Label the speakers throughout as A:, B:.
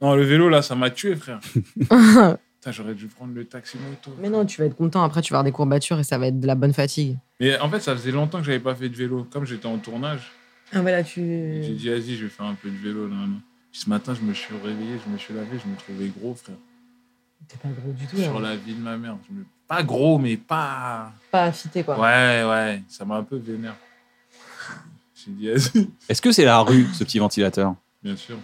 A: Non, le vélo, là, ça m'a tué, frère. Putain, j'aurais dû prendre le taxi moto.
B: Mais non, tu vas être content. Après, tu vas avoir des courbatures et ça va être de la bonne fatigue.
A: Mais en fait, ça faisait longtemps que j'avais pas fait de vélo. Comme j'étais en tournage,
B: Ah, voilà,
A: j'ai
B: tu.
A: dit, vas-y, je vais faire un peu de vélo, là. là. Puis ce matin, je me suis réveillé, je me suis lavé, je me trouvais gros, frère.
B: T'es pas gros du tout. hein.
A: Sur la vie de ma mère. Je me- Pas gros, mais pas...
B: Pas affité, quoi.
A: Ouais, ouais, ça m'a un peu vénère. J'ai dit, vas-y.
C: Est-ce que c'est la rue, ce petit ventilateur
A: Bien sûr,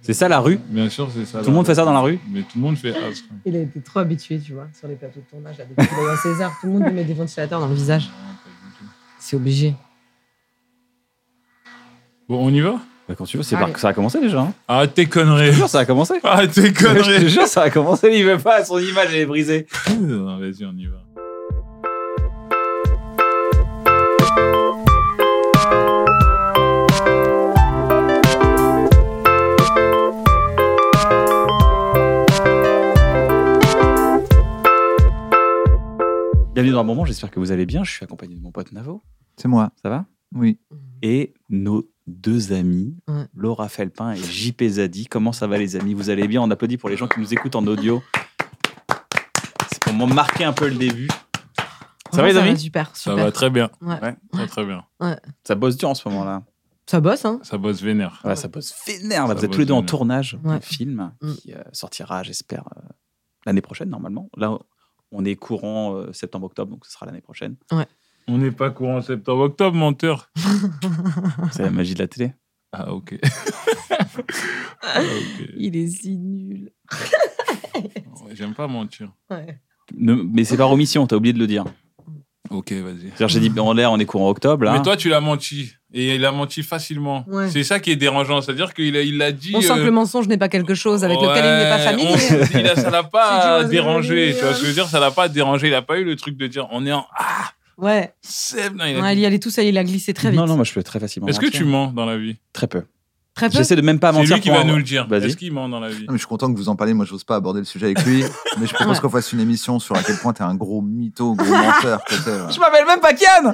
C: C'est ça la rue
A: bien sûr, c'est ça.
C: Tout le monde fait ça dans la rue
A: Mais tout le monde fait ça. frère.
B: Il a été trop habitué, tu vois, sur les plateaux de tournage. Là, depuis qu'il a eu un César, tout le monde lui met des ventilateurs dans le visage.
A: Non, pas du tout.
B: C'est obligé.
A: Bon, on y va
C: Bah, Quand tu veux, c'est
B: Allez.
C: par- ça a commencé déjà. Hein.
A: Arrête tes
C: Je te
A: conneries
C: jure, ça a commencé.
A: Arrête tes
C: Je te
A: conneries
C: jure, ça a commencé. Il veut pas, son image elle est brisée.
A: Non, Vas-y, on y va.
C: Bienvenue dans un moment, j'espère que vous allez bien. Je suis accompagné de mon pote Navo.
D: C'est moi,
C: Ça va
D: oui.
C: Et nos deux amis,
B: Ouais.
C: Laura Felpin et JP Zadi. Comment ça va, les amis Vous allez bien On applaudit pour les gens qui nous écoutent en audio. C'est pour m'en marquer un peu le début. Ça va, les
B: Franchement,
C: amis
B: Super,
A: Ça
B: super.
A: va très bien.
B: Ouais.
C: Ouais.
A: Très, très bien.
C: Ça bosse dur en ce moment-là.
B: Ça bosse, hein
A: Ça bosse vénère.
C: Ouais, ça bosse vénère. là.
A: Ça
C: Vous êtes
A: bosse
C: tous les deux en
A: vénère.
C: tournage d'un
B: Ouais.
C: film
B: Mm.
C: qui euh, sortira, j'espère, euh, l'année prochaine, normalement. Là, on est courant euh, septembre-octobre, donc ce sera l'année prochaine.
A: On n'est pas courant septembre-octobre, menteur.
C: C'est la magie de la télé.
A: Ah, ok. Ah, ok.
B: Il est si nul.
A: Ouais, J'aime pas mentir.
B: Ouais.
C: Ne- mais c'est par omission, t'as oublié de le dire.
A: Ok, vas-y.
C: C'est-à-dire, j'ai dit en l'air, on est courant octobre. Là.
A: Mais toi, tu l'as menti. Et il a menti facilement.
B: Ouais.
A: C'est ça qui est dérangeant. C'est-à-dire qu'il a, il a dit.
B: On sent que
A: euh,
B: le mensonge n'est pas quelque chose avec lequel il n'est pas
A: ouais,
B: familier.
A: on- il a- ça l'a
B: C'est
A: pas
B: du
A: dérangé.
B: vas-y,
A: Tu vois
B: vas-y.
A: ce que je veux dire Ça l'a pas dérangé. Il a pas eu le truc de dire on est en. Ah
B: Ouais,
A: Seb Non, il a
B: ouais,
A: dit-
B: il y allait tout ça, il a glissé très vite.
C: Non, non, moi je peux très facilement.
A: Est-ce que
C: mentir.
A: tu mens dans la vie
C: Très peu.
B: Très peu.
C: J'essaie de même pas
A: C'est
C: mentir.
A: lui qui
C: pour
A: va
C: un-
A: nous le dire.
C: Vas-y.
A: Est-ce qu'il ment dans la vie
D: Non, mais je suis content que vous en parlez. Moi, j'ose pas aborder le sujet avec lui. mais je propose
B: Ouais.
D: qu'on fasse une émission sur à quel point t'es un gros mytho, gros menteur. que t'es, ouais.
C: Je m'appelle même pas Kian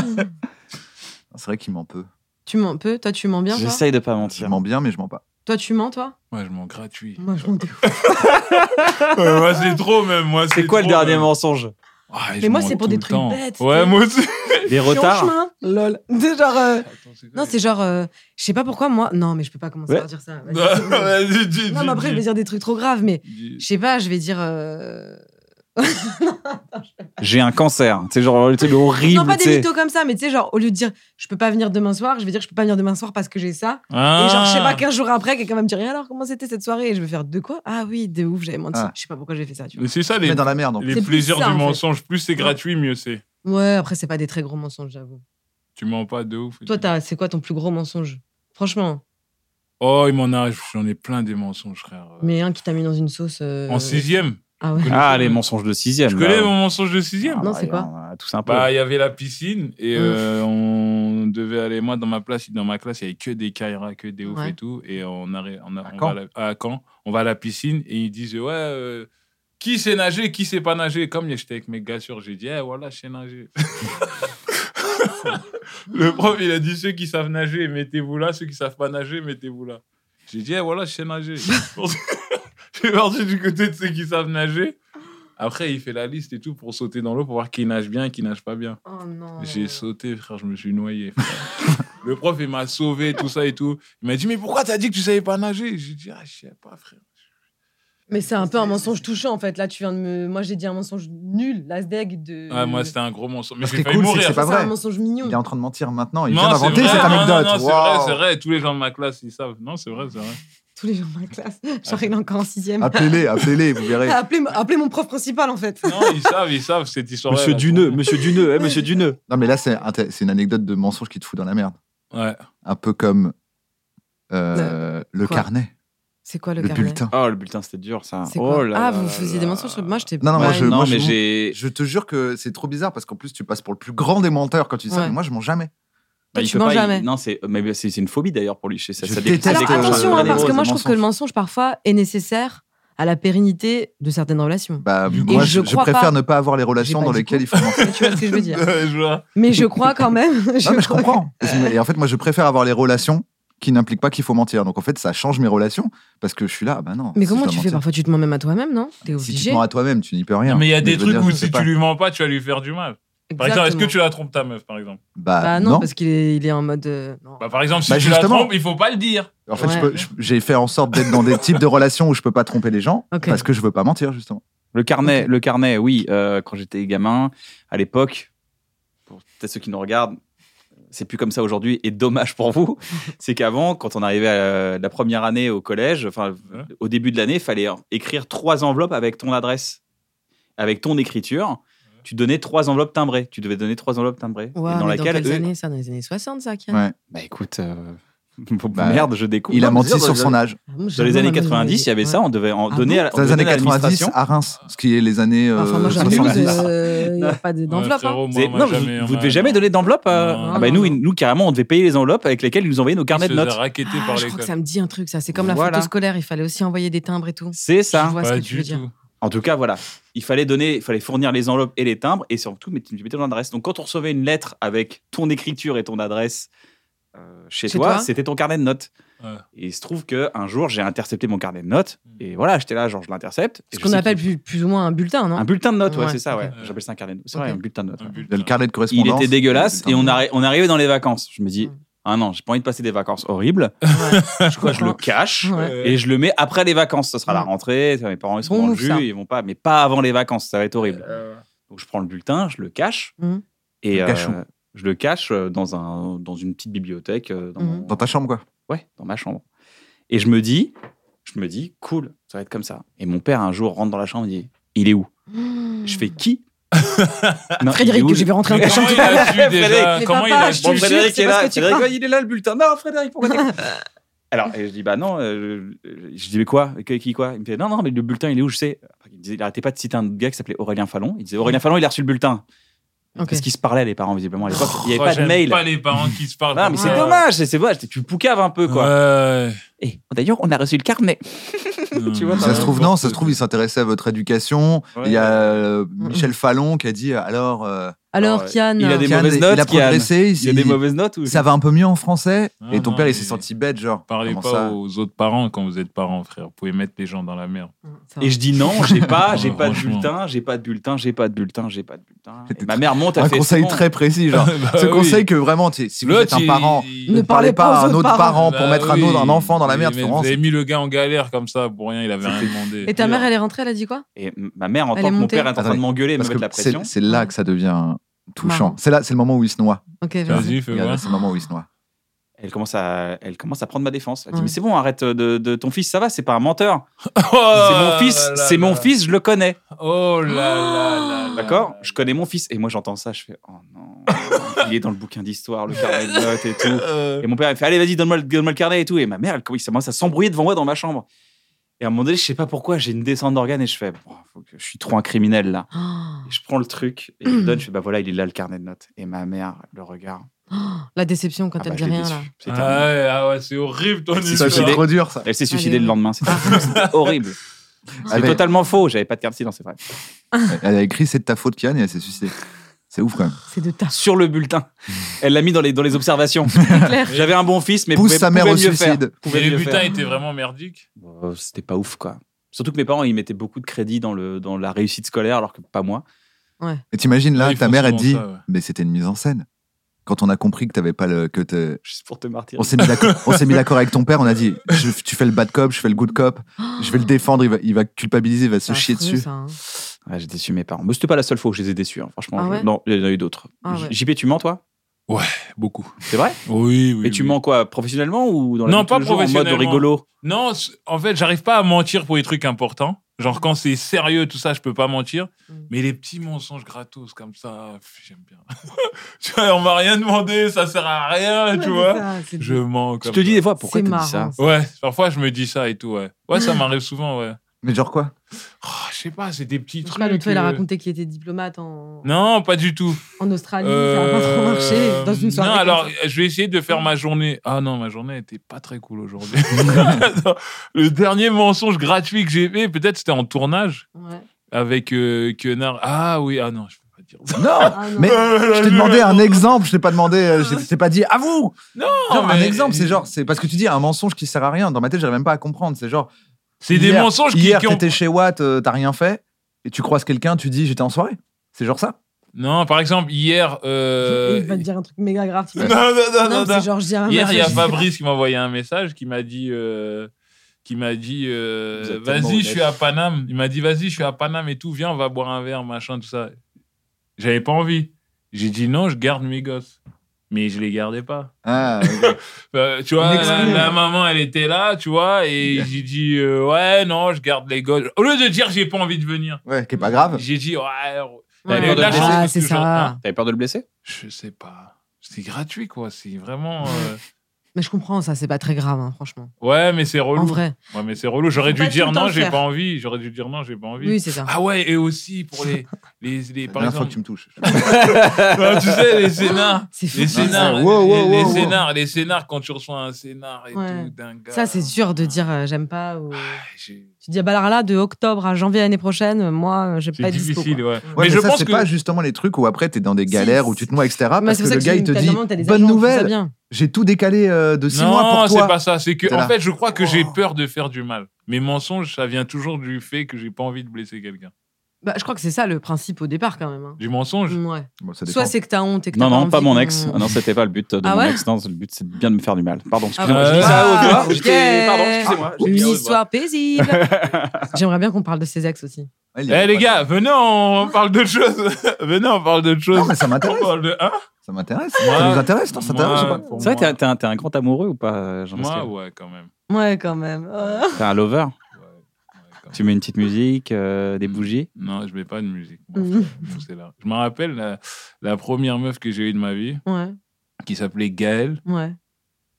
B: Mmh.
D: C'est vrai qu'il ment peu.
B: tu mens peu, toi tu mens bien, toi
C: J'essaye de pas
D: Je
C: mentir.
D: mens bien, mais je mens pas.
A: Ah,
B: Toi tu mens, toi
A: Moi, je mens gratuit.
B: Moi je mens de ouf.
A: Euh, moi, c'est trop, même. Moi,
C: C'est quoi le
A: trop,
C: dernier
A: même.
C: mensonge
A: Ah, je
B: Mais moi,
A: mens
B: c'est pour
A: tout
B: des
A: le
B: trucs
A: temps.
B: bêtes,
A: Ouais,
B: tu
A: moi aussi.
C: Des
B: Je suis en
C: retards
B: chemin, Lol. C'est genre. euh, Non, c'est
A: juste.
B: genre. euh, Je sais pas pourquoi moi. Non, mais je peux pas commencer
C: Ouais.
B: à dire ça. Vas-y, c'est bon.
A: Vas-y, dis,
B: Non, mais après, je vais dire des trucs trop graves, mais
A: dis.
B: je sais pas, je vais dire. euh,
C: J'ai un cancer. C'est genre le truc horrible.
B: Non, pas des
C: t'sais.
B: mythos comme ça, mais tu sais, genre, au lieu de dire je peux pas venir demain soir, je vais dire je peux pas venir demain soir parce que j'ai ça.
A: Ah.
B: Et genre, je sais pas, 15 jours après, quelqu'un va me dire Et alors, comment c'était cette soirée Et je vais faire de quoi Ah oui, de ouf, j'avais menti.
D: Ah.
B: Je sais pas pourquoi j'ai fait ça, tu vois.
A: Mais c'est ça, les,
D: Mais dans la merde, en plus.
A: les
B: C'est plus
A: plaisirs
B: ça,
A: du
B: en fait.
A: mensonge. Plus c'est gratuit, mieux c'est.
B: Ouais, après, c'est pas des très gros mensonges, j'avoue.
A: Tu mens pas de ouf.
B: Toi, t'as- c'est quoi ton plus gros mensonge Franchement,
A: Oh, il m'en a. J'en ai plein des mensonges, frère.
B: mais un qui t'a mis dans une sauce. euh,
A: En sixième.
B: Ah ouais.
C: Ah, les mensonges de sixième.
A: Tu
C: là.
A: connais mon mensonge de sixième
C: Ah,
B: Non,
C: bah,
B: c'est quoi
C: on a Tous un peu.
A: Bah, il y avait la piscine et euh, on devait aller. Moi, dans ma place, dans ma classe, il y avait que des Kaira, que des ouf
B: Ouais.
A: et tout. Et on, arrête- on, a-
D: À
A: on
D: Caen.
A: va à, la- à Caen, on va à la piscine et ils disent Ouais, euh, qui sait nager, qui sait pas nager Comme j'étais avec mes gars sûrs, j'ai dit Eh, voilà, je sais nager. Le prof, il a dit Ceux qui savent nager, mettez-vous là. Ceux qui savent pas nager, mettez-vous là. J'ai dit Eh, voilà, je sais nager. Je suis parti du côté de ceux qui savent nager. Après, il fait la liste et tout pour sauter dans l'eau pour voir qui nage bien et qui nage pas bien.
B: Oh non.
A: J'ai sauté, frère, je me suis noyé. frère. le prof, il m'a sauvé, tout ça et tout. Il m'a dit, mais pourquoi t'as dit que tu savais pas nager J'ai dit, ah, je sais pas, frère.
B: Mais c'est un peu un mensonge touchant en fait. Là, tu viens de me. Moi, j'ai dit un mensonge nul, l'asdeg de.
A: Ah, moi, c'était un gros mensonge. Mais
D: Ce qui
A: j'ai
D: est
A: failli
D: cool, c'est que
A: mourir.
D: c'est pas
B: C'est un
D: vrai.
B: mensonge
D: Il est
B: mignon.
D: en train de mentir maintenant. Il
A: Non,
D: vient
A: c'est
D: d'inventer
A: vrai,
D: cette
A: non, non,
D: anecdote.
A: non, c'est
D: Waouh.
A: vrai, c'est vrai. Tous les gens de ma classe, ils savent. Non, c'est vrai, c'est vrai.
B: tous les gens de ma classe.
C: Ah.
B: Genre, il est encore en sixième.
D: Appelez-les, appelez-les, vous verrez.
B: Appelez, appelez mon prof principal, en fait.
A: Non, ils savent, ils savent cette histoire.
C: Monsieur
B: bah,
C: Duneux, monsieur Duneux, hein, monsieur Duneux.
D: Non, mais là, c'est inté- c'est une anecdote de mensonge qui te fout dans la merde.
A: Ouais.
D: Un peu comme euh, le
B: quoi
D: carnet,
B: C'est quoi
D: le,
B: le, carnet
D: bulletin.
A: Ah,
C: Oh, le bulletin, c'était dur, ça.
B: C'est
C: Oh
B: quoi
C: là
B: Ah,
C: là
B: vous
C: là
B: faisiez des
C: là.
B: mensonges, moi, je t'ai
D: Non, non, moi,
B: Ouais.
D: je,
C: Non,
D: moi,
C: mais
D: je-
C: j'ai.
D: je te jure que c'est trop bizarre parce qu'en plus, tu passes pour le plus grand des menteurs quand tu dis ça.
B: Ouais.
D: mais Moi, je mens jamais.
C: Bah, il
B: tu
C: peut
B: mens
C: pas, il-
B: jamais.
C: Non, c'est mais c'est c'est une phobie d'ailleurs pour lui. Ça,
D: Je
C: ça
D: déteste,
C: ça
B: Alors
D: euh,
B: attention, hein,
D: les
B: parce que
D: roses,
B: moi
D: le
B: je trouve que le
D: mensonge.
B: mensonge parfois est nécessaire à la pérennité de certaines relations.
D: Bah,
A: Du coup,
D: moi,
B: Et
D: je,
B: je
D: je
B: crois
D: préfère
B: pas.
D: ne pas avoir les relations
B: pas
D: dans
B: dit
D: lesquelles
B: coup.
D: il faut mentir.
B: tu vois ce que je veux dire.
A: je vois.
B: Mais je crois quand même.
D: Non, mais je
B: crois-
D: comprends. Et en fait, moi, je préfère avoir les relations qui n'impliquent pas qu'il faut mentir. Donc, en fait, ça change mes relations parce que je suis là. ah Bah non.
B: Mais
D: si je
B: comment
D: dois
B: tu fais
D: mentir.
B: Parfois tu te mens même à toi-même, non T'es
D: Si tu
B: obligé.
D: te mens à toi-même, tu n'y peux rien.
A: Mais il y a des
D: je veux
A: trucs
D: dire,
A: où
D: je sais
A: si
D: pas.
A: tu lui mens pas, tu vas lui faire du mal. Par exemple, est-ce que tu la trompes ta meuf, par exemple
D: Bah,
B: Bah
D: non.
B: non, parce qu'il est, il est en mode. euh, non.
A: bah, Par exemple, si
D: Bah,
A: tu la
D: justement.
A: trompes, il faut pas le dire.
D: En fait, je
B: Ouais.
D: peux- je- j'ai fait en sorte d'être dans des types de relations où je peux pas tromper les gens
B: Ok.
D: parce que je veux pas mentir, justement.
C: Le carnet, le carnet, oui. euh, quand j'étais gamin, à l'époque, pour peut-être ceux qui nous regardent, c'est plus comme ça aujourd'hui. Et dommage pour vous, c'est qu'avant, quand on arrivait à la- la première année au collège, enfin
A: Ouais.
C: au début de l'année, il fallait écrire trois enveloppes avec ton adresse, avec ton écriture. Tu donnais trois enveloppes timbrées. Tu devais donner trois enveloppes timbrées.
B: Ouah,
C: et dans
B: mais
C: laquelle,
B: quelles
C: eux-
B: années ça Dans les années 60, ça, Kian
D: Ouais.
C: bah écoute, euh,
D: Bah,
C: merde, je découvre.
D: Il a
C: Non,
D: menti
C: mais c'est
D: sur
C: dans-
D: son âge.
B: Ah, moi,
C: Dans
B: j'avoue,
C: les années
B: ma mère,
C: 90, il y avait
B: ouais.
C: ça, on devait en
B: Ah
C: donner
B: bon
C: à la- on
D: Dans les
C: donnait
D: années
C: à
D: 90,
C: l'administration.
D: à Reims, ce qui est les années euh,
B: Enfin, moi, j'abuse.
D: 70.
B: euh, Il n'y a pas de- d'enveloppe. hein.
A: frérot, moi,
C: Vous avez-
A: on m'a
C: non, vous-
A: jamais- on
C: vous
A: m'a-
C: devez jamais donner d'enveloppe. euh,
A: Non,
C: ah
B: non,
C: bah nous,
B: non.
C: ils- nous, carrément, on devait payer les enveloppes avec lesquelles ils nous envoyaient nos carnets de
A: Il se faisait
C: notes.
A: raqueter
B: Ah,
A: par
B: je crois
A: l'école.
B: que ça me dit un truc, ça. C'est comme la
C: Voilà.
B: photo scolaire, il fallait aussi envoyer des timbres et tout.
C: C'est
B: Je
C: ça.
B: vois ce que tu veux dire.
C: En tout cas, voilà. Il fallait donner, il fallait fournir les enveloppes et les timbres et surtout mettre une ton adresse. Donc quand on recevait une lettre avec ton écriture et ton adresse euh, chez,
B: Chez
C: toi,
B: toi
C: c'était ton carnet de notes.
A: Ouais. Mm.
C: Et il se trouve que un jour, j'ai intercepté mon carnet de notes et voilà, j'étais là, genre je l'intercepte. et
B: Ce
C: je
B: qu'on
C: sais
B: appelle
C: qu'il-
B: plus, plus ou moins un bulletin, non
C: un bulletin de notes, ouais,
B: Ouais,
C: c'est ça,
B: ok.
C: ouais. J'appelle ça un carnet de notes. C'est
B: Ok.
C: vrai, un bulletin de notes. ouais.
D: Le carnet de
C: Il
D: correspondance.
C: était dégueulasse et on,
D: a.
C: arri- on arrivait dans les vacances. Je me dis,
B: Mm.
C: ah non, j'ai pas envie de passer des vacances horribles.
B: Je
C: Quoi, je le
B: comprends.
C: cache
B: Ouais.
A: Euh,
C: et je le mets après les vacances. Ça sera la
B: Mm.
C: rentrée, ça, mes parents ils seront
B: Bon
C: dans le
B: move, ça. Euh.
C: jus, ils vont pas, mais pas avant les vacances, ça va être
A: euh,
C: horrible. Donc je prends le bulletin, je le cache
B: Mm.
C: et
D: Le
C: euh,
D: cachons.
C: je le cache euh, dans, un, dans une petite bibliothèque euh, dans,
B: Mm.
C: mon-
D: Dans ta chambre, quoi.
C: ouais, dans ma chambre. Et je me dis, je me dis, cool, ça va être comme ça. Et mon père un jour rentre dans la chambre et dit, il est où Je fais qui Non,
B: Mmh. Mm. Frédéric,
C: il est où
B: que je vais rentrer dans ta
C: Comment
B: chambre.
C: il a su
B: Frédéric,
A: déjà
B: les
A: Comment il
B: papas,
A: a
B: je
A: su
B: te
C: Bon,
B: jure,
C: Frédéric
B: c'est
C: est
B: parce
C: là.
B: que tu
C: Frédéric,
B: crois.
C: ouais, il est là, le bulletin. Non, Frédéric, pourquoi t'es... Alors, et je dis, bah non, euh, je je dis, mais quoi Que- Qui quoi Il me fait, non, non, mais le bulletin, il est où Je sais. Il, me disait, il arrêtait pas de citer un gars qui s'appelait Aurélien Fallon. Il disait, Aurélien Fallon, il a reçu le bulletin.
B: Ok.
C: Parce qu'ils se parlaient, les parents, visiblement, à l'époque. Il n'y avait pas de mail.
A: Oh, pas les parents qui se parlent.
C: Non, mais c'est
B: Ouais.
C: dommage, c'est- c'est vrai, tu poucaves un peu, quoi. Et d'ailleurs, on a reçu le carnet. Tu vois,
D: Ça se trouve, non, ça se trouve, il s'intéressait à votre éducation.
C: Ouais.
D: Il y a euh,
B: Mm.
D: Michel Fallon qui a dit alors. euh,
B: Alors,
C: Alors,
B: Kian,
C: il a des
D: Kian,
C: mauvaises
D: il
C: notes,
D: a
C: Kian.
D: progressé.
C: Il y a des mauvaises notes ou
D: Ça va un peu mieux en français.
A: Ah,
D: et ton
A: non,
D: père,
A: mais-
D: il s'est senti bête, genre.
A: Parlez
D: Comment
A: pas
D: ça
A: aux autres parents quand vous êtes parents, frère. Vous pouvez mettre les gens dans la merde.
B: Ça va.
C: Et je dis non, j'ai pas, j'ai
A: Ouais,
C: pas de
A: franchement.
C: bulletin, j'ai pas de bulletin, j'ai pas de bulletin, j'ai pas de bulletin. Et
D: C'était
C: ma mère monte, elle
D: Un
C: fait
D: conseil
C: c'est bon.
D: très précis, genre.
A: Bah
D: Ce conseil que vraiment, tu- si vous êtes un parent,
B: Ne
D: ne
B: parlez
D: parlez
B: pas
D: pas à
B: aux
D: un
B: autres
D: autre
B: parents.
D: parent pour mettre un, autre, un enfant dans la merde.
A: Bah Vous
D: Florence.
A: avez mis le gars en galère comme ça pour rien, il avait rien demandé.
B: Et ta mère, elle est rentrée, elle a dit quoi
C: Et m- ma mère entend
B: Elle est
C: que mon
B: montée.
C: père est en train de
D: Attendez,
C: m'engueuler et me
D: Parce
C: mettre la
D: que c'est-
C: pression.
D: c'est là que ça devient touchant.
B: Marrant.
D: C'est là, c'est le moment où il se noie.
B: Ok, vas-y.
A: Vas-y, fais
D: Regarde,
A: voir.
D: C'est le moment où il se noie.
C: Elle commence à, elle commence à prendre ma défense. Elle dit
B: Ouais.
C: mais c'est bon, arrête euh, de, de- ton fils, ça va, c'est pas un menteur. c'est mon fils, c'est mon fils, je le connais,
A: Oh là là Oh là.
C: d'accord Je connais mon fils. Et moi j'entends ça, je fais oh non, il est dans le bouquin d'histoire, le carnet de notes et tout. Et mon père, il me fait Allez, vas-y, donne-moi le, donne-moi le carnet et tout. Et ma mère, elle commence à s'embrouiller devant moi dans ma chambre. Et à un moment donné, je sais pas pourquoi, j'ai une descente d'organes et je fais Bon, faut que- Je suis trop un criminel là.
B: Oh,
C: Et je prends le truc et je lui donne, je fais Bah voilà, il est là le carnet de notes. Et ma mère, le regard.
B: La déception quand
C: ah, bah,
B: elle dit
C: je l'ai
B: rien,
C: déçu.
B: là.
C: C'est terminé.
A: Ah ouais, ah ouais, c'est horrible ton
C: C'est
D: Ça,
A: histoire.
C: suicidé.
D: C'est trop dur, ça.
C: Elle s'est suicidée
B: Allez.
C: le lendemain. C'était c'était horrible. C'est
D: Ah, mais-
C: totalement faux. J'avais pas de carte sinon, c'est vrai.
D: Elle a écrit C'est de ta faute, Kian, et elle s'est suicidée. C'est ouf quand même.
B: C'est de ta
C: Sur le bulletin. Elle l'a mis dans les, dans les observations.
B: clair.
C: J'avais un bon fils, mais
D: Pousse
C: pouvait-
D: sa mère
C: pouvait
D: au
C: mieux faire.
D: suicide.
C: Pouvait
A: Mais le
C: mieux faire.
A: butin était vraiment merdique.
C: Bon, Oh, c'était pas ouf quoi. Surtout que mes parents ils mettaient beaucoup de crédit dans, le, dans la réussite scolaire alors que pas moi.
D: Et t'imagines là,
A: Ouais, ils
D: ta
A: font
D: mère, elle
A: souvent
D: dit
A: ça, ouais.
D: Mais c'était une mise en scène. Quand on a compris que t'avais pas le. Que t'es-
C: Juste pour te martyrer.
D: on s'est mis d'accord- on s'est mis d'accord avec ton père, on a dit Je- Tu fais le bad cop, je fais le good cop, je vais le défendre, il va, il va culpabiliser, il va se
B: C'est
D: chier
B: affreux,
D: dessus.
B: ça, hein.
C: Ah, Ouais, j'ai déçu mes parents. Mais c'était pas la seule fois où je les ai déçus, hein. franchement.
B: Ah
C: je-
B: ouais
C: Non, il y en a eu d'autres.
B: Ah ouais.
C: J- JP, tu mens toi
A: beaucoup.
C: C'est vrai
A: Oui, oui.
C: Et tu
A: oui.
C: mens quoi Professionnellement ou dans la
A: Non,
C: vie de tous
A: pas
C: les jours, en mode
A: professionnellement.
C: rigolo
A: Non, c- en fait, j'arrive pas à mentir pour les trucs importants. Genre, quand c'est sérieux, tout ça, je peux pas mentir.
B: Mm.
A: Mais les petits mensonges gratos comme ça, pff, j'aime bien. tu vois, on m'a rien demandé, ça sert à rien, Ah, tu vois. Je mens
C: Tu
A: comme
C: te dis
A: ça.
C: des fois pourquoi
B: C'est
C: tu dis
B: marrant,
C: ça
A: Ouais, parfois, je me dis ça et tout, ouais. Ouais, ça m'arrive souvent, ouais.
D: Mais genre quoi
A: Oh, je sais pas, c'est des petits
B: Je sais
A: trucs.
B: pas, l'autre fois, il a
A: euh,
B: raconté qu'il était diplomate en,
A: Non, pas du tout.
B: en Australie. Ça a pas trop marché
A: Euh,
B: dans une soirée.
A: Non,
B: comme
A: alors
B: ça.
A: je vais essayer de faire ma journée. Ah non, ma journée était pas très cool aujourd'hui. Non, le dernier mensonge gratuit que j'ai fait, peut-être c'était en tournage
B: Ouais.
A: avec euh, Quenard. Ah oui, ah non, je peux pas dire ça.
D: Non
B: Ah, non.
D: Mais
A: Euh,
D: je t'ai demandé un exemple, je t'ai pas demandé, euh, je t'ai- je t'ai pas dit à vous. Genre,
A: Non,
D: un
A: mais-
D: exemple, c'est genre, c'est parce que tu dis un mensonge qui sert à rien. Dans ma tête, j'arrive même pas à comprendre. C'est genre,
A: C'est des
D: hier-
A: mensonges qui-
D: Hier,
A: qui ont.
D: t'étais chez Watt, euh, t'as rien fait, et tu croises quelqu'un, tu dis j'étais en soirée. C'est genre ça.
A: Non, par exemple, hier. euh,
B: Il va te dire un truc méga grave. tu
A: Non,
B: vois.
A: non, non,
B: Non,
A: non,
B: c'est
A: non.
B: genre, je dis à ma
A: Hier,
B: meuf,
A: il y a
B: je-
A: Fabrice qui m'a envoyé un message qui m'a dit. euh, qui m'a dit euh,
C: Vous êtes tellement
A: vas-y je suis
C: honnête.
A: à Paname il m'a dit vas-y je suis à Paname et tout viens on va boire un verre machin tout ça j'avais pas envie j'ai dit non je garde mes gosses mais je les gardais pas
D: Ah, ok.
A: Euh, tu vois
D: Une excuse.
A: la, la maman elle était là tu vois et j'ai dit euh, ouais non je garde les gosses au lieu de dire j'ai pas envie de venir
D: ouais, qui est pas
C: Ah.
D: grave.
A: j'ai dit ouais
B: Ouais.
C: Elle est là,
B: Ah,
A: je-
B: c'est
A: genre,
B: ça.
C: T'avais peur de le blesser
A: je sais pas c'est gratuit quoi c'est vraiment euh,
B: Mais je comprends, ça, c'est pas très grave, hein, franchement.
A: ouais mais c'est relou
B: En vrai.
A: Ouais, mais c'est relou. J'aurais
B: Faut pas
A: dû
B: tout le
A: dire
B: temps
A: non,
B: le
A: j'ai
B: faire.
A: pas envie. J'aurais dû dire non, j'ai pas envie.
B: Oui, c'est ça.
A: Ah ouais, et aussi pour les. les, les-
D: La
A: par
D: dernière fois
A: exemple.
D: que tu me touches.
A: Non, tu sais, les scénars.
B: C'est fou.
A: Les scénars.
D: Ah, ça. Wow,
A: les-
D: wow,
A: les
D: wow, wow.
A: scénars, les scénars, quand tu reçois un scénar et
B: Ouais.
A: tout, d'un gars. Ah,
B: Ça, c'est dur de dire euh, j'aime pas. Ou...
A: J'ai-
B: Tu dis ah, à Balarala de octobre à janvier l'année prochaine, euh, moi, euh, je vais pas
A: C'est
B: être dispo.
A: difficile,
B: quoi.
A: ouais.
D: Ouais, mais,
A: je
D: ça,
A: pense
D: c'est
A: que.
D: pas justement les trucs où après t'es dans des galères,
B: Si,
D: où tu te noies, etc.
B: Mais
D: Ah, Parce
B: c'est pour
D: que
B: ça
D: le
B: que
D: gars
B: tu-
D: il te
B: t'as-
D: dit
B: normalement, t'as des agents
D: bonne
B: qui font ça
D: nouvelle,
B: bien.
D: j'ai tout décalé euh, de 6
A: non,
D: mois pour
A: c'est
D: toi.
A: pas ça. C'est que,
D: T'es
A: en
D: là.
A: fait, je crois que j'ai
B: Oh.
D: Wow.
A: peur de faire du mal. Mes mensonges, ça vient toujours du fait que j'ai pas envie de blesser quelqu'un.
B: Bah, je crois que c'est ça le principe au départ quand même. hein.
A: Du mensonge
B: Ouais.
D: Bon, ça
B: Soit
D: dépend.
B: c'est que t'as honte et que
C: Non,
B: t'as
C: non,
B: envie
C: pas mon
B: qu'on-
C: ex. Ah non, c'était pas le but de
B: Ah
C: mon
B: ouais
C: ex. Non, le but, c'est bien de me faire du mal. Pardon,
B: Ah
C: excusez-moi.
A: bon
C: je dis ça
B: Ah,
C: haut, tu vois.
B: ok.
C: J'étais- Pardon, excusez-moi. je dis
B: Une
C: ça haut,
B: histoire paisible. J'aimerais bien qu'on parle de ses ex aussi.
D: Ouais, il y
A: Eh
D: a
A: les
D: pas-
A: gars, venez, on parle d'autre chose. venez, on parle d'autre chose.
D: Non, mais ça
A: On
D: m'intéresse.
A: parle de. Hein
D: Ça m'intéresse.
A: Moi-
D: Ça nous intéresse, non Ça
A: Moi,
D: t'intéresse ou pas
A: pour
C: C'est vrai,
A: moi-
C: t'es- t'es un, t'es un grand amoureux ou pas,
A: Moi,
C: Jean-Pascal
A: ouais, quand même.
B: Ouais, quand même. Ah.
C: T'es un lover
A: Ouais, ouais, quand
C: Tu
A: même. Mm.
C: mets une petite musique, euh, des bougies
A: Non, je mets pas de musique. moi,
B: Mhm.
A: frère, c'est là. Je me rappelle la, la première meuf que j'ai eue de ma vie,
B: Ouais,
A: qui s'appelait Gaëlle.
B: ouais.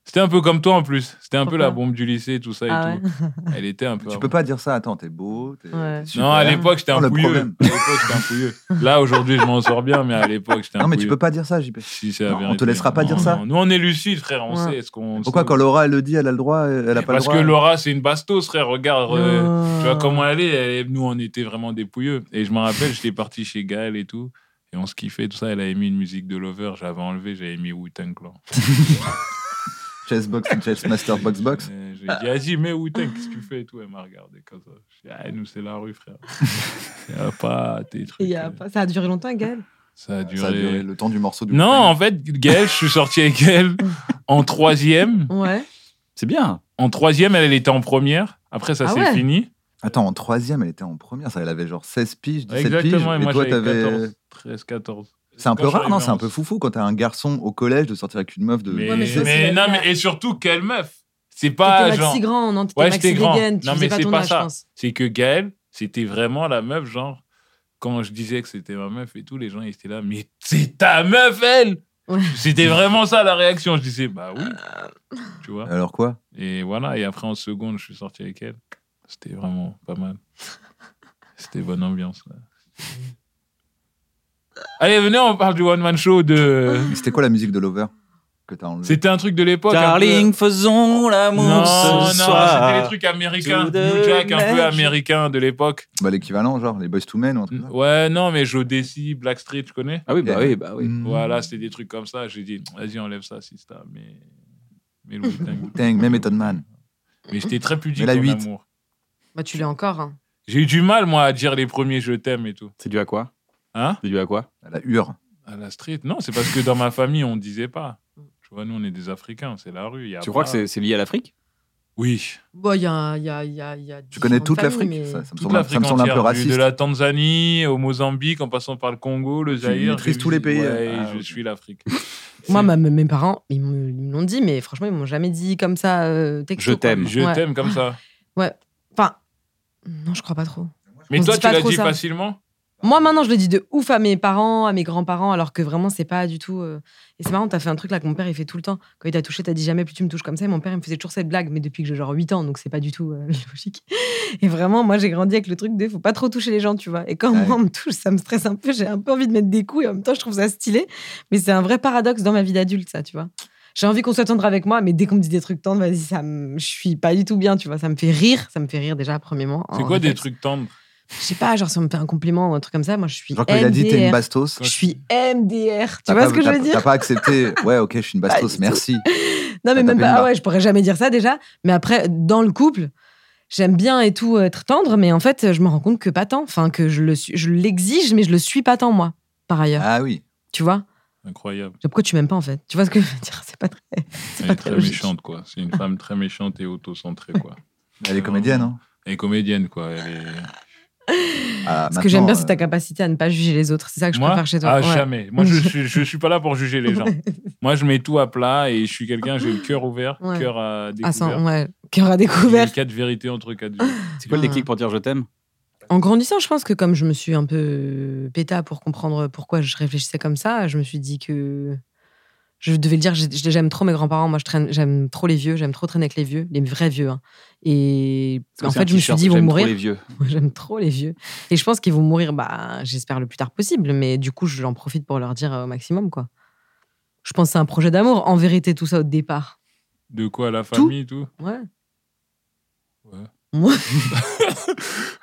A: C'était un peu comme toi en plus. C'était un peu
B: Pourquoi
A: la bombe du lycée, tout ça et
B: Ah
A: tout. Elle était un peu.
D: Tu
A: à
D: peux
A: moi.
D: pas dire ça. Attends, t'es beau. t'es-
B: Ouais.
D: t'es super.
A: Non, à l'époque, j'étais
D: Non,
A: un
D: le
A: pouilleux.
D: problème.
A: À l'époque, j'étais un pouilleux. Là, aujourd'hui, je m'en sors bien, mais à l'époque, j'étais un
D: Non, mais tu
A: pouilleux.
D: peux pas dire ça, JP.
A: Si, c'est la
D: Non, on te
A: vérité.
D: laissera pas
A: Non,
D: dire ça.
A: non. Nous, on est lucides, frère. On
B: Ouais.
A: sait ce qu'on.
D: Pourquoi
A: sait.
D: quand Laura elle le dit, elle a le droit, euh, elle a
A: Mais
D: pas le
A: Parce
D: droit. hein.
A: que Laura, c'est une bastos, frère. Regarde, euh,
B: Non.
A: tu vois comment elle est. elle est- Nous, on était vraiment des pouilleux. Et je me rappelle, j'étais parti chez Gaël et tout. Et on se kiffait, tout ça. Elle avait mis une musique de Lover. J'avais enlevé, j'avais mis wu Clan.
D: Chessbox, Chessmaster, Box Box.
A: Euh, J'ai dit, vas-y, mais wu qu'est-ce que tu fais et tout. Elle m'a regardé comme ça. J'ai dit, ah, nous, c'est la rue, frère. Il a pas tes
B: Et
A: trucs.
B: y a
A: euh.
B: pas- Ça a duré longtemps, Gaël.
A: Ça a duré.
D: Ça a duré le temps du morceau du
A: Non, en fait, Gaël, je suis sorti avec elle en troisième.
B: Ouais.
C: C'est bien.
A: En troisième, elle, elle était en première. Après, ça
B: Ah
A: s'est
B: ouais.
A: fini.
D: Attends, en troisième, elle était en première. Ça, elle avait genre 16 piges, 17 piges.
A: Exactement. Et moi,
D: toi,
A: j'avais
D: t'avais.
A: 14, 13, 14.
D: C'est un
A: Quand
D: peu
A: je suis
D: rare, non
A: arrivé
D: C'est
A: en-
D: un peu foufou quand t'as un garçon au collège de sortir avec une meuf de.
A: Mais,
B: Ouais, mais ça, c'est
A: mais
B: la-
A: non,
B: la-
A: mais et surtout, quelle meuf C'est
B: T'étais
A: pas
B: maxi
A: genre.
B: grand, non T'étais
A: Ouais,
B: maxi
A: j'étais grand.
B: dégaine, tu
A: Non,
B: faisais
A: mais
B: pas
A: c'est
B: ton
A: pas
B: âge,
A: ça.
B: je pense.
A: C'est que Gaëlle, c'était vraiment la meuf, genre. Quand je disais que c'était ma meuf et tout, les gens ils étaient là, mais c'est ta meuf, elle
B: Ouais. Euh.
A: C'était vraiment ça la réaction. Je disais, bah oui. Tu vois
D: Alors quoi
A: Et voilà, et après en seconde, je suis sorti avec elle. C'était vraiment pas mal. C'était bonne ambiance. là. Allez, venez, on parle du one-man show de.
D: Mais C'était quoi la musique de Lover que t'as enlevé
A: C'était un truc de l'époque. un peu-
C: Darling, faisons l'amour
A: Non, non,
C: ce
A: c'était
C: soir.
A: les trucs américains.
C: Tout de
A: New Jack, un peu
C: même.
A: américain de l'époque.
D: Bah, l'équivalent, genre les Boys to Men ou un truc comme ça.
A: Ouais, non, mais Joe Desi, Blackstreet, je connais.
C: Ah oui, bah
D: Yeah.
C: oui, bah oui.
D: Mm.
A: Voilà, c'était des trucs comme ça. J'ai dit, vas-y, enlève ça, si ça. Mais. Mais le Wu-Tang.
D: Wu-Tang, même Method Man.
A: Mais j'étais très pudique
D: Mais la
A: en
D: huit.
A: amour.
B: Bah, tu l'es encore. hein.
A: J'ai eu du mal, moi, à dire les premiers je t'aime et tout.
C: C'est dû à quoi
A: Hein
C: C'est dû à quoi
D: À la hure.
A: À la street Non, c'est parce que dans ma famille, on ne disait pas. Tu vois, nous, on est des Africains, c'est la rue. y a
C: Tu crois
A: pas-
C: que c'est- c'est lié à l'Afrique
A: Oui.
B: Bon, il y a, il y a, il y a, il y a
D: Tu connais
B: différentes
D: toute l'Afrique
B: familles, mais-
D: ça, ça me
A: Toute
D: semble- ça
A: l'Afrique
D: me semble un
A: entière,
D: peu
A: du-
D: raciste.
A: De la Tanzanie au Mozambique, en passant par le Congo, le
D: Tu
A: Zaïre.
D: maîtrises
A: j'ai
D: tous
A: vu-
D: les pays,
A: Ouais,
D: euh.
A: je
D: Ah,
A: suis l'Afrique.
B: Moi, ma- mes parents, ils me ils me l'ont dit, mais franchement, ils m'ont jamais dit comme ça. euh, texto,
C: Je
B: quoi.
C: t'aime.
A: Je
B: Ouais.
A: t'aime comme ça.
B: Enfin, non, je crois pas trop.
A: Mais
B: On se
A: toi,
B: dit
A: tu
B: pas
A: l'as
B: trop
A: dit
B: ça.
A: facilement
B: Moi, maintenant, je le dis de ouf à mes parents, à mes grands-parents, alors que vraiment, c'est pas du tout. euh, Et c'est marrant, t'as fait un truc là que mon père, il fait tout le temps. Quand il t'a touché, t'as dit jamais plus tu me touches comme ça. Et mon père, il me faisait toujours cette blague, mais depuis que j'ai genre 8 ans, donc c'est pas du tout euh, logique. Et vraiment, moi, j'ai grandi avec le truc de faut pas trop toucher les gens, tu vois. Et quand
D: Ouais.
B: moi, on me touche, ça me stresse un peu, j'ai un peu envie de mettre des coups et en même temps, je trouve ça stylé. Mais c'est un vrai paradoxe dans ma vie d'adulte, ça, tu vois. J'ai envie qu'on soit tendre avec moi, mais dès qu'on me dit des trucs tendres, vas-y, ça me... je suis pas du tout bien, tu vois. Ça me fait rire, ça me fait rire déjà, premièrement.
A: C'est
B: en
A: quoi des
B: réflexe.
A: trucs tendres
B: Je sais pas, genre si on me fait un compliment ou un truc comme ça, moi je suis.
D: Genre quand il a dit t'es une
B: MDR.
D: bastos.
B: Je suis MDR. Tu
D: t'as
B: vois
D: pas-
B: ce que je
D: t'as-
B: veux dire
D: T'as pas accepté. Ouais, ok, je suis une
B: Pas
D: bastos,
B: du tout.
D: merci.
B: Non, mais
D: t'as
B: même
D: tapé une
B: pas. Ah
D: barre.
B: ouais, je pourrais jamais dire ça déjà. Mais après, dans le couple, j'aime bien et tout être tendre, mais en fait, je me rends compte que pas tant. Enfin, que je le suis- je l'exige, mais je le suis pas tant moi, par ailleurs.
D: Ah oui.
B: Tu vois
A: Incroyable.
B: Genre, Pourquoi tu m'aimes pas en fait Tu vois ce que je veux dire C'est pas
D: Ah,
B: très. C'est
A: Elle
B: pas
A: est très
B: très logique.
A: méchante, quoi. C'est une femme très méchante et autocentrée, quoi.
D: Elle est comédienne, hein.
A: Elle est comédienne, quoi. Elle est-
D: Ah,
B: Ce que j'aime bien,
D: maintenant,
B: c'est ta
D: euh,
B: capacité à ne pas juger les autres. C'est ça que je
A: Moi
B: préfère chez toi.
A: Ah,
B: Ouais.
A: jamais. Moi, je suis, je suis pas là pour juger les gens. Moi, je mets tout à plat et je suis quelqu'un, j'ai le cœur ouvert,
B: Ouais.
A: cœur à
B: Ah, sans-
A: découvert.
B: ouais. Cœur à
A: J'ai
B: découvert.
A: quatre vérités entre quatre yeux.
C: C'est quoi le déclic pour dire je t'aime
B: En grandissant, je pense que comme je me suis un peu péta pour comprendre pourquoi je réfléchissais comme ça, je me suis dit que je devais le dire. j'ai- j'ai- J'aime trop mes grands-parents. Moi, je traîne, j'aime trop les vieux. J'aime trop traîner avec les vieux, les vrais vieux. hein. Et
C: Parce que
B: en
C: c'est un
B: fait, je me suis
C: t-shirt,
B: dit, ils vont
C: j'aime trop
B: mourir.
C: les vieux.
B: Moi, J'aime trop les vieux. Et je pense qu'ils vont mourir, bah, j'espère le plus tard possible. Mais du coup, je l'en profite pour leur dire euh, au maximum, quoi. Je pense que c'est un projet d'amour. En vérité, tout ça au départ.
A: De quoi La famille, tout,
B: Ouais.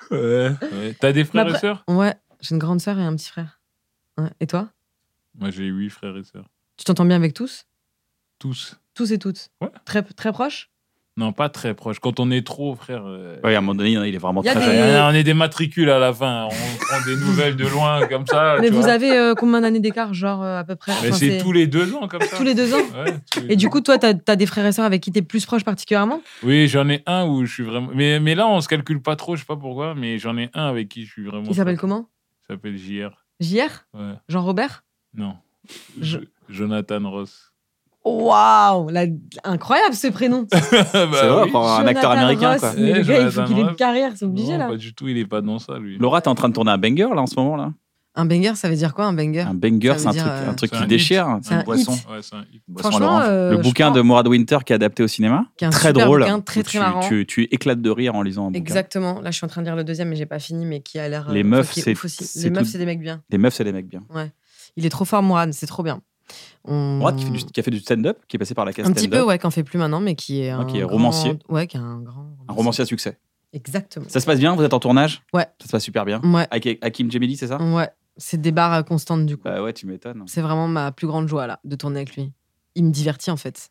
A: Ouais. T'as des frères
B: Mais
A: et sœurs
B: Ouais. J'ai une grande sœur et un petit frère. Ouais. Et toi
A: Moi, j'ai huit frères et sœurs.
B: Tu t'entends bien avec tous
A: Tous.
B: Tous et toutes.
A: Ouais.
B: Très, très proches
A: Non, pas très proches. Quand on est trop, frère. euh,
C: Ouais, à un moment donné, il y en a, il est vraiment
B: Il y a
C: très
B: des-
C: jeune.
A: euh, on est des matricules à la fin. On prend des nouvelles de loin, comme ça.
B: Mais
A: tu
B: vous
A: vois.
B: avez euh, combien d'années d'écart, genre euh, à peu près
A: Mais
B: Enfin,
A: c'est tous les deux ans, comme ça.
B: tous les deux ans
A: Ouais, tous les
B: Et du
A: deux.
B: coup, toi, t'as as des frères et sœurs avec qui t'es plus proche particulièrement
A: Oui, j'en ai un où je suis vraiment. Mais, mais là, on se calcule pas trop, je sais pas pourquoi, mais j'en ai un avec qui je suis vraiment.
B: Il s'appelle
A: pote.
B: comment
A: Il s'appelle JR.
B: JR
A: Ouais.
B: Jean-Robert
A: Non.
B: Je-
A: Je- Jonathan Ross.
B: Waouh la- Incroyable ce prénom
A: Bah
C: Ça va,
A: oui.
C: pour Oh, un
B: Jonathan
C: acteur américain,
B: Ross,
C: quoi.
B: mais le
A: Eh,
B: gars, il faut
A: Jonathan
B: qu'il ait une
A: Ross.
B: carrière, c'est obligé
A: Non,
B: là.
A: Pas du tout, il est pas dans ça, lui.
C: Laura, t'es en train de tourner un banger, là, en ce moment, là
B: Un banger, ça veut dire quoi un banger
C: Un banger,
B: Ça veut
C: c'est un
B: dire,
C: truc,
B: euh,
C: un truc
A: c'est
C: qui
A: un hit.
C: déchire.
B: C'est un
D: boisson.
B: hit.
A: Ouais, c'est un hit.
D: une boisson à
B: Franchement,
D: l'orange.
B: euh,
C: Le
B: je
C: bouquin
B: pense-
C: de Morad Winter qui est adapté au cinéma.
B: qui est un
C: Très
B: super
C: drôle.
B: bouquin, très
C: où
B: très
C: tu,
B: marrant.
C: Tu, tu éclates de rire en lisant un bouquin.
B: Exactement. Là, je suis en train de lire le deuxième, mais j'ai pas fini, mais qui a l'air. euh,
C: Les meufs,
B: enfin, qui est
C: c'est-
B: ouf aussi.
C: c'est
B: Les meufs,
C: tout-
B: c'est des mecs bien.
C: Les meufs, c'est les mecs bien.
B: Il est trop fort, Mourad, c'est trop bien. On-
C: Morad qui, fait du- qui a fait du stand-up, qui est passé par la case
B: Un petit peu,
C: stand-up.
B: ouais, qu'en fait plus maintenant, mais qui est
C: Ouais,
B: un.
C: qui est
B: grand-
C: romancier.
B: Ouais, qui est un grand.
C: Un romancier à succès.
B: Exactement.
C: Ça se passe bien Vous êtes en tournage
B: Ouais.
C: Ça se passe super bien.
B: Ouais,
C: Avec Hakim Jemili, c'est ça
B: ouais. C'est des barres constantes, du coup.
C: Bah ouais, tu m'étonnes.
B: C'est vraiment ma plus grande joie, là, de tourner avec lui. Il me divertit, en fait.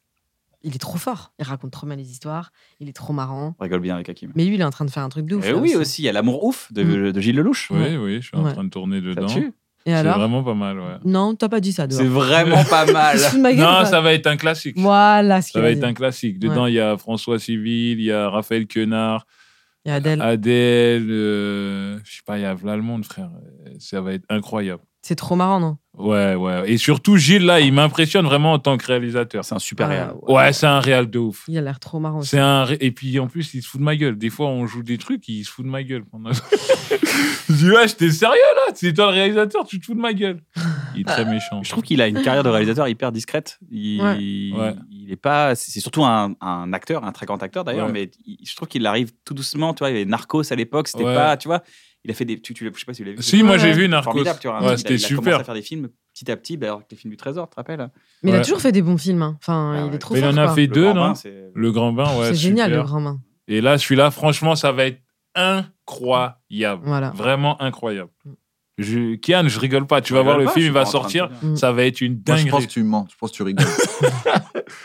B: Il est trop fort. Il raconte trop bien les histoires. Il est trop marrant.
C: On rigole bien avec Hakim.
B: Mais lui, il est en train de faire un truc de ouf. Mm.
C: Et
B: là,
C: Eh oui, aussi, il y a l'amour ouf de, de Gilles Lelouch.
A: Oui, oui, je suis
B: Ouais.
A: en train de tourner dedans.
C: Là-dessus.
B: Et
A: C'est
B: alors
A: vraiment pas mal, ouais.
B: Non, t'as pas dit ça,
C: C'est
B: dehors.
C: vraiment pas mal.
B: Tu te fous de ma gueule,
A: Non,
B: ou pas
A: ça va être un classique.
B: Voilà ce
A: Ça
B: qu'il
A: va
B: a
A: être
B: dit.
A: un classique. Dedans, il y a François Civil, il y a Raphaël Quenard,
B: Et Adèle,
C: Ah.
A: Adèle, euh, je sais pas, il y a Vlalmonde, frère. Ça va être incroyable.
B: c'est trop marrant, non
A: Ouais, ouais. Et surtout, Gilles, là, il m'impressionne vraiment en tant que réalisateur.
C: C'est un super
B: Ah,
C: réel.
A: Ouais, c'est un réal de ouf.
B: Il a l'air trop marrant. aussi.
A: C'est un ré- et puis en plus il se fout de ma gueule. Des fois on joue des trucs, il se fout de ma gueule. pendant- je dis ouais, j'étais sérieux là. C'est toi le réalisateur, tu te fous de ma gueule. Il est très
B: Ah,
A: méchant.
C: Je trouve qu'il a une carrière de réalisateur hyper discrète. Il,
B: Ouais.
A: Ouais.
C: il est pas. C'est c'est surtout un, un acteur, un très grand acteur d'ailleurs,
A: Ouais.
C: mais il- je trouve qu'il arrive tout doucement. Tu vois, il y avait Narcos à l'époque, c'était
A: Ouais.
C: pas. Tu vois, il a fait des. Tu, tu l'as- je sais pas si tu l'as vu.
A: Si, moi
B: Ouais,
A: j'ai
B: ouais.
A: vu Narcos.
C: euh, Formidable, tu vois. il a-
A: ouais, c'était
C: il a commencé
A: super.
C: à faire des films petit à petit, d'ailleurs, avec les films du Trésor, tu te rappelles hein.
B: Mais il a
A: Ouais.
B: toujours fait des bons films. hein. Enfin,
C: Ah
B: il
C: ouais.
B: est trop
A: Mais il
B: fort.
A: en a
B: quoi.
A: fait deux,
C: Grand
A: non
C: Bain, c'est-
A: Le Grand Bain, ouais.
B: c'est génial,
A: super.
B: le grand main.
A: Et là, celui-là, franchement, ça va être incroyable.
B: Voilà.
A: Vraiment incroyable. Je... Kian, je rigole pas. Tu vas
C: Je
A: voir le
C: rigole pas,
A: film,
C: je
A: il
C: suis
A: va
C: pas en train de te
A: sortir.
C: dire.
B: Mm.
A: Ça va être une
D: Moi, je
A: dinguerie.
D: pense que tu mens, je pense que tu rigoles.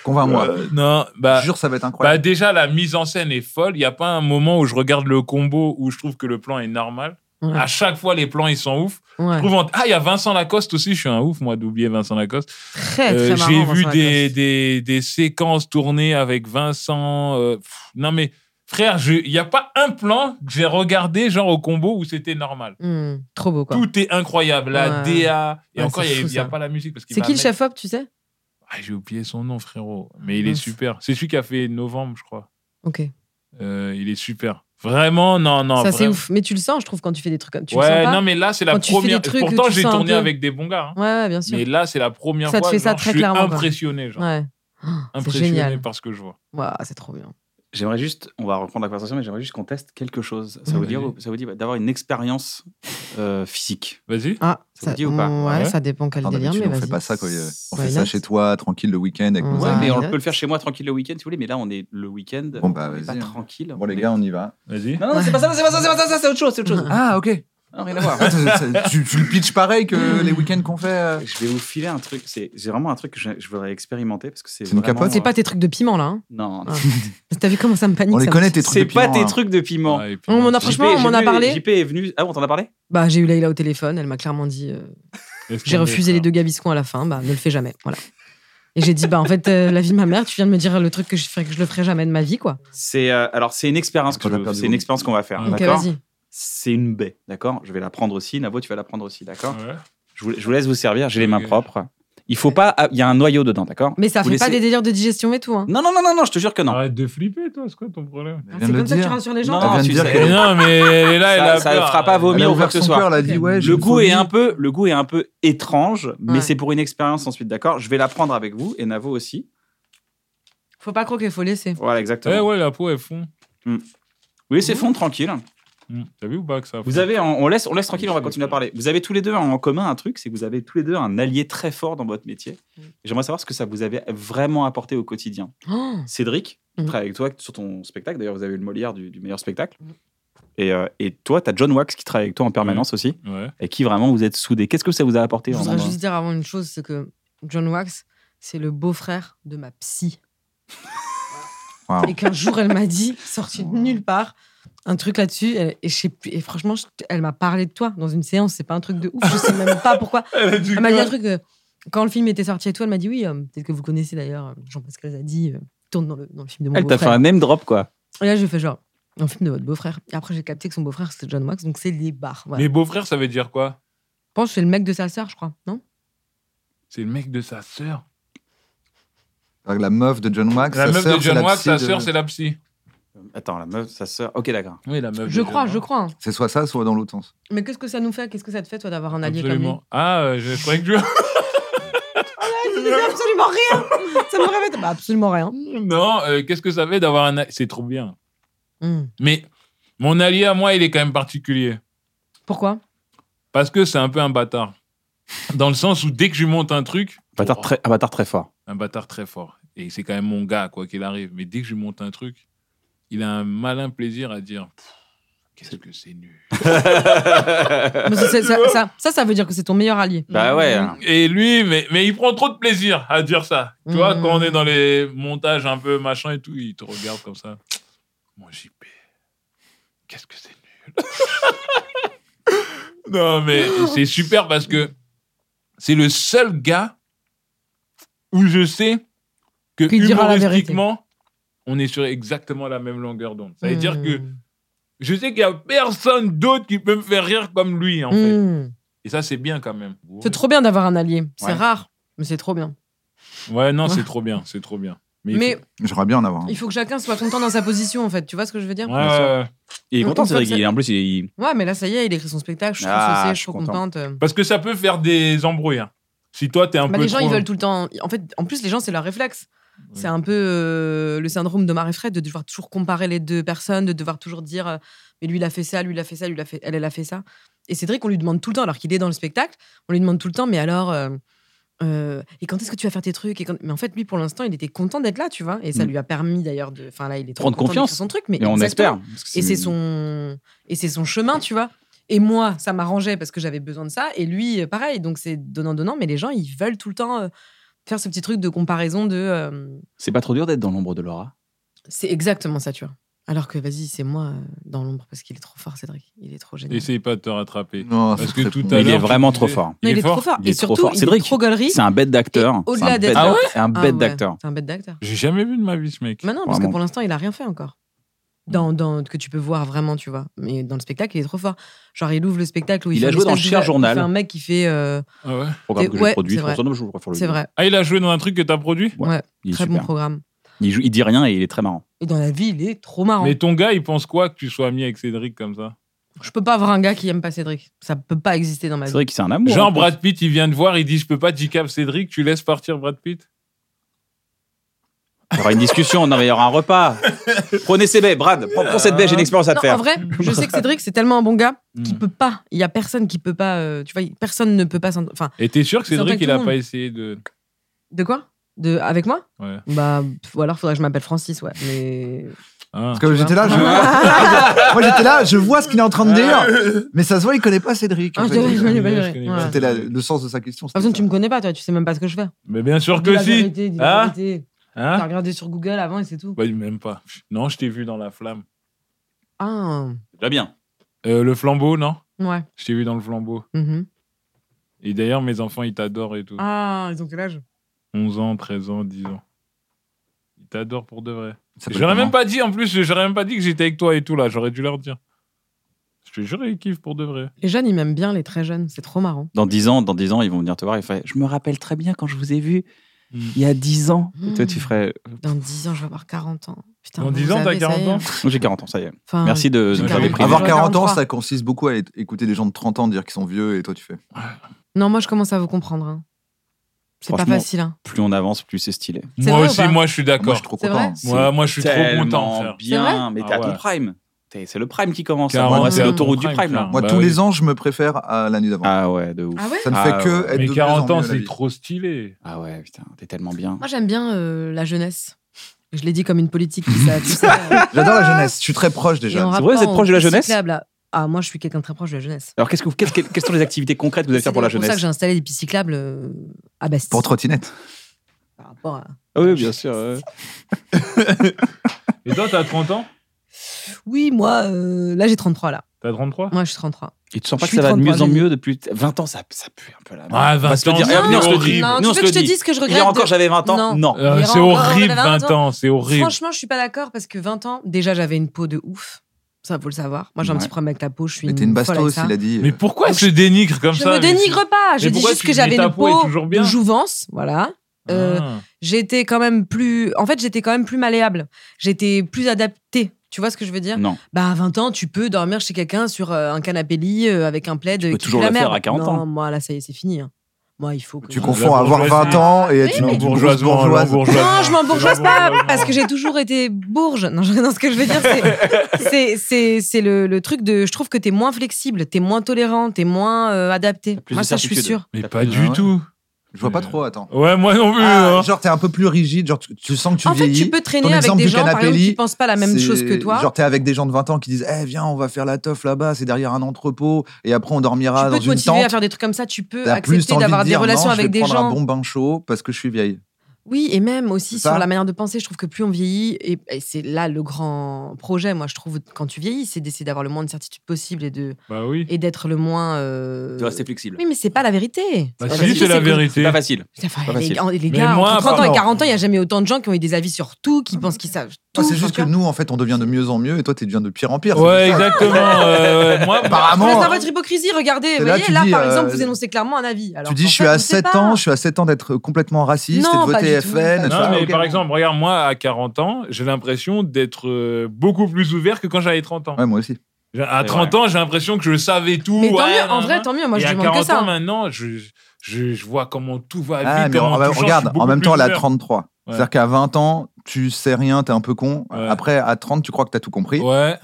D: Convainc-moi.
A: Euh, non,
D: Je
A: bah,
D: jure, ça va être
A: bah
D: incroyable.
A: déjà, la mise en scène est folle. Il n'y a pas un moment où je regarde le combo où je trouve que le plan est normal.
B: Ouais.
A: À chaque fois, les plans, ils sont ouf. Je
B: Ouais.
A: trouve en- Ah, il y a Vincent Lacoste aussi. Je suis un ouf, moi, d'oublier Vincent Lacoste.
B: Très,
A: Euh,
B: très marrant.
A: J'ai
B: Vincent
A: vu
B: Lacoste.
A: des, des, des séquences tournées avec Vincent. euh, pff, non, mais frère, je- il n'y a pas un plan que j'ai regardé, genre au combo, où c'était normal.
B: Hmm, trop beau, quoi.
A: Tout est incroyable. La
B: Ouais.
A: DA. Et
B: Ouais,
A: encore,
B: c'est
A: il
B: fou,
A: n'y a,
B: ça.
A: pas la musique. parce qu'il
B: C'est
A: m'a
B: qui le
A: mec-
B: chef-op, tu sais
A: Ah, J'ai oublié son nom, frérot. Mais il est
B: Mince.
A: super. C'est celui qui a fait Novembre, je crois.
B: Ok.
A: Euh, il est super. Vraiment, non, non.
B: ça, c'est
A: vraiment.
B: ouf. Mais tu le sens, je trouve, quand tu fais des trucs comme tu le
A: ouais,
B: sens pas
A: non, mais là, c'est la
B: Quand tu fais des
A: première.
B: trucs où
A: Pourtant,
B: tu
A: j'ai
B: sens un
A: tourné
B: peu-
A: avec des bons gars. hein.
B: Ouais, ouais, bien sûr.
A: Mais là, c'est la première
B: Ça te
A: fois.
B: fait ça
A: genre,
B: très
A: je suis
B: clairement, quoi.
A: impressionné. Genre.
B: Ouais.
A: Impressionné
B: génial.
A: par ce que je vois.
B: Waouh, c'est trop bien.
C: J'aimerais juste, on va reprendre la conversation, mais j'aimerais juste qu'on teste quelque chose. Ça
B: Mhm.
C: vous dit, ça vous dit d'avoir une expérience euh, physique.
A: Vas-y.
B: Ah,
C: Ça vous dit ou pas
B: ouais,
A: Ouais.
B: ça dépend quel
D: Attends,
B: délire,
D: d'habitude,
B: mais
D: on
B: vas-y.
D: fait pas ça, quoi. Euh, On
B: Why
D: fait ça
B: not
D: chez toi, tranquille, le week-end, avec
B: Ouais.
D: nos
C: Ouais,
B: Ah,
C: mais
D: amis.
C: on
B: note.
C: peut le faire chez moi tranquille le week-end, si vous voulez. Mais là, on est le week-end.
D: Bon, bah,
C: on est pas
D: vas-y, hein.
C: tranquille. on
D: Bon, les
C: est-
D: gars, on y va.
A: Vas-y.
C: Non, non, c'est pas ça, c'est pas ça, c'est pas ça, ça, c'est autre chose, c'est autre chose.
D: Ah, ok.
C: Non, rien à voir.
D: tu, tu le pitches pareil que les week-ends qu'on fait. euh.
C: Je vais vous filer un truc. C'est c'est vraiment un truc que je, je voudrais expérimenter parce que c'est.
D: C'est une
C: vraiment,
D: capote
C: euh,
B: C'est pas tes trucs de piment, là. hein.
C: Non.
B: Ah. T'as vu comment ça me panique
D: On les
B: ça,
D: connaît,
B: moi.
D: tes trucs.
C: C'est
D: de
C: pas
D: piment,
C: tes
D: hein.
C: trucs de piment.
A: Ah, et puis,
B: On en a
C: JP,
B: franchement, on m'en a
C: JP,
B: parlé.
C: JP est venu. Ah bon, t'en as parlé
B: Bah, j'ai eu Laïla au téléphone, elle m'a clairement dit. euh,
A: laisse tomber,
B: J'ai refusé les
A: frère.
B: deux gaviscons à la fin, bah ne le fais jamais, voilà. Et j'ai dit bah en fait euh, la vie de ma mère, tu viens de me dire le truc que je ferai, que je le ferai jamais de ma vie quoi.
D: Ah,
C: C'est euh, alors c'est une expérience que
D: Quand t'as
C: je-
D: perdu
C: c'est une
D: au-
C: expérience qu'on va faire.
A: Ok,
B: Ok
C: d'accord
B: euh, vas-y.
C: C'est une baie, d'accord. Je vais la prendre aussi. Navo, tu vas la prendre aussi, d'accord.
A: Ouais.
C: Je, vous, je vous laisse vous servir. J'ai les mains
A: Ok.
C: propres. Il faut pas. ah, Il y a un noyau dedans, d'accord.
B: Mais ça
C: Vous
B: fait pas
C: laissez-
B: des délires de digestion et tout hein.
C: Non, non, non, non, non. Je te jure que non.
A: Arrête de flipper, toi, c'est quoi ton problème
D: Elle vient
B: C'est
D: de le
B: comme ça que tu
D: dire.
B: rassures les gens.
C: Non,
D: Elle vient de
C: tu
D: dire
C: sais-
A: Mais
D: qu'elle-
A: Eh non, mais elle est là, elle
C: Ça-
A: a
C: ça
A: peur.
C: fera pas vomir.
D: elle
C: vomi,
D: a
C: on
D: ouvert
C: va ce
D: son
C: soir.
D: cœur, elle a dit
B: Ok.
D: ouais. j'ai
C: Le
D: une
C: goût
D: phobie.
C: est un peu, le goût est un peu étrange, mais
B: Ouais.
C: c'est pour une expérience ensuite, d'accord. Je vais la prendre avec vous et Navo aussi.
B: Faut pas croquer, faut laisser.
C: Voilà,
A: Eh Ouais,
C: exactement.
A: ouais, la peau, elle fond.
C: Vous laissez fondre tranquille.
A: Hmm. T'as vu ou pas que ça
C: Vous
A: fond
C: avez, en- on laisse, on laisse tranquille, on va continuer à parler. Vous avez tous les deux en commun un truc, c'est que vous avez tous les deux un allié très fort dans votre métier.
B: Mm.
C: J'aimerais savoir ce que ça vous avait vraiment apporté au quotidien.
B: Oh,
C: Cédric, je
B: Mm.
C: travaille avec toi sur ton spectacle. D'ailleurs, vous avez eu le Molière du, du meilleur spectacle.
B: Mm.
C: Et, euh, et toi, tu as John Wax qui travaille avec toi en permanence aussi,
A: Ouais.
C: et qui vraiment vous êtes soudés. Qu'est-ce que ça vous a apporté
B: je
C: en
B: voudrais juste dire avant une chose, c'est que John Wax, c'est le beau-frère de ma psy.
D: Wow.
B: Et qu'un jour elle m'a dit, sorti de nulle part, un truc là-dessus. elle- Et, je sais plus- et franchement, je- elle m'a parlé de toi dans une séance. C'est pas un truc de ouf. Je sais même pas pourquoi. Elle m'a dit un truc. euh, quand le film était sorti et tout, elle m'a dit oui. euh, Peut-être que vous connaissez d'ailleurs. euh, Jean-Pascal a dit euh, tourne dans le, dans le film de mon
C: Elle t'a fait
B: beau-frère.
C: un name drop, quoi.
B: Et là, je fais genre un film de votre beau-frère. Et après, j'ai capté que son beau-frère c'était John Wax. Donc c'est les bars. Voilà.
A: Mais beau-frère, ça veut dire quoi
B: Je pense que c'est le mec de sa sœur, je crois. Non
A: C'est le mec de sa sœur.
D: La meuf de John Wax,
A: La
D: sa
A: meuf
D: sœur,
A: de John
D: c'est la
A: Wax,
D: psy
A: sa
D: de-
A: sœur, c'est la psy.
C: Attends, la meuf, sa sœur. Ok, d'accord.
A: Oui, la meuf.
B: Je
A: de
B: crois,
A: John
B: je
A: Wax.
B: crois. hein.
D: C'est soit ça, soit dans l'autre sens.
B: Mais qu'est-ce que ça nous fait Qu'est-ce que ça te fait toi d'avoir un allié comme
A: Absolument. Ah, euh, je croyais que tu.
B: lui Ça me fait absolument rien. Ça me révèle bah, absolument rien.
A: non, euh, qu'est-ce que ça fait d'avoir un. a- C'est trop bien.
B: Hmm.
A: Mais mon allié à moi, il est quand même particulier.
B: Pourquoi
A: Parce que c'est un peu un bâtard. Dans le sens où dès que je lui monte un truc.
C: Bâtard très, un bâtard très fort.
A: un bâtard très fort. Et c'est quand même mon gars, quoi qu'il arrive. Mais dès que je lui monte un truc, il a un malin plaisir à dire Pff, Qu'est-ce que c'est nul.
B: Mais c'est- c'est- ça, ça, ça, ça veut dire que c'est ton meilleur allié. Hmm.
C: bah ouais. hein.
A: Et lui, mais, mais il prend trop de plaisir à dire ça. Tu vois,
B: Mhm.
A: quand on est dans les montages un peu machin et tout, il te regarde comme ça. Mon JP, qu'est-ce que c'est nul. non, mais c'est super parce que c'est le seul gars où je sais que
B: Qui dira la vérité.
A: humoristiquement, on est sur exactement la même longueur d'onde. Ça veut
B: Hmm.
A: dire que je sais qu'il n'y a personne d'autre qui peut me faire rire comme lui, en fait.
B: Hmm.
A: Et ça, c'est bien quand même.
B: C'est trop bien d'avoir un allié. C'est
C: Ouais.
B: rare, mais c'est trop bien.
A: Ouais, non, c'est
B: Ouais.
A: trop bien, c'est trop bien. il
B: Mais
D: J'aimerais bien en avoir. un.
B: il faut que chacun soit content dans sa position, en fait. Tu vois ce que je veux
A: faut-
B: dire
A: Ouais, ouais, ouais.
C: Il est
B: Une
C: content,
B: fois
C: Cédric.
B: que ça-
C: il est- En plus, il.
B: Ouais, mais là, ça y est, il écrit son spectacle. Je suis trop
C: Ah,
B: saucée,
C: je
B: je
C: suis
B: suis trop
C: content.
B: contente. Euh,
A: Parce que ça peut faire des embrouilles. hein. Si toi, t'es un
B: Bah,
A: peu.
B: les gens,
A: trop- hein.
B: ils veulent tout le temps. En fait, en plus, les gens, c'est leur réflexe. C'est un peu euh, le syndrome de Marie Fred de devoir toujours comparer les deux personnes, de devoir toujours dire euh, mais lui il a fait ça, lui il a fait ça, lui il a fait, elle elle a fait ça. Et Cédric, on lui demande tout le temps, alors qu'il est dans le spectacle, on lui demande tout le temps, mais alors euh, euh, et quand est-ce que tu vas faire tes trucs Et quand- Mais en fait, lui pour l'instant, il était content d'être là, tu vois, et ça
C: Mm.
B: lui a permis d'ailleurs de. Enfin là, il est trop
C: Prendre
B: content de
C: confiance.
B: faire son truc, mais
C: Et on
B: exactement.
C: espère. parce que
B: Et c'est son et c'est son chemin, tu vois. Et moi, ça m'arrangeait parce que j'avais besoin de ça. Et lui, euh, pareil. Donc c'est donnant donnant, mais les gens ils veulent tout le temps euh, faire ce petit truc de comparaison de. euh,
C: C'est pas trop dur d'être dans l'ombre de Laura.
B: c'est exactement ça, tu vois. Alors que vas-y, c'est moi euh, dans l'ombre parce qu'il est trop fort, Cédric. Il est trop génial.
A: Essaye pas de te rattraper.
D: Non,
A: Parce
D: c'est
A: que
D: très
A: tout
D: bon.
A: à
C: Mais il est
A: l'heure, tu
C: vraiment
A: disais-
C: trop fort.
B: Non, il, est
A: fort.
B: trop fort.
C: Il
B: et
C: est trop
B: surtout,
C: fort.
B: il est
C: Cédric,
B: trop gaulerie.
C: C'est un bête
B: Et
C: d'acteur. C'est
B: au-delà
C: un bête
B: d'être-
C: d'acteur. C'est un
B: Ah
C: bête
B: ouais,
C: d'acteur.
B: C'est un bête d'acteur.
A: J'ai jamais vu de ma vie ce mec.
B: Maintenant, parce que
C: Vraiment. Mm.
B: pour l'instant, il a rien fait encore. Dans, dans, que tu peux voir vraiment, tu vois. Mais dans le spectacle, il est trop fort. Genre, il ouvre le spectacle où il,
C: Il
B: fait
C: a
B: une
C: joué dans
B: espèce
C: Cher
B: d'ouver-
C: Journal.
B: il fait un mec qui fait. euh,
A: Ah, ouais.
C: Programme que
B: Ouais,
C: j'ai produit,
B: c'est
C: François
B: vrai.
C: Noble, je vous referai le
B: c'est
C: lien.
B: vrai.
A: Ah, il a joué dans un truc que t'as produit
C: Ouais,
B: Ouais.
C: Il est
B: Très bon
C: super.
B: programme.
C: Il joue- il dit rien et il est très marrant.
B: Et dans la vie, il est trop marrant.
A: Mais ton gars, il pense quoi que tu sois ami avec Cédric comme ça
B: Je peux pas avoir un gars qui aime pas Cédric. Ça peut pas exister dans ma
C: C'est
B: vie.
C: vrai que c'est un amour.
B: bah,
A: Genre
C: hein.
A: Brad Pitt, il vient de voir, il dit je peux pas handicap Cédric, tu laisses partir Brad Pitt
C: Il y aura une discussion, non, mais il y aura un repas. Prenez ces baies, Brad. Prends, prends cette baie, j'ai une expérience à te
B: Non,
C: faire.
B: en vrai, je sais que Cédric, c'est tellement un bon gars qu'il
C: Mm.
B: peut pas. Il y a personne qui peut pas. euh, tu vois, il- personne ne peut pas. s'en- Enfin,
A: Et t'es sûr que
B: C'est
A: Cédric,
B: sympa que
A: il
B: tout
A: a
B: le
A: pas
B: monde.
A: essayé de.
B: de quoi De avec moi
A: Ouais.
B: Bah, pff, ou alors faudrait que je m'appelle Francis, ouais. Mais
A: Hein.
D: Parce que j'étais là, je... moi j'étais là, je vois ce qu'il est en train de dire, mais ça se voit, il connaît pas Cédric. en
B: Ah,
D: fait.
B: je- je- je- je- je-
A: connais pas,
B: je-
A: connais
B: ouais.
A: pas.
D: C'était la- le sens de sa question.
B: De toute façon, tu me connais pas, toi. Tu sais même pas ce que je fais.
A: Mais bien sûr
B: Dis
A: que
B: la
A: si
B: vérité, dis
A: Hein
C: Ah
B: la vérité. T'as
A: Hein
B: regardé sur Google avant et c'est tout.
A: Bah, Même pas. Non, je t'ai vu dans la flamme.
B: Ah,
C: Déjà bien.
A: Euh, le flambeau, non
B: ouais.
A: Je t'ai vu dans le flambeau.
B: Mhm.
A: Et d'ailleurs, mes enfants, ils t'adorent et tout.
B: Ah, ils ont quel âge
A: 11 ans, 13 ans, 10 ans. Ils t'adorent pour de vrai.
D: Ça
A: J'aurais
D: s'appelle
A: même pas dit, en plus, j'aurais même pas dit que j'étais avec toi et tout, là. J'aurais dû leur dire. Je te jure, ils kiffent pour de vrai.
B: Les jeunes, ils m'aiment bien, les très jeunes. C'est trop marrant.
C: Dans 10 ans, dans 10 ans, ils vont venir te voir et faire Je me rappelle très bien quand je vous ai vu
A: Mm.
C: il y a 10 ans. Et toi, tu ferais
B: Dans 10 ans, je vais avoir 40 ans. Putain,
A: Dans
B: vous
A: 10 ans,
B: avez,
A: t'as
B: ça y est.
A: 40 ans
C: J'ai 40 ans, ça y est.
B: Enfin,
C: Merci de
A: j'ai
C: nous faire
A: quarante-
C: des
D: comment.
C: prix.
D: Avoir
B: Ouais,
D: 40 ans,
B: 43.
D: ça consiste beaucoup à é- écouter des gens de 30 ans dire qu'ils sont vieux et toi tu fais.
B: Non, moi, je commence à vous comprendre. hein. C'est pas
C: Franchement,
B: facile. hein.
C: Plus on avance, plus c'est stylé.
B: C'est
A: Moi
B: vrai ou
A: aussi,
B: pas
A: moi, je suis
D: Moi je
A: d'accord.
D: suis trop
B: C'est
D: content.
B: vrai
A: Moi, moi, je suis trop
C: Tellement
A: content, frère.
C: bien. Mais t'es
A: Ah
C: à ton
A: ouais.
C: prime. T'es- C'est le prime qui commence.
A: 40,
C: Moi, c'est
B: c'est
C: l'autoroute
A: ton
C: du
A: prime,
C: prime, là.
A: frère.
D: Moi
A: Bah
D: tous
A: oui.
D: les ans, je me préfère à la nuit d'avant.
C: Ah ouais, de ouf.
B: Ah ouais
D: Ça ne
C: Ah
D: fait que
C: ouais.
D: être
A: Mais
D: de
A: 40
D: plus
A: ans,
D: en mieux, la
A: c'est
D: vie.
A: trop stylé.
C: Ah ouais, putain, t'es tellement bien.
B: Moi, j'aime bien euh, la jeunesse. Je l'ai dit comme une politique qui ça. tout ça, euh,
D: J'adore la jeunesse, je suis très proche
B: et en
D: déjà.
C: C'est vrai, vous
B: rapport
C: êtes proche de la
B: au
C: jeunesse
B: cyclable, là. Ah, moi, je suis quelqu'un de très proche de la jeunesse.
C: Alors, qu'est-ce que vous, qu'est-ce que- quelles sont les activités concrètes que vous allez faire pour la
B: C'est pour ça que
C: jeunesse
B: j'ai installé des pistes cyclables euh, à Bastille.
D: Pour trottinette.
B: Par rapport à-
C: Ah Oui, bien sûr. ouais.
A: Et toi, t'as 30 ans
B: Oui, moi, euh, là, j'ai 33, là.
A: 33
B: Moi, je suis 33.
C: Et tu sens pas
B: Je
C: que
B: suis
C: ça va de
B: 33,
C: mieux en
B: j'ai dit.
C: mieux depuis t- 20 ans, ça, ça pue un peu là.
A: Ah, 20 ans,
C: dire.
A: c'est
C: Ah, venez, on se le dit.
A: horrible.
B: Non,
C: Nous, on
B: tu veux que
C: se le
B: je te
C: dit.
B: dise ce que je
C: Hier
B: regrette
C: encore,
B: de-
C: j'avais 20
B: Non.
C: ans. Non.
A: Euh,
B: Il est
A: C'est
B: encore-
A: horrible,
B: on a
A: 20 ans, c'est horrible.
B: Franchement, je suis pas d'accord parce que 20 ans, déjà, j'avais une peau de ouf. Ça, faut le savoir. Moi, j'ai un
C: Ouais.
B: petit problème avec la peau. Je suis
D: Mais
B: une,
D: t'es une
B: folle avec
D: bastos,
B: ça.
D: il a dit.
A: Mais
D: euh,
A: pourquoi se dénigre comme
B: Je
A: ça
B: me dénigre pas. Je
A: Mais
B: dis
A: pourquoi
B: juste
A: tu
B: que
A: dis
B: j'avais
A: ta
B: une
A: peau est
B: peau
A: toujours bien
B: de jouvence. Voilà. Euh,
A: Ah.
B: J'étais quand même plus. En fait, j'étais quand même plus malléable. J'étais plus adaptée. Tu vois ce que je veux
A: Mm.
B: dire
C: Non.
B: Bah, à 20 ans, tu peux dormir chez quelqu'un sur euh, un canapé lit euh, avec un plaid. Tu
C: peux toujours le faire à 40 ans.
B: Non, moi, là, ça y est, c'est fini. hein. Moi, il faut que.
D: Tu
A: La
D: confonds avoir
A: bourgeoisie.
D: 20 ans et être
B: Oui,
D: une
B: Eh, mais-
D: grosse
A: Bourgeoise,
D: bourgeoise.
B: Non, je m'en bourgeoise pas parce que j'ai toujours été bourge. Non, je- non, ce que je veux dire, c'est- c'est c'est- c'est le, le truc de. Je trouve que t'es moins flexible, t'es moins tolérant, t'es moins euh, adapté.
C: T'as plus
B: Moi,
C: de
B: ça, je suis
C: certitude.
B: sûre.
A: Mais
C: T'as
A: pas
C: plus-
A: du
D: Ah ouais.
A: tout.
D: Je vois pas trop, attends.
A: Ouais, moi non plus.
D: Ah,
A: hein.
D: genre t'es un peu plus rigide, genre tu, tu sens que tu
B: En fait,
D: vieillis.
B: tu peux traîner
D: Ton
B: avec
D: exemple
B: des
D: du
B: gens, par
D: canapé
B: exemple,
D: lit,
B: qui pensent pas la même
D: C'est-
B: chose que toi.
D: Genre t'es avec des gens de 20 ans qui disent Eh viens, on va faire la teuf là-bas, c'est derrière un entrepôt, et après on dormira
B: tu peux
D: ah, dans
B: te
D: une
B: motiver à
D: tente.
B: faire des trucs comme ça, tu peux
D: T'as plus
B: accepter
D: envie
B: d'avoir
D: de
B: des
D: dire,
B: relations
D: non, je vais
B: avec des
D: prendre
B: gens.
D: un bon bain chaud parce que je suis vieille.
B: Oui, et même aussi
D: C'est ça
B: sur la manière de penser, je trouve que plus on vieillit, et, et c'est là le grand projet, moi je trouve, quand tu vieillis, c'est d'essayer d'avoir le moins de certitude possible et de
A: Bah oui.
B: et d'être le moins. euh,
C: De rester flexible.
B: Oui, mais c'est pas la vérité.
A: Bah
B: pas
A: si, c'est la
B: que-
C: C'est
A: vérité.
C: pas facile.
B: Enfin, les,
C: Pas facile.
B: les
A: Mais
B: gars,
A: moi,
B: entre 30 ans et
A: pardon.
B: 40 ans, il n'y a jamais autant de gens qui ont eu des avis sur tout, qui pensent qu'ils savent tout.
D: Ah, c'est juste que
B: enfin, tu
D: nous, en fait, on devient de mieux en mieux, et toi, tu deviens de pire en pire. c'est
A: Ouais,
D: pour ça.
A: exactement. euh, ouais, Moi,
B: vois. Mais
D: Apparemment,
B: c'est votre hypocrisie, regardez.
D: C'est
B: Vous
D: là,
B: voyez,
D: tu
B: là,
D: dis,
B: par
D: euh,
B: exemple, vous énoncez clairement un avis. Alors
D: tu dis
B: qu'en
D: je suis
B: fait, on
D: à
B: sait
D: 7
B: pas.
D: ans, je suis à 7 ans d'être complètement raciste
B: Non,
D: et de
B: pas
D: voter
B: du tout,
D: FN.
B: pas
D: et
B: du
D: ça,
A: Non, mais
D: ok.
A: par exemple, regarde, moi, à 40 ans, j'ai l'impression d'être euh, beaucoup plus ouvert que quand j'avais 30 ans.
D: Ouais, moi aussi.
A: J'ai- À
C: C'est
A: 30 ans, j'ai l'impression que je savais tout.
B: Mais tant
A: ouais,
B: mieux, en
A: nan,
B: vrai,
A: nan.
B: tant mieux. Moi,
A: Et
B: je
A: à
B: demande que
A: 40
B: ça.
A: ans
B: hein.
A: maintenant, je, je, je vois comment tout va
D: Ah,
A: vite.
D: mais
A: comment
D: en-
A: tout change, je
D: regarde,
A: suis beaucoup
D: en même
A: plus
D: temps, elle a
A: ouvert.
D: 33. C'est-à-dire qu'à 20 ans, tu sais rien, t'es un peu con.
A: Ouais.
D: Après, à 30, tu crois que t'as tout compris.
A: Ouais.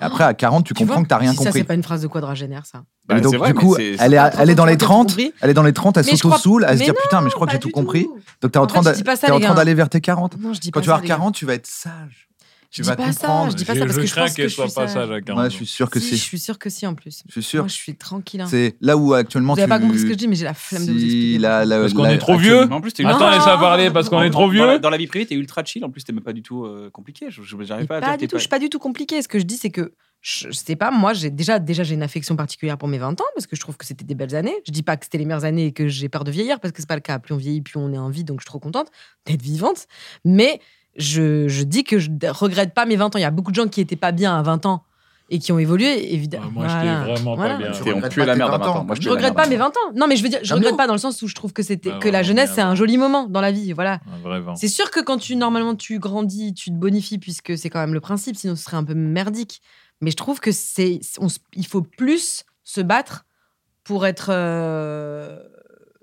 D: Et Après, à 40, tu,
B: Tu
D: comprends
B: vois
D: que t'as rien
B: Si Ça,
D: compris.
B: c'est pas une phrase de quadragénaire, ça.
C: Bah,
D: Et donc,
C: c'est vrai,
D: du coup,
C: mais c'est-
D: elle est, à- elle est dans les
B: T'as tout
D: 30,
B: compris
D: elle est dans les 30, elle
B: Mais je crois-
D: s'auto-soule, elle se
B: Mais
D: dit ah, putain, mais je crois que
B: pas
D: j'ai tout
B: du
D: compris.
B: tout.
D: Donc t'es en,
B: En
D: train
B: fait,
D: d'a-
B: je dis pas ça,
D: t'es en
B: les
D: train
B: gars.
D: d'aller vers tes 40.
B: Non, je dis
D: Quand
B: pas
D: tu vas
B: ça,
D: avoir
B: les gars.
D: 40, tu vas être sage. tu
B: dis
D: vas
B: pas ça,
D: comprendre.
B: je dis pas ça parce que je
A: crains
B: pense que
A: qu'elle
B: je
A: soit
B: suis
A: pas
B: sage.
A: sage à 40
D: Ouais, je suis sûr que
B: Si,
D: si.
B: je suis sûre que si en plus.
D: Je suis sûr.
B: Moi, je suis tranquille. hein.
D: C'est là où actuellement
B: Vous n'avez pas
D: tu-
B: compris ce que je dis, mais j'ai la flemme de vous
D: Si,
B: expliquer.
D: la- la-
A: Parce qu'on
D: la-
A: est trop
D: actuellement-
A: vieux.
C: Mais en plus, t'es
B: Non.
A: Attends, laisse-la parler parce qu'on est trop
C: Dans la,
A: vieux.
C: dans la vie privée, t'es ultra chill. En plus, t'es même pas du tout euh, compliqué. Je- je-
B: Mais
C: J'arrive pas,
B: Pas,
C: à dire que
B: du
C: t'es
B: tout. Je suis pas du tout compliqué. Ce que je dis, c'est que je, je sais pas. Moi, j'ai déjà, déjà, j'ai une affection particulière pour mes 20 ans parce que je trouve que c'était des belles années. Je dis pas que c'était les meilleures années et que j'ai peur de vieillir parce que c'est pas le cas. Plus on vieillit, plus on est en vie. Donc, je suis trop contente d'être vivante. Mais je, je dis que je d- regrette pas mes 20 ans. Il y a beaucoup de gens qui étaient pas bien à 20 ans et qui ont évolué, évidemment.
A: Ah, moi, j'étais vraiment pas bien.
D: Tu
C: T'es- on
D: regrettes
C: pue la
D: tes
C: merde à
D: 20
C: maintenant.
D: ans,
C: Moi, je
B: Je
C: te la
B: regrette
C: merde.
B: pas mes 20 ans. Non, mais je veux dire, je
D: Ah,
B: regrette
D: non.
B: pas dans le sens où je trouve que c'était
A: Ah,
B: que la
A: vraiment,
B: jeunesse
A: merde.
B: c'est un joli moment dans la vie, voilà.
A: Ah, Vraiment.
B: C'est sûr que quand tu normalement tu grandis, tu te bonifies puisque c'est quand même le principe, sinon ce serait un peu merdique. Mais je trouve que c'est on se- il faut plus se battre pour être euh,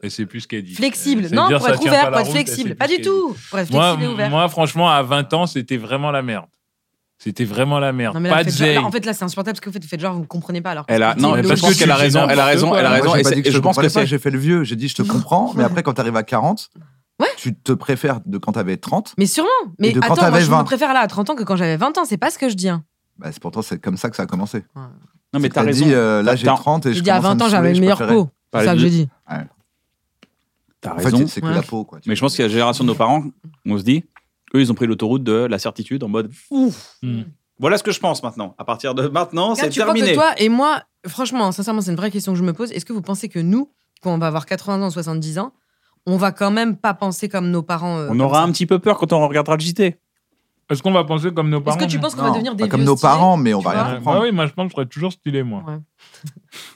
A: Et c'est plus ce qu'elle dit.
B: flexible.
A: Euh, c'est
B: Non,
A: dire,
B: pour
A: ça
B: être
A: tient
B: ouvert,
A: pas
B: pour
A: la
B: être
A: route, et
B: flexible,
A: c'est
B: pas
A: plus
B: du
A: ce qu'elle dit.
B: tout, pour être
A: Moi,
B: flexible et ouvert.
A: moi, franchement, à 20 ans, c'était vraiment la merde. C'était vraiment la merde.
B: Non, mais là,
A: pas
B: vous
A: de
B: faites genre-
A: zèle.
B: là, en fait là c'est insupportable parce que vous faites, vous faites genre vous comprenez pas alors que
C: Elle a,
B: c'est
C: non,
A: mais
B: logique.
C: je
A: parce
C: pense
A: que
C: qu'elle a
A: tu dis
C: raison. Elle a
A: n'importe
C: raison.
A: quoi.
C: Elle a
A: Moi,
C: raison.
D: Moi, j'ai
C: Et
D: pas
C: c'est-
D: dit que
C: et
D: je
C: je pense que
D: comprenais pas,
C: c'est.
D: j'ai fait le vieux. J'ai dit, je te comprends, mais après, quand t'arrives à 40,
B: Ouais.
D: tu te préfères de quand t'avais 30.
B: Mais sûrement, mais
D: de quand
B: attends, moi,
D: t'avais
B: je
D: 20.
B: me préfère là à 30 ans que quand j'avais 20 ans, c'est pas ce que je dis. hein.
D: Bah, c'est pourtant, c'est comme ça que ça a commencé.
C: Non, mais t'as
D: T'as
C: raison.
D: dit, euh, là, j'ai
C: T'as-
D: 30 et je
B: J'ai dit à
D: commence me
B: 20 ans,
D: saouler,
B: j'avais
D: je
B: une meilleure
D: préférais.
B: peau. C'est ça que
C: Parler
B: j'ai
C: de-
B: dit.
C: T'as
D: En fait,
C: raison.
D: c'est- c'est que
B: Ouais.
D: la peau. Quoi, tu
C: Mais je pense que
D: vois.
C: la génération de nos parents, on se dit, eux, ils ont pris l'autoroute de la certitude en mode ouf.
A: Hmm.
C: Voilà ce que je pense maintenant. À partir de maintenant,
B: Regarde,
C: c'est
B: tu crois
C: terminé.
B: que toi et moi, franchement, sincèrement, c'est une vraie question que je me pose. Est-ce que vous pensez que nous, quand on va avoir 80 ans, 70 ans, on va quand même pas penser comme nos parents euh,
C: On
B: comme
C: aura
B: ça
C: un petit peu peur quand on regardera le JT.
A: Est-ce qu'on va penser comme nos
B: Est-ce
A: parents
B: que tu
A: nous
B: penses qu'on va
D: Non,
B: devenir des
D: pas comme
B: vieux
D: nos
B: stylés
D: parents, mais on
B: tu
D: va
B: vois
D: rien
A: Ouais,
D: comprendre.
A: bah oui, moi je pense que je serais toujours stylé, moi.
B: Ouais.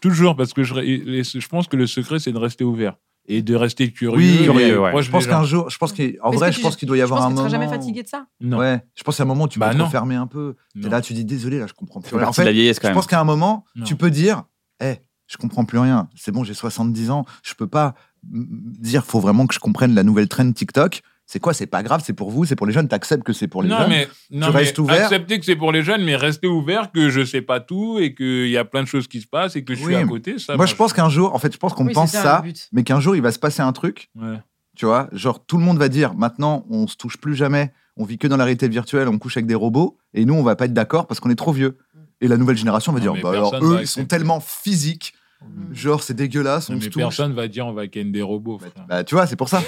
A: toujours, parce que je, et- et je pense que le secret, c'est de rester ouvert et de rester curieux.
D: Oui,
A: et
C: curieux, ouais.
A: proche
D: Je pense
A: des gens.
D: qu'un jour, je pense qu'en
B: Est-ce
D: vrai,
B: que
D: je
B: tu-
D: pense qu'il doit y
B: Je pense
D: avoir
B: que
D: un
B: tu seras
D: moment.
B: jamais
D: où-
B: fatigué de ça.
A: Non.
D: Ouais, je pense qu'il y a un moment où tu
A: Bah
D: peux te
A: non.
D: refermer un peu.
A: Non.
D: Et là, tu dis désolé, là, je comprends plus
C: C'est
D: rien. En
C: partie de
D: fait,
C: la vieillesse quand
D: je
C: même.
D: pense qu'à un moment,
A: Non.
D: tu peux dire, hé, je comprends plus rien. C'est bon, j'ai 70 ans, je peux pas m- dire, faut vraiment que je comprenne la nouvelle trend TikTok. C'est quoi C'est pas grave, c'est pour vous, c'est pour les jeunes. T'acceptes que c'est pour les
A: non,
D: jeunes.
A: mais, non, mais
D: restes ouvert.
A: accepter que c'est pour les jeunes, mais rester ouvert que je sais pas tout et qu'il y a plein de choses qui se passent et que je suis
D: Oui.
A: à côté. Ça,
D: Moi, je pense qu'un jour, en fait, je pense qu'on
B: Oui,
D: pense
B: c'est
D: ça,
B: le but.
D: mais qu'un jour, il va se passer un truc.
A: Ouais.
D: Tu vois, genre tout le monde va dire maintenant on se touche plus jamais, on vit que dans la réalité virtuelle, on couche avec des robots et nous on va pas être d'accord parce qu'on est trop vieux. Et la nouvelle génération va
A: Non,
D: dire
A: mais
D: bah alors
A: personne va
D: eux ils sont
A: accepter.
D: tellement physiques,
B: Mm.
D: genre c'est dégueulasse,
A: Non,
D: on se
A: mais
D: touche.
A: personne va dire on va ken des robots. frère.
D: Bah tu vois, c'est pour ça,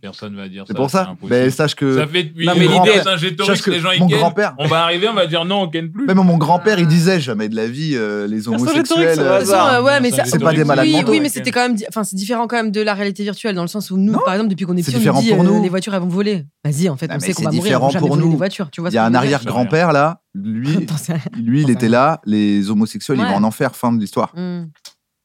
A: Personne va dire ça.
D: c'est pour ça.
A: impossible.
D: Mais sache que
A: Ça fait depuis
C: Non, mais
A: longtemps,
C: l'idée-
A: Saint-Gétorix,
D: sache que
A: les gens ils
D: mon
A: ken.
D: grand-père-
A: On va arriver, on va dire non, on ken plus.
D: même mon grand-père il disait jamais de la vie euh, les
C: Personne
D: homosexuels.
C: rhétorique, ça
D: euh,
C: va,
B: De toute façon,
C: hasard.
B: euh, ouais, mais ça-
D: C'est pas des malades
B: oui,
D: mentaux,
B: oui, mais c'était quand même, di- enfin, c'est différent quand même de la réalité virtuelle dans le sens où nous,
D: Non,
B: par exemple, depuis qu'on est
D: c'est
B: petits, on
D: différent
B: nous dit
D: pour
B: euh,
D: nous.
B: les voitures elles vont voler. Vas-y, en fait,
D: Non,
B: on
D: mais
B: sait qu'on
D: c'est
B: va mourir, on
D: différent
B: va jamais
D: pour
B: voler
D: nous.
B: des voitures. Tu vois
D: Il
B: ce
D: y a
B: que je
D: un
B: veux dire
D: arrière-grand-père là, lui,
B: Attends, ça-
D: lui il était là, les homosexuels ils
B: Ouais.
D: vont en enfer, fin de l'histoire.
B: Hmm.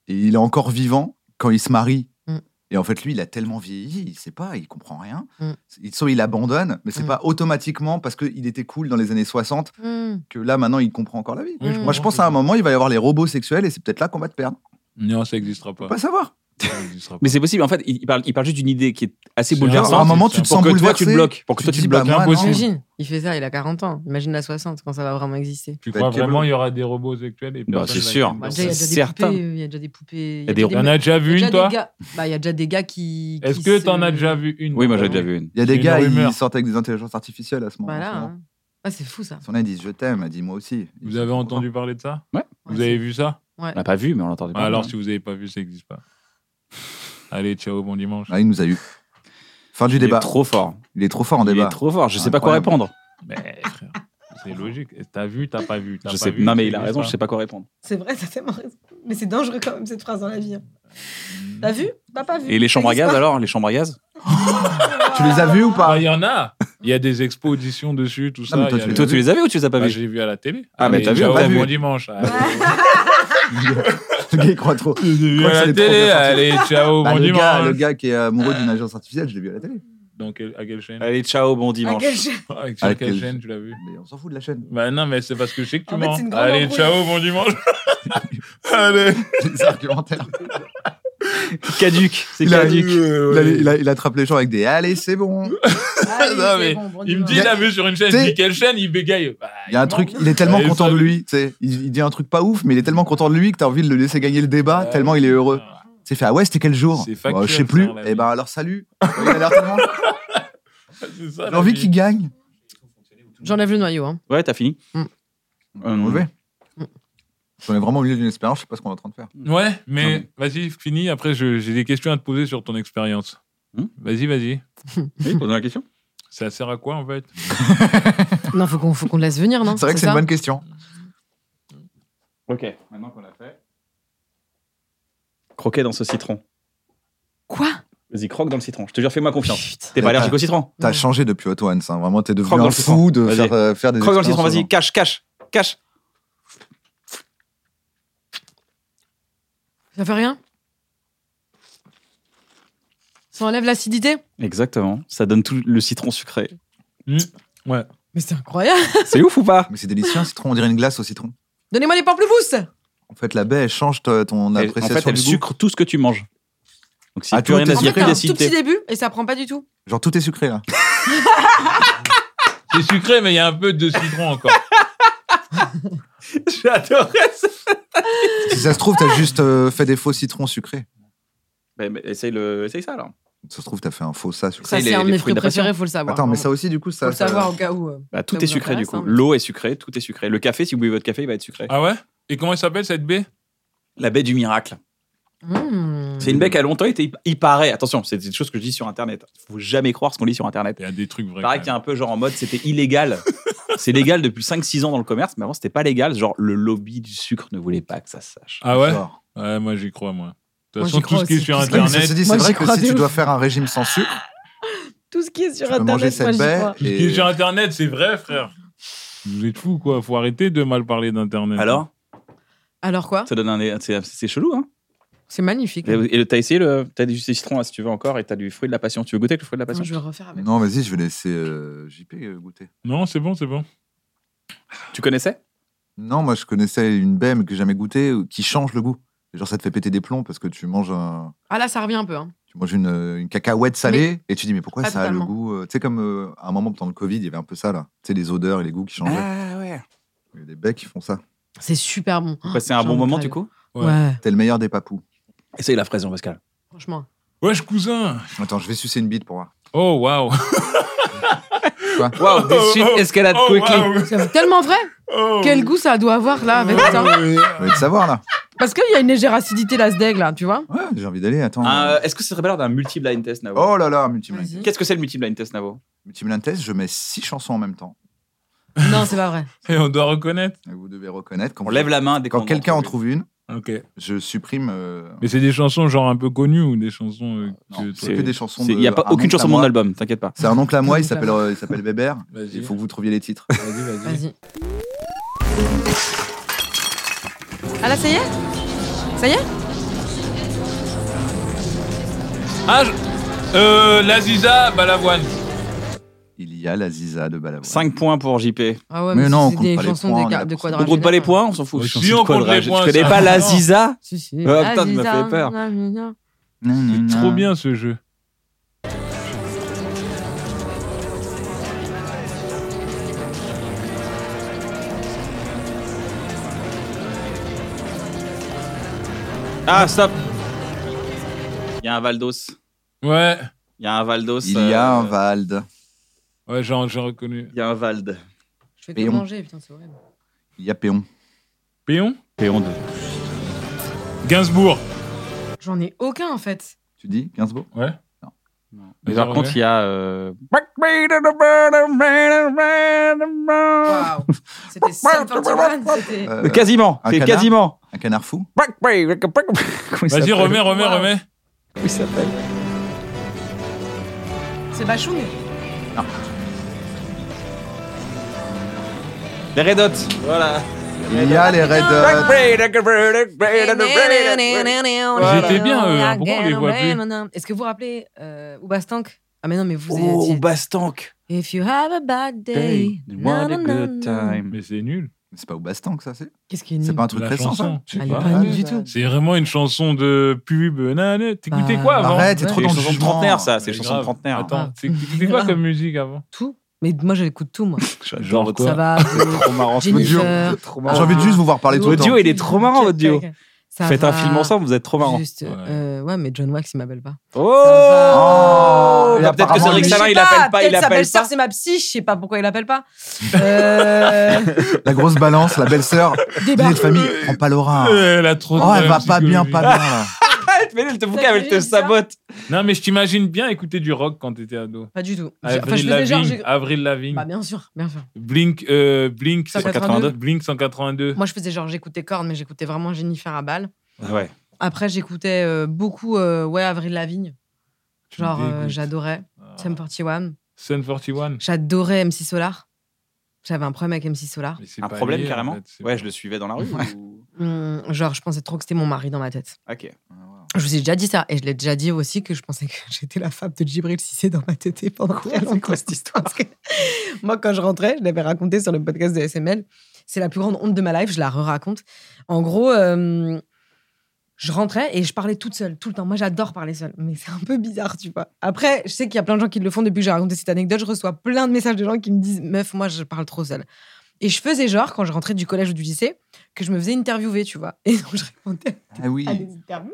D: et il est encore vivant quand il se marie.
B: Mm.
D: Et en fait, lui, il a tellement vieilli, il sait pas, il comprend rien.
B: Mm.
D: Il, soit il abandonne, mais c'est
B: Mm.
D: pas automatiquement parce qu'il était cool dans les années 60
B: Hmm.
D: que là, maintenant, il comprend encore la vie.
A: Oui,
B: Mm.
D: Moi, je pense à un moment, il va y avoir les robots sexuels et c'est peut-être là qu'on va te perdre.
A: Non, ça n'existera
D: On
A: pas.
D: peut pas savoir.
A: Ça existera pas.
C: Mais c'est possible. En fait, il parle, il parle juste d'une idée qui est assez
A: C'est
D: Alors, à
A: Personne,
D: un
C: bouleversante.
D: moment,
A: c'est
D: tu te
A: ça.
C: Pour
D: sens
C: que toi,
D: bouleversé.
C: tu te bloques. Pour que toi,
D: te
C: tu
D: dis,
C: te bloques.
D: bah, moi, non.
A: Impossible.
B: Imagine, il fait ça, il a 40 ans. Imagine à 60 quand ça va vraiment exister.
A: Tu
D: Bah,
A: crois
D: quel
A: vraiment il y aura des robots sexuels et
C: Bah,
A: personne
C: c'est
A: va
C: sûr.
A: ken
B: Bah,
A: des
B: déjà, il y a
C: C'est
B: déjà des
C: certain.
B: poupées, euh, Il y a déjà des poupées. Il
C: y a des-
A: robots. T'en as déjà
B: il y a
A: vu une,
B: déjà des
A: toi
B: gars- Bah, il y a déjà des gars qui.
A: Est-ce
B: qui
A: que
B: se-
A: t'en as déjà vu une
C: Oui, moi,
A: toi
C: j'ai déjà vu une.
D: Il y a des
A: une
D: gars,
A: rumeur.
D: ils sortent avec des intelligences artificielles à ce moment.
B: Voilà.
D: à ce moment.
B: hein. Ah, c'est fou ça.
D: Son aide, il dit Je t'aime, elle dit Moi aussi.
A: Vous avez entendu parler de ça
C: Ouais.
A: Vous
B: Ouais,
A: avez vu ça Bah,
C: On l'a pas vu, mais on l'entendait pas.
A: Alors, si vous n'avez pas vu, ça n'existe pas. Allez, ciao, bon dimanche.
D: Ah, il nous a eu. Fin du
C: Il
D: débat.
C: est trop fort.
D: Il est trop fort en
C: Il
D: débat.
C: est trop fort. Je sais pas quoi
D: Incroyable.
C: répondre.
A: Mais frère, c'est logique. T'as vu, t'as pas vu. t'as
C: Je
A: pas
C: sais.
A: vu,
C: Non,
A: ça
C: mais il a
A: existe
C: raison.
A: pas.
C: Je sais pas quoi répondre.
B: C'est vrai, ça c'est marrant. Mais c'est dangereux quand même cette phrase dans la vie. hein.
D: Mmh.
B: T'as vu T'as pas vu
C: Et les chambres à gaz alors Les chambres à gaz
D: Tu les as vus ou
A: Ah,
D: pas Ah,
A: il y en a Il y a des expos auditions dessus, tout ça.
D: mais toi,
A: il y a
D: tu
C: Mais
A: le-
C: Toi, tu les avais ou tu les as pas
A: Bah,
C: vus
A: j'ai vu à la télé.
C: Ah, mais
A: Allez,
C: t'as vu,
A: ciao,
C: t'as
A: bon
C: vu.
A: dimanche. Allez.
D: Le gars, il croit trop.
A: J'ai vu
D: Quoi,
A: à
D: ça
A: la
D: les trop
A: télé.
D: bien sortis.
A: Allez, ciao,
D: Bah,
A: bon
D: le, gars, le
A: dimanche.
D: gars qui est amoureux d'une agence artificielle, je l'ai vu à la télé.
A: Dans quel- à quelle chaîne
C: Allez, ciao, bon dimanche.
A: Oh, Avec
D: À
A: sur
D: quelle-
A: quelle chaîne tu l'as vu
D: Mais on s'en fout de la chaîne.
A: Bah non, mais c'est parce que je sais que tu
B: En fait,
A: mens.
B: c'est une grande
A: Allez,
B: embrouille.
A: ciao, bon dimanche. Allez.
D: Les argumentaires.
C: Caduc, c'est
D: Il a- euh,
C: caduc.
D: Il, a- il a- il attrape les gens avec des allez, c'est bon. Ah,
A: Non, mais Il me dit, il a vu sur une chaîne.
D: T'sais-
A: Je dis, quelle chaîne Il bégaye. Bah,
D: Il y a un
A: ment.
D: truc, il est tellement
A: Allez,
D: content de
A: salut.
D: lui. tu sais. Il, il dit un truc pas ouf, mais il est tellement content de lui que t'as envie de le laisser gagner le débat,
A: Ouais.
D: tellement il est heureux. C'est fait, ah ouais, c'était quel jour
A: C'est
D: Bah, Je sais
A: factuel,
D: plus.
A: ça, la
D: Eh
A: vie.
D: ben alors, salut. Il a l'air tellement-
A: C'est ça,
D: J'ai
A: la
D: envie
A: vie.
D: qu'il gagne.
B: J'enlève le noyau. Hein.
C: Ouais, t'as fini.
B: Mm.
C: Euh,
D: Enlevé.
B: Mm.
D: On est vraiment au milieu d'une expérience, je sais pas ce qu'on est en train de faire.
A: Ouais, mais
C: Non,
A: vas-y, finis. Après, je- j'ai des questions à te poser sur ton expérience.
C: Hmm
A: vas-y, vas-y.
C: Oui, posons la question.
A: Ça sert à quoi, en fait
B: Non, faut qu'on faut qu'on le laisse venir, non
D: C'est vrai que c'est
B: ça
D: une bonne question.
C: Ok. Maintenant qu'on l'a fait. Croquer dans ce citron.
B: Quoi
C: Vas-y, croque dans le citron. Je te jure, fais-moi confiance.
B: Putain.
D: Ah.
C: T'es pas allergique au citron.
D: T'as
B: Ouais.
D: changé depuis Otto Hans, hein. vraiment, t'es devenu
C: Croque dans
D: un
C: le citron.
D: fou de
C: Vas-y.
D: faire, euh, faire des
C: Croque dans le citron,
D: expériences
C: vas-y, cache, cache, cache.
B: Ça fait rien Ça enlève l'acidité
C: Exactement. Ça donne tout le citron sucré.
B: Mais c'est incroyable
C: C'est ouf ou pas
D: Mais c'est délicieux, un citron, on dirait une glace au citron.
B: Donnez-moi les pamplemousses
D: En fait, la baie, elle change ta- ton
C: Elle- En
D: appréciation
C: fait, elle
D: du goût.
C: sucre tout ce que tu manges. Donc si
D: Ah,
C: plus
D: tout
C: rien
D: est
C: à
B: En fait,
C: dire,
B: t'as
C: plus
B: un tout petit
C: d'acidité.
B: début et ça prend pas du tout.
D: Genre, tout est sucré, là.
A: C'est sucré, mais il y a un peu de citron encore.
C: J'adore.
D: si ça se trouve, t'as juste euh, fait des faux citrons sucrés.
C: Bah, Mais, mais essaye, le, essaye ça alors.
D: Ça se trouve, t'as fait un faux ça sucré.
C: Ça,
B: Ça,
C: il est-
B: c'est un
C: il
B: de
C: est
B: mes
C: fruit
B: fruits
C: de la passion.
B: préférés, faut le savoir.
D: Attends, mais
B: Vraiment.
D: ça aussi, du coup,
B: Faut
D: ça.
B: le savoir
D: ça-
B: au cas où. euh.
C: Bah, tout
B: Ça
C: est
B: vous
C: sucré du
B: intéresse,
C: coup.
B: hein, mais-
C: L'eau est sucrée, tout est sucré. Le café, si vous buvez votre café, il va être sucré.
A: Ah ouais Et comment il s'appelle, cette baie
C: La baie du miracle.
B: Mmh.
C: C'est une baie qui a longtemps été. hy- Il paraît, attention, c'est des choses que je dis sur Internet. Faut jamais croire ce qu'on lit sur Internet.
A: Il y a des trucs vrais.
C: Il paraît
A: quand
C: qu'il y a un peu genre en mode c'était illégal. c'est légal depuis 5-6 ans dans le commerce, mais avant c'était pas légal. Genre le lobby du sucre ne voulait pas que ça se sache.
A: même. Ah ouais
D: Genre.
A: Ouais, moi j'y crois, moi. De
B: Moi,
A: toute façon,
B: j'y
A: tout
B: crois
A: ce qui est
B: aussi.
A: sur
B: Ouais,
D: Non, mais ça
A: Internet.
D: se
B: Moi,
D: dit, c'est
B: j'y
D: vrai que
B: crois
D: si
B: de
D: tu
B: ouf.
D: dois faire un régime sans sucre,
B: Tout ce qui est sur
D: tu peux manger
B: Internet, moi,
D: cette
B: j'y
D: baie.
B: crois.
A: Tout ce qui est sur Internet, c'est vrai, frère. Vous êtes fous, quoi. Faut arrêter de mal parler d'Internet.
C: Alors
B: Alors quoi
C: Ça donne un. C'est c'est chelou, hein
B: C'est magnifique.
C: Et et le- t'as essayé le. T'as du citron là, si tu veux encore, et t'as du fruit de la passion. Tu veux goûter avec le fruit de la passion
B: Attends, je vais le refaire avec.
D: Non, vas-y, je vais laisser euh, JP goûter.
A: Non, c'est bon, c'est bon.
C: Tu connaissais
D: Non, moi, je connaissais une baie, mais que j'ai jamais goûté, euh, qui change le goût. Et Genre, ça te fait péter des plombs parce que tu manges un-
B: Ah là, ça revient un peu. hein.
D: Tu manges une, euh, une cacahuète salée et tu dis mais pourquoi
B: pas
D: ça a le
B: totalement.
D: goût euh, Tu sais comme euh, à un moment pendant le Covid il y avait un peu ça là, tu sais les odeurs et les goûts qui changeaient.
C: Ah ouais.
D: Il y a des baies qui font ça.
B: C'est super bon.
C: Passer un
B: Oh, J'en
C: bon
B: ai
C: moment
B: pas
C: du
B: eu.
C: coup
A: Ouais.
B: Ouais.
D: T'es le meilleur des papous.
C: Essaye la fraise, Pascal.
B: franchement.
A: Wesh, cousin
D: Attends je vais sucer une bite pour voir.
A: Oh, waouh
C: Wow,
A: this shit
C: escalade
A: Oh, waouh
B: C'est tellement vrai.
A: Oh.
B: Quel goût ça doit avoir là avec ça
D: Je vais te savoir là.
B: Parce qu'il y a une légère acidité là, ce deg là, tu vois.
D: Ouais j'ai envie d'aller. Attends.
C: euh, Est-ce que ce serait pas l'heure d'un multi-blind test, Navo
D: Oh là là multi-blind
B: Vas-y.
C: Qu'est-ce que c'est le multi-blind test, Navo
D: multi-blind test. Je mets six chansons en même temps.
B: Non, c'est pas vrai.
A: Et on doit reconnaître
D: Et Vous devez reconnaître quand,
C: On lève la main dès
D: quand
C: qu'on
D: quelqu'un en trouve une.
A: Ok.
D: Je supprime. euh,
A: Mais c'est des chansons genre un peu connues ou des chansons euh,
D: Non,
A: que-
D: c'est
C: c'est-
D: que des chansons.
C: Il
D: de-
C: n'y a pas
D: un
C: aucune
D: oncle à
C: chanson de mon
D: moi.
C: album, t'inquiète pas.
D: C'est un oncle à moi, il
B: Un oncle à
D: s'appelle
B: moi.
D: euh, il s'appelle Bébert.
A: Vas-y,
D: Il faut que vous trouviez les titres.
A: vas-y, vas-y.
B: Vas-y. Ah là, ça y est Ça y est
A: Ah, je... euh, l'Aziza Balavoine.
D: Il y a la Ziza de Balavoine.
C: 5 points pour JP.
B: Ah ouais,
D: Mais non, on
B: c'est
D: compte
B: des
D: pas les
B: chansons
D: points,
B: des
D: on a
B: ga- de
D: la
C: On
B: quadragénaire.
C: compte pas les points, on s'en fout.
A: Si,
C: Je suis
A: on compte
C: de Colorado.
A: les points,
C: Tu connais
A: ça.
C: pas la Ziza
B: Si, si.
C: Oh, putain, tu m'as fait peur.
A: C'est
C: Mmh.
D: C'est
A: trop bien ce jeu.
C: Ah, stop Il y a un Valdos.
A: Ouais,
C: Il y a un Valdos.
D: Il y a
C: euh,
D: un Valde.
A: ouais, j'ai j'ai reconnu.
C: Il y a un Vald.
B: Je fais
D: Et
B: que
D: on-
B: manger, putain, c'est horrible.
D: Il y a Péon.
A: Péon
C: Péon
A: Gainsbourg.
B: J'en ai aucun en fait.
D: Tu dis Gainsbourg
A: Ouais.
D: Non.
C: Mais par contre, il y a. euh,
B: Waouh C'était Sum 41, c'était.
D: Euh,
C: Euh, Quasiment,
D: un
C: c'est
D: canard
C: quasiment.
D: Un canard fou
A: Vas-y,
C: Vas-y,
A: remets, remets,
B: Wow.
A: remets.
C: Comment il s'appelle
B: C'est Bachung
C: Les Red Hot, voilà.
D: Il y a les Red Hot.
A: étaient bien, eux, hein. Pourquoi on les voit plus
B: Est-ce que vous vous rappelez euh, Oubastank Ah, mais non, mais vous
C: Oh,
B: avez dit-
C: Bastank.
B: If you have a bad day, na,
C: What a
B: na, na,
C: good
B: na.
C: time.
A: Mais c'est nul.
D: Mais C'est pas au Bastan que ça, c'est
B: Qu'est-ce qui est
D: C'est
B: nul
D: pas un truc
A: La
D: récent,
A: chanson.
D: ça Je sais
B: Ah, il est
D: pas.
B: pas nul
D: Ouais.
B: du tout.
A: C'est vraiment une chanson de pub. Nanana. T'écoutais
B: Bah,
A: quoi avant
D: Arrête, t'es
B: Ouais.
D: trop
C: C'est
D: dans
C: une
D: le
C: chanson de
D: jugement.
C: trentenaire, ça. C'est
A: Mais
C: une chanson
A: grave.
C: de trentenaire.
A: Attends,
B: Ah.
A: c'est- t'écoutais quoi comme musique avant
B: Tout Mais moi, j'écoute tout, moi.
C: J'adore votre
B: Ça va.
C: Trop marrant.
B: Jennifer.
D: J'ai envie de juste vous voir parler tout le
C: L'audio,
D: temps.
C: il est trop marrant,
B: Ok,
C: votre duo.
B: ok, ok. Ça
C: Faites un
B: va.
C: film ensemble, vous êtes trop marrants.
B: Juste,
A: Ouais.
B: euh, ouais, mais John Wax, il m'appelle pas.
C: Oh,
D: Oh,
C: Bah, Peut-être que
D: apparemment,
C: Cédric
D: il-
C: Salin,
B: Je sais
C: il appelle pas,
B: peut-être
C: il
B: sa
C: appelle
B: belle-sœur,
C: pas.
B: c'est ma psy, je sais pas pourquoi il appelle pas. Euh,
D: La grosse balance, la belle-sœur, dîner de
B: débarque.
D: famille, prends pas Laura.
A: Elle a trop de
D: Oh, elle
A: problèmes
D: va pas bien,
A: psychologiques.
D: pas bien. là.
C: Mais elle te boucle,
B: Ça fait
C: elle te
B: rire, ça.
C: sabote.
A: Non, mais je t'imagine bien écouter du rock quand t'étais ado.
B: Pas du tout. J'ai- Enfin, je
A: Avril
B: faisais genre.
A: Lavigne,
B: j'ai-
A: Avril Lavigne,
B: Bah, bien sûr, bien sûr.
A: Blink, euh, Blink
B: 182.
A: Blink 182.
B: Moi, je faisais genre, j'écoutais Korn, mais j'écoutais vraiment Jennifer à balle.
C: Ah ouais.
B: Après, j'écoutais euh, beaucoup, euh, ouais, Avril Lavigne.
A: Tu me
B: Genre, euh,
A: dégoûtes.
B: j'adorais.
A: Ah.
B: Sam 41.
A: Sun 41.
B: J'adorais MC Solar. J'avais un problème avec MC Solar.
A: Mais c'est
C: Un
A: pas
C: problème
A: lié, en
C: carrément.
A: fait, c'est
C: Ouais,
A: pas-
C: je le suivais dans la rue. ou-
B: Hum, genre, je pensais trop que c'était mon mari dans ma tête.
C: Ok.
B: Je vous ai déjà dit ça. Et je l'ai déjà dit aussi que je pensais que j'étais la femme de Djibril Cissé dans ma tête pendant très longtemps. cette histoire Moi, quand je rentrais, je l'avais raconté sur le podcast de SML. C'est la plus grande honte de ma life, je la re-raconte. En gros, euh, je rentrais et je parlais toute seule, tout le temps. Moi, j'adore parler seule, mais c'est un peu bizarre, tu vois. Après, je sais qu'il y a plein de gens qui le font depuis que j'ai raconté cette anecdote. Je reçois plein de messages de gens qui me disent Meuf, moi, je parle trop seule. Et je faisais genre, quand je rentrais du collège ou du lycée, que je me faisais interviewer, tu vois. Et donc, je répondais
D: Ah oui.
B: à des interviews.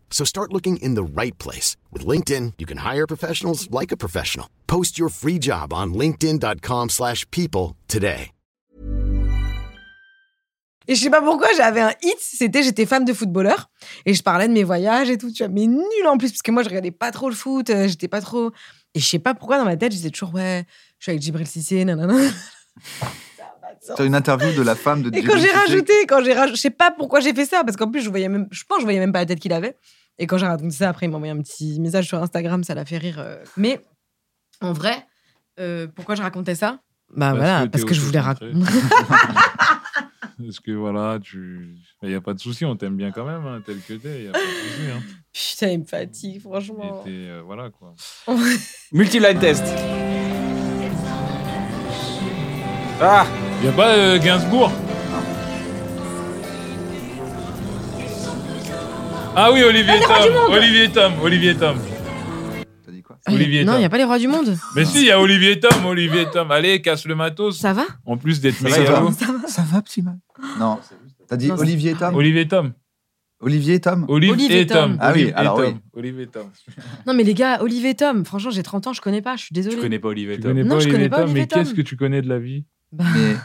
E: So start looking in the right place. With LinkedIn, you can hire professionals like a professional. Post your free job on linkedin.com/people slash people today.
B: Et je sais pas pourquoi, j'avais un hit, c'était j'étais femme de footballeur et je parlais de mes voyages et tout, tu vois, mais nul en plus parce que moi je regardais pas trop le foot, euh, j'étais pas trop et je sais pas pourquoi dans ma tête, je disais toujours ouais, je suis avec Djibril Cissé, nanana. Ça a pas de sens.
D: T'as une interview de la femme de
B: Et
D: Djibril
B: quand j'ai
D: Cissé.
B: rajouté, quand j'ai raj- je sais pas pourquoi j'ai fait ça, parce qu'en plus je voyais même, je pense que je voyais même pas la tête qu'il avait. Et quand j'ai raconté ça, après il m'a envoyé un petit message sur Instagram, ça l'a fait rire. euh. Mais en vrai, euh, pourquoi je racontais ça Bah
A: Parce
B: voilà,
A: que
B: parce
A: t'es
B: que je voulais
A: autocentré.
B: raconter.
A: Parce que voilà, tu. Il n'y a pas de souci, on t'aime bien quand même, hein, tel que t'es. Il a pas de souci. Hein.
B: Putain, il me fatigue,
A: Et
B: franchement.
A: t'es, euh, voilà quoi.
C: Multiline test. Ah
A: Il a pas euh, Gainsbourg Ah oui, Olivier Tom. Olivier Tom. Olivier Tom.
D: T'as dit quoi
B: Ah, y a-
A: Olivier
B: non, il
A: Tom.
B: n'y a pas les rois du monde.
A: Mais si, il y a Olivier Tom. Olivier Tom. Allez, casse le matos.
B: Ça va
A: En plus d'être
C: Ça va,
A: méga
D: ça va.
A: lourd.
D: Ça va, petit mal Non. T'as dit
B: Non, c'est-
D: Olivier et Tom
A: Olivier Tom.
D: Olivier et Tom
A: Olive
B: Olive et
A: et Tom.
B: Tom.
D: Ah oui,
A: Olive et
D: alors oui.
A: Tom. Olive et Tom.
B: Non, mais les gars, Olivier Tom, franchement, j'ai 30 ans, je connais pas, je suis désolée.
C: Tu connais pas Olivier
A: Tu
C: Tom.
A: connais
B: Non,
A: pas
B: je connais
A: Olivier
B: pas
A: Tom,
B: Olivier
A: mais qu'est-ce
B: Tom.
A: que tu connais de la vie
B: Bah,
D: Mais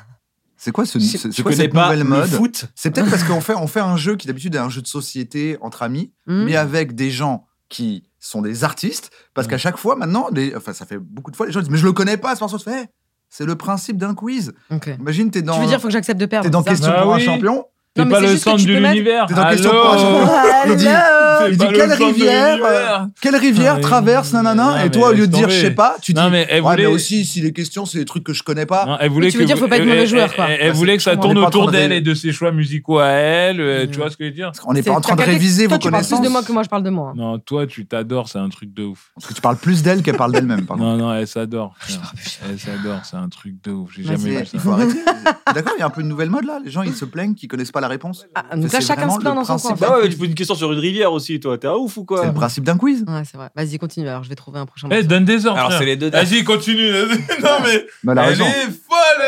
D: c'est quoi ce, c'est- c'est
C: Tu
D: quoi
C: connais
D: cette
C: pas
D: nouvelle
C: le
D: mode
C: foot
D: C'est peut-être parce qu'on fait, on fait un jeu qui d'habitude est un jeu de société entre amis,
B: hmm.
D: mais avec des gens qui sont des artistes, parce qu'à chaque fois maintenant, les- enfin ça fait beaucoup de fois, les gens disent mais je le connais pas ce morceau, Je fais, Eh, c'est le principe d'un quiz.
B: Ok.
D: Imagine t'es
B: Tu
D: dans,
B: veux dire, faut que j'accepte de perdre.
D: t'es dans
B: c'est ça
D: question
A: Ah
D: pour un
A: oui.
D: champion,
B: Non,
A: T'es
B: mais
A: pas
B: c'est
A: le
B: juste que
A: centre
B: tu
A: de
B: peux mettre-
A: l'univers.
D: t'es dans question
A: Allô
D: pour un champion. Il dit-
B: Hello
D: il dit
A: pas le
D: quelle
A: centre de
D: rivière, euh,
A: l'univers.
D: quelle rivière
A: Ah,
D: traverse
A: mais-
D: nanana,
A: non,
D: et toi au
A: mais
D: lieu de
A: laisse
D: dire
A: tomber.
D: je sais pas, tu dis
A: Non, mais elle
D: ouais, mais
A: voulait-
D: aussi si les questions c'est des trucs que je connais pas.
A: Non, elle voulait
B: Oui, tu veux
A: que-
B: dire, faut pas être
A: elle-
B: mauvais
A: elle-
B: joueur, quoi.
A: Elle, elle
D: Ah,
B: Ouais,
A: voulait que
B: c'est
A: ça
B: sûr,
A: tourne
D: on est pas en
A: autour
D: train de
A: d'elle
D: ré-
A: et de ses choix musicaux à elle. euh,
B: Mm.
A: Tu vois ce que je veux dire
D: On n'est pas
B: C'est-
D: en train de
B: t'as capté-
D: réviser
B: toi,
D: vos
B: tu parles
D: connaissances.
B: plus de moi que moi, je parle de moi. hein.
A: Non, toi, tu t'adores, c'est un truc de ouf.
D: Parce que tu parles plus d'elle qu'elle parle d'elle-même, pardon.
A: Non, non, elle s'adore. frère. Elle s'adore, c'est un truc de ouf. J'ai
B: Vas-y.
A: jamais
D: Mais
A: vu ça.
D: il faut arrêter. T'es D'accord, il y a un peu une nouvelle mode là. Les gens ils se plaignent qu'ils connaissent pas la réponse.
B: Ah, donc
D: Bah, C'est
B: là, chacun
D: vraiment
B: se plaint
D: le
B: dans son coin.
D: principe.
C: Bah ouais, mais tu poses une question sur une rivière aussi, toi. T'es un ouf ou quoi
D: C'est le principe d'un quiz.
B: Ouais, c'est vrai. Vas-y, continue. Alors, je vais trouver un prochain.
A: Eh,
B: morceau.
A: donne des ordres.
C: Alors,
A: frère.
C: c'est les deux
A: Vas-y, continue. non, mais.
D: Mais elle a
A: elle
D: raison.
A: est folle,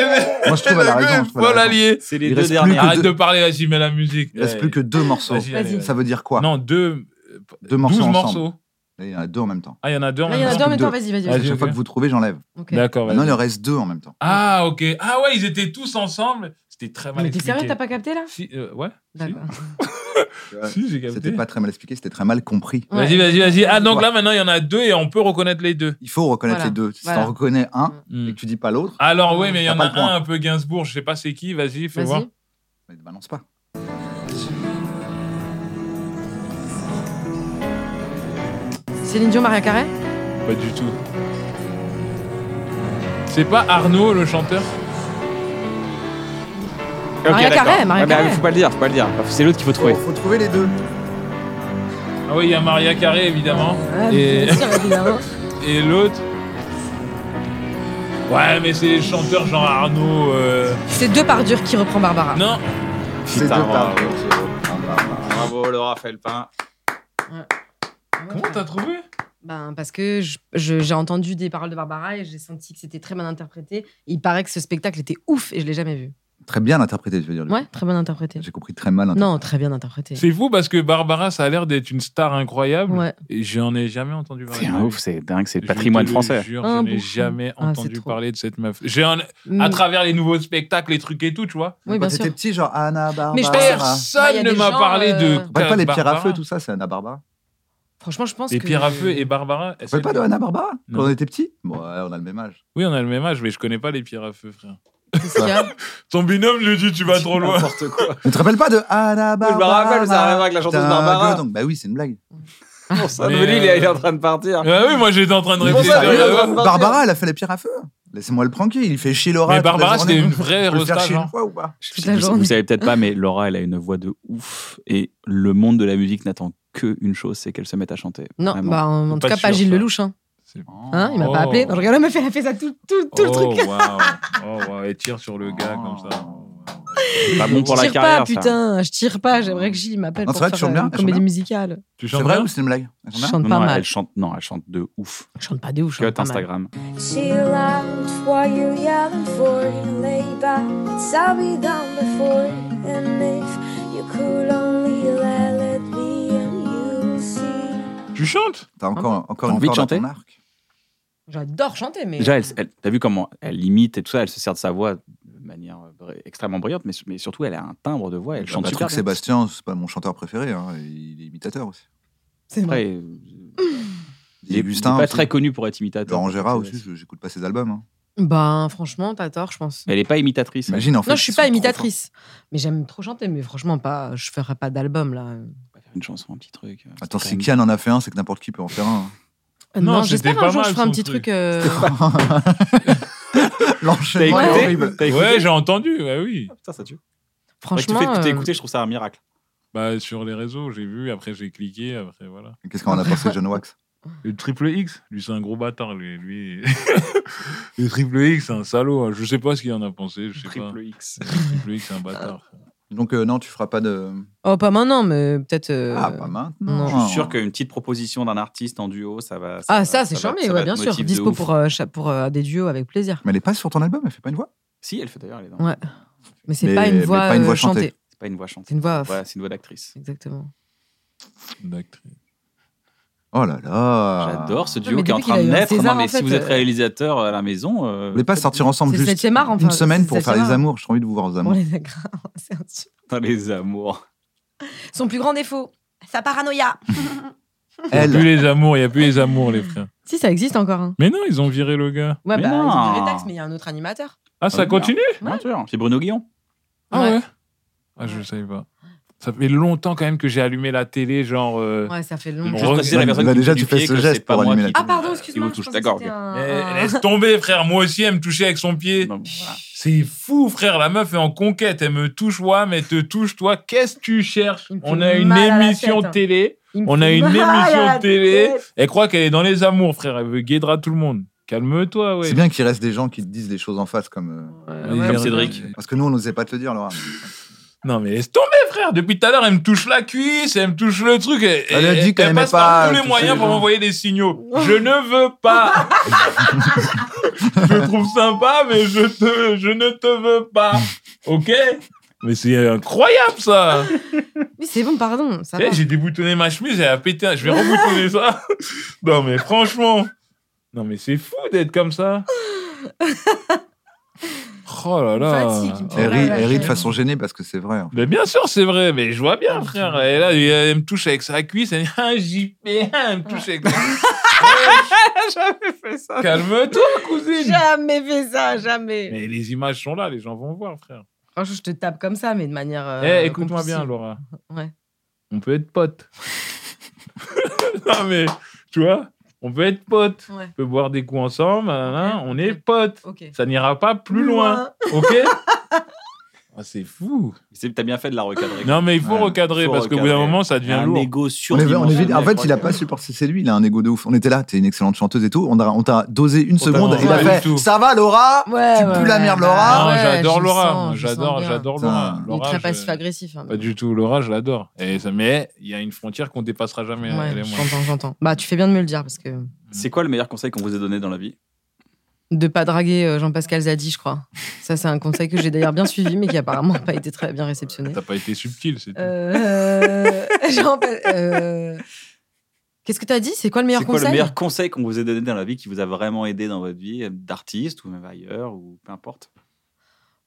A: elle est.
D: Moi je trouve elle a
A: le gars
D: raison.
A: est
D: je trouve
A: folle
D: elle a raison.
A: alliée.
C: C'est les
D: Il
C: deux
D: reste plus
C: dernières.
D: que
C: Arrête
A: Arrête
C: de-
A: de parler, vas-y, mets la musique.
D: Il reste plus que deux morceaux.
A: Vas-y, allez,
B: Vas-y.
D: Ça veut dire quoi
A: Non, deux. euh,
D: Deux morceaux
A: douze
D: ensemble.
A: morceaux.
D: Et Il y en a deux en même temps.
A: Ah, il y en a deux en
B: Là, il y en
A: même
B: a
A: temps.
B: deux en même temps.
D: Deux.
B: Vas-y, vas-y.
A: Vas-y.
D: À chaque
A: ok.
D: fois que vous trouvez, j'enlève.
B: Ok.
A: D'accord, vas-y.
D: Maintenant il en reste deux en même temps.
A: Ah, ok. Ah ouais, ils étaient tous ensemble. C'était très mal
B: Mais t'es
A: expliqué.
B: sérieux, t'as pas capté là
A: Si, euh, ouais.
B: D'accord.
A: Si, si, j'ai capté.
D: C'était pas très mal expliqué, c'était très mal compris.
B: Ouais.
A: Vas-y, vas-y, vas-y. Ah, donc là, maintenant, il y en a deux et on peut reconnaître les deux.
D: Il faut reconnaître
B: Voilà.
D: les deux. Si
B: Voilà.
D: t'en reconnais un
A: Hmm.
D: et que tu dis pas l'autre,
A: Alors, oui, mais il y
D: T'as
A: en
D: pas le
A: a
D: point.
A: un un peu Gainsbourg, je sais pas c'est qui. Vas-y, fais voir.
B: Vas-y.
D: mais bah, ne balance pas.
B: Céline Dion, Maria Carré
A: Pas du tout. C'est pas Arnaud, le chanteur
C: Ok,
B: Maria
C: d'accord.
B: Carré, Maria
C: Ouais, mais
B: Carré.
C: Faut pas le dire, faut pas le dire. C'est l'autre qu'il faut trouver.
D: Faut trouver les deux.
A: Ah oui, il y a Maria Carré, évidemment.
B: Ah,
A: Et-
B: bien sûr, évidemment.
A: Et l'autre Ouais, mais c'est les chanteurs genre Arnaud. euh,
B: C'est deux par dur qui reprend Barbara.
A: Non
D: C'est
C: Putain,
D: deux
C: bravo.
D: par deux.
C: Bravo, Laura Felpin.
A: Comment t'as trouvé
B: Ben, parce que je- je- j'ai entendu des paroles de Barbara et j'ai senti que c'était très bien interprété. Il paraît que ce spectacle était ouf et je l'ai jamais vu.
D: Très bien interprété, je veux dire.
B: Ouais, très bien interprété.
D: J'ai compris très mal.
B: Non, très bien interprété.
A: C'est fou parce que Barbara, ça a l'air d'être une star incroyable.
B: Ouais.
A: Et j'en ai jamais entendu parler.
C: C'est un ouf, c'est dingue, c'est
A: Je
C: le patrimoine
A: te le
C: français.
A: jure,
B: Un
A: je n'ai
B: bouffon.
A: jamais
B: Ah, c'est
A: entendu
B: trop.
A: parler de cette meuf. J'ai un-
B: Mm.
A: à travers les nouveaux spectacles, les trucs et tout, tu vois.
B: Oui,
D: Quand
B: bien
D: t'étais
B: sûr.
D: petit, genre Anna Barbara.
B: Mais je pense- Bah, il y a
A: Personne ne
B: des
A: m'a
B: gens,
A: parlé de.
B: euh,
D: On appelle pas les pierres à
A: Barbara.
D: feu, tout ça, c'est Anna Barbara.
B: Franchement, je pense
A: Les
B: que.
A: pierres à feu et Barbara.
D: On appelle pas de Anna Barbara
A: Non.
D: quand on était petit Bon, ouais, on a le même âge.
A: Oui, on a le même âge, mais je connais pas les pierres à feu, frère.
B: Qu'est-ce qu'il y a
A: Ton binôme, je lui dis, tu vas trop loin.
C: N'importe quoi.
D: On te rappelle pas de Anna
C: me
D: Barbara
C: rappelle, ça a rien à voir avec la chanteuse
D: D'un
C: Barbara.
D: gueux, donc- Bah oui, c'est une blague.
C: Pour ça,
A: Mais,
C: Noélie, il est- il est
A: euh,
C: en train de partir.
A: Ah oui, moi j'étais en train de
C: C'est pour
A: répéter.
C: ça, il est en
A: euh,
C: train de partir.
D: Barbara, elle a fait les pierres à feu. Laissez-moi le tranquille, il fait chier Laura.
A: Mais
D: toute la
A: Barbara,
D: journée.
A: c'était une vraie hein.
D: Faut le faire
A: resta,
D: chier
A: genre.
D: une fois ou pas
B: Toute la
C: vous,
B: journée.
C: vous savez peut-être pas, mais Laura, elle a une voix de ouf. Et le monde de la musique n'attend qu'une chose, c'est qu'elle se mette à chanter.
B: Non,
C: Vraiment.
B: bah, en
A: Pas
B: tout cas,
A: sûr,
B: pas Gilles
A: ça.
B: Lelouch. Hein. Hein, il m'a pas
A: Oh.
B: appelé. Non, je regarde la meuf, elle a fait ça tout, tout, tout le truc.
A: Oh, waouh. Oh, waouh. Elle tire sur le gars comme ça.
C: Pas bon pour
B: je
C: la
B: tire
C: carrière.
B: pas,
C: ça.
B: putain. Je tire pas. J'aimerais que Gilles m'appelle
D: Non,
B: pour
D: c'est vrai, tu
B: faire
D: chantes
B: euh,
D: bien,
B: une
D: elle chante
B: comédie
D: bien.
B: musicale.
A: Tu
D: C'est
A: chantes
D: vrai
A: bien
D: ou c'est une blague Elle chante
B: Je
D: bien
B: chante
C: Non,
B: pas
C: non,
B: mal.
C: elle chante, non, elle chante de ouf.
B: Je chante pas de ouf. je chante
C: Cut
B: pas mal.
C: Instagram.
F: She laughed while you yelling for it. Lay back, I'll be down before it. And if you could only let it be, and you'll see.
A: Tu chantes
D: T'as encore, encore
C: T'as
D: une
C: Hein envie de
D: corde à ton
C: chanter
D: arc
B: J'adore chanter, mais.
C: Déjà, elle, elle- t'as vu comment elle imite et tout ça, elle se sert de sa voix de manière euh, bri- extrêmement brillante, mais, mais surtout, elle a un timbre de voix, elle chante
D: Bah, Je
C: super
D: trouve que
C: bien.
D: Sébastien, c'est pas mon chanteur préféré, hein, il est imitateur aussi.
B: C'est vrai.
C: Après, euh, il
D: Didier
C: est- il est
D: Gustin
C: pas
D: aussi.
C: très connu pour être imitateur.
D: Laurent Gérard
C: C'est-
D: aussi, je- j'écoute pas ses albums. hein.
B: Ben, franchement, t'as tort, je pense.
C: Mais elle est pas imitatrice.
D: T'imagines en fait.
B: Non, je suis
D: ils
B: pas
D: sont trop
B: imitatrice. Mais j'aime trop chanter, mais franchement, pas. Je ferai pas d'album, là.
C: On va faire Une chanson, un petit truc. euh,
D: forts. Attends,
C: c'est
D: si
C: quand
D: Kian en a fait un, c'est que n'importe qui peut en faire un. hein.
B: Euh,
A: Non,
B: Non,
A: c'était
B: j'espère
A: pas
B: un jour,
A: mal,
B: je ferai un
A: son
B: petit
A: truc.
B: truc. euh,
C: même-
D: L'enchaînement
C: T'as
D: est
C: écouté
D: horrible.
C: T'as écouté
A: Ouais, j'ai entendu, bah oui.
C: Ah, Putain, ça tue. Faudrait que tu
B: Franchement.
C: fais- que t'aies
B: euh,
C: écouté, je trouve ça un miracle.
A: Bah, sur les réseaux, j'ai vu, après j'ai cliqué, après voilà.
D: Qu'est-ce qu'on en a pensé de John Wax
A: Le triple X, lui, c'est un gros bâtard, lui. lui. le triple X, c'est un salaud. hein. Je sais pas ce qu'il en a pensé, je sais pas.
C: Triple X.
A: Le triple X, c'est un bâtard.
D: Donc, euh, non, tu feras pas de.
B: Oh, pas maintenant, mais peut-être. euh,
D: Ah, pas
B: non.
D: maintenant.
C: Je suis sûr qu'une petite proposition d'un artiste en duo, ça va.
B: Ah,
C: va-
B: ça, c'est
C: va-
B: charmé,
C: ça va
B: ouais,
C: te
B: bien sûr.
C: motive de
B: Dispo
C: ouf.
B: pour, euh, cha- pour euh, des duos avec plaisir.
D: Mais elle est pas sur ton album, elle fait pas une voix
C: Si, elle fait d'ailleurs, elle est dans.
B: Ouais. Mais c'est
D: Mais-
B: pas une
D: mais
B: voix,
D: pas une voix
B: euh, chantée.
D: chantée.
C: C'est pas une voix chantée.
B: C'est une voix.
C: Ouais, c'est une voix d'actrice.
B: Exactement.
A: D'actrice.
D: Oh là là
C: J'adore ce
B: Non,
C: duo
B: mais
C: qui est en
B: depuis qu'il
C: train
B: a
C: de
B: eu un
C: naître. Non,
B: César,
C: mais
B: en
C: si
B: fait,
C: vous êtes
B: euh,
C: réalisateur à la maison. euh,
D: Vous voulez pas sortir ensemble
B: C'est le
D: juste
B: septième art, enfin,
D: une semaine
B: c'est
D: pour
B: le
D: faire
B: septième
D: les
B: art.
D: amours J'ai envie de vous voir aux
B: Pour
D: amours.
B: les agrar- c'est un tube.
C: Putain, les amours.
B: Son plus grand défaut, sa paranoïa.
A: Il n'y a plus
D: Elle,
A: les amours, il n'y a plus les amours, les frères.
B: Si, ça existe encore. hein.
A: Mais non, ils ont viré le gars.
B: Ouais,
C: Mais
B: bah, ils ont des
C: non.
B: taxes, mais il y a un autre animateur.
A: Ah, ça
C: Ouais.
A: continue
C: Bien sûr. C'est Bruno Guillon.
A: Ah ouais
B: Ouais.
A: Ah, je savais pas. Ça fait longtemps quand même que j'ai allumé la télé, genre. euh,
B: Ouais, ça fait
C: Je
B: long.
C: veux Juste préciser à la personne
D: Bah,
C: qui me
D: déjà,
C: touche
D: tu
C: du
D: fais
C: pied
D: ce
C: que
D: geste
C: c'est pas
D: pour
C: moi
D: allimer
C: qui-
D: la-
B: Ah, pardon,
C: Qui vous
B: excuse-moi. je
C: touche
B: pensais
C: la
B: que
C: gorge.
B: c'était un-
A: Eh,
B: un-
A: laisse tomber, frère. Moi aussi, elle me touchait avec son pied.
C: Non, voilà.
A: C'est fou, frère. La meuf est en conquête. Elle me touche, moi, mais elle te touche, toi. Qu'est-ce que tu cherches
B: Il me fait
A: On a une
B: mal à la
A: émission
B: tête, hein.
A: télé.
B: Il me
A: On
B: fait
A: a une
B: mal à la
A: émission télé.
B: tête.
A: Elle croit qu'elle est dans les amours, frère. Elle veut guédra tout le monde. Calme-toi, ouais.
D: c'est bien qu'il reste des gens qui te disent des choses en face comme.
A: Ouais,
D: euh,
C: Comme
A: ouais,
C: Cédric.
A: ouais.
D: Parce que nous, on n'osait pas te le dire, Laura.
A: Non, mais laisse tomber, frère. Depuis tout à l'heure, elle me touche la cuisse, elle me touche le truc. Elle,
D: Elle a dit qu'elle aimait
A: passe
D: pas
A: par tous les
D: toucher
A: moyens
D: les
A: pour
D: gens.
A: m'envoyer des signaux. Je ne veux pas. je te trouve sympa, mais je, te, je ne te veux pas. OK mais c'est incroyable ça!
B: Oui, c'est bon, pardon. Ça
A: Eh,
B: va.
A: j'ai déboutonné ma chemise, elle a pété, je vais reboutonner ça! Non mais franchement! Non mais c'est fou d'être comme ça! Oh là là!
B: Fatigue, il me fait
D: Elle
B: Oh là
D: rit-
B: là,
D: elle rit de
B: j'ai-
D: façon gênée parce que c'est vrai. hein. en fait.
A: Mais bien sûr, c'est vrai, mais je vois bien, frère. Et là, elle me touche avec sa cuisse, elle dit Ah, JP, elle me touche avec sa cuisse.
B: jamais fait ça.
A: Calme-toi, cousine.
B: Jamais fait ça, jamais.
A: Mais les images sont là, les gens vont voir, frère.
B: Franchement, je te tape comme ça, mais de manière.
A: Eh,
B: euh,
A: écoute-moi
B: compulsive.
A: bien, Laura.
B: Ouais.
A: On peut être potes. non, mais tu vois, on peut être potes.
B: Ouais.
A: On peut boire des coups ensemble, nanana,
B: Ok.
A: on est potes.
B: Ok.
A: Ça n'ira pas plus loin, ok Ah, c'est fou.
C: C'est- T'as bien fait de la recadrer.
A: Non, mais il faut
D: Ouais,
A: recadrer
C: faut
A: parce qu'au bout d'un
C: recadrer.
A: moment, ça devient
C: un
A: lourd.
C: égo
D: On est- on est-
C: surdimensionné.
D: en fait, il a pas supporté. C'est lui, il a un ego de ouf. On était là, t'es une excellente chanteuse et tout. On t'a- on t'a dosé une seconde.
A: dosé
D: Il a
A: du
D: fait
A: tout.
D: Ça va, Laura
B: Ouais,
D: Tu
B: ouais,
D: pues la
B: ouais,
D: merde,
B: bah,
D: Laura
A: Non,
B: ouais,
A: j'adore
B: je le
A: Laura.
B: sens,
A: moi,
B: je le
A: J'adore,
B: sens bien.
A: j'adore
D: Putain,
A: Laura.
B: Il est
A: Laura,
B: très
A: je-
B: passif-agressif. hein,
A: Pas du tout. Laura, je l'adore. Et ça, mais il y a une frontière qu'on dépassera jamais.
B: Ouais,
A: elle et moi.
B: j'entends, j'entends. Bah, tu fais bien de me le dire parce que
C: C'est quoi le meilleur conseil qu'on vous ait donné dans la vie
B: de pas draguer euh, Jean-Pascal Zadi, je crois. Ça, c'est un conseil que j'ai d'ailleurs bien suivi, mais qui apparemment n'a pas été très bien réceptionné.
A: T'as pas été subtil, c'est tout.
B: Euh, Jean- euh, Qu'est-ce que t'as dit C'est quoi le meilleur
C: C'est quoi le
B: conseil
C: meilleur conseil qu'on vous ait donné dans la vie qui vous a vraiment aidé dans votre vie euh, d'artiste ou même ailleurs ou peu importe Bah,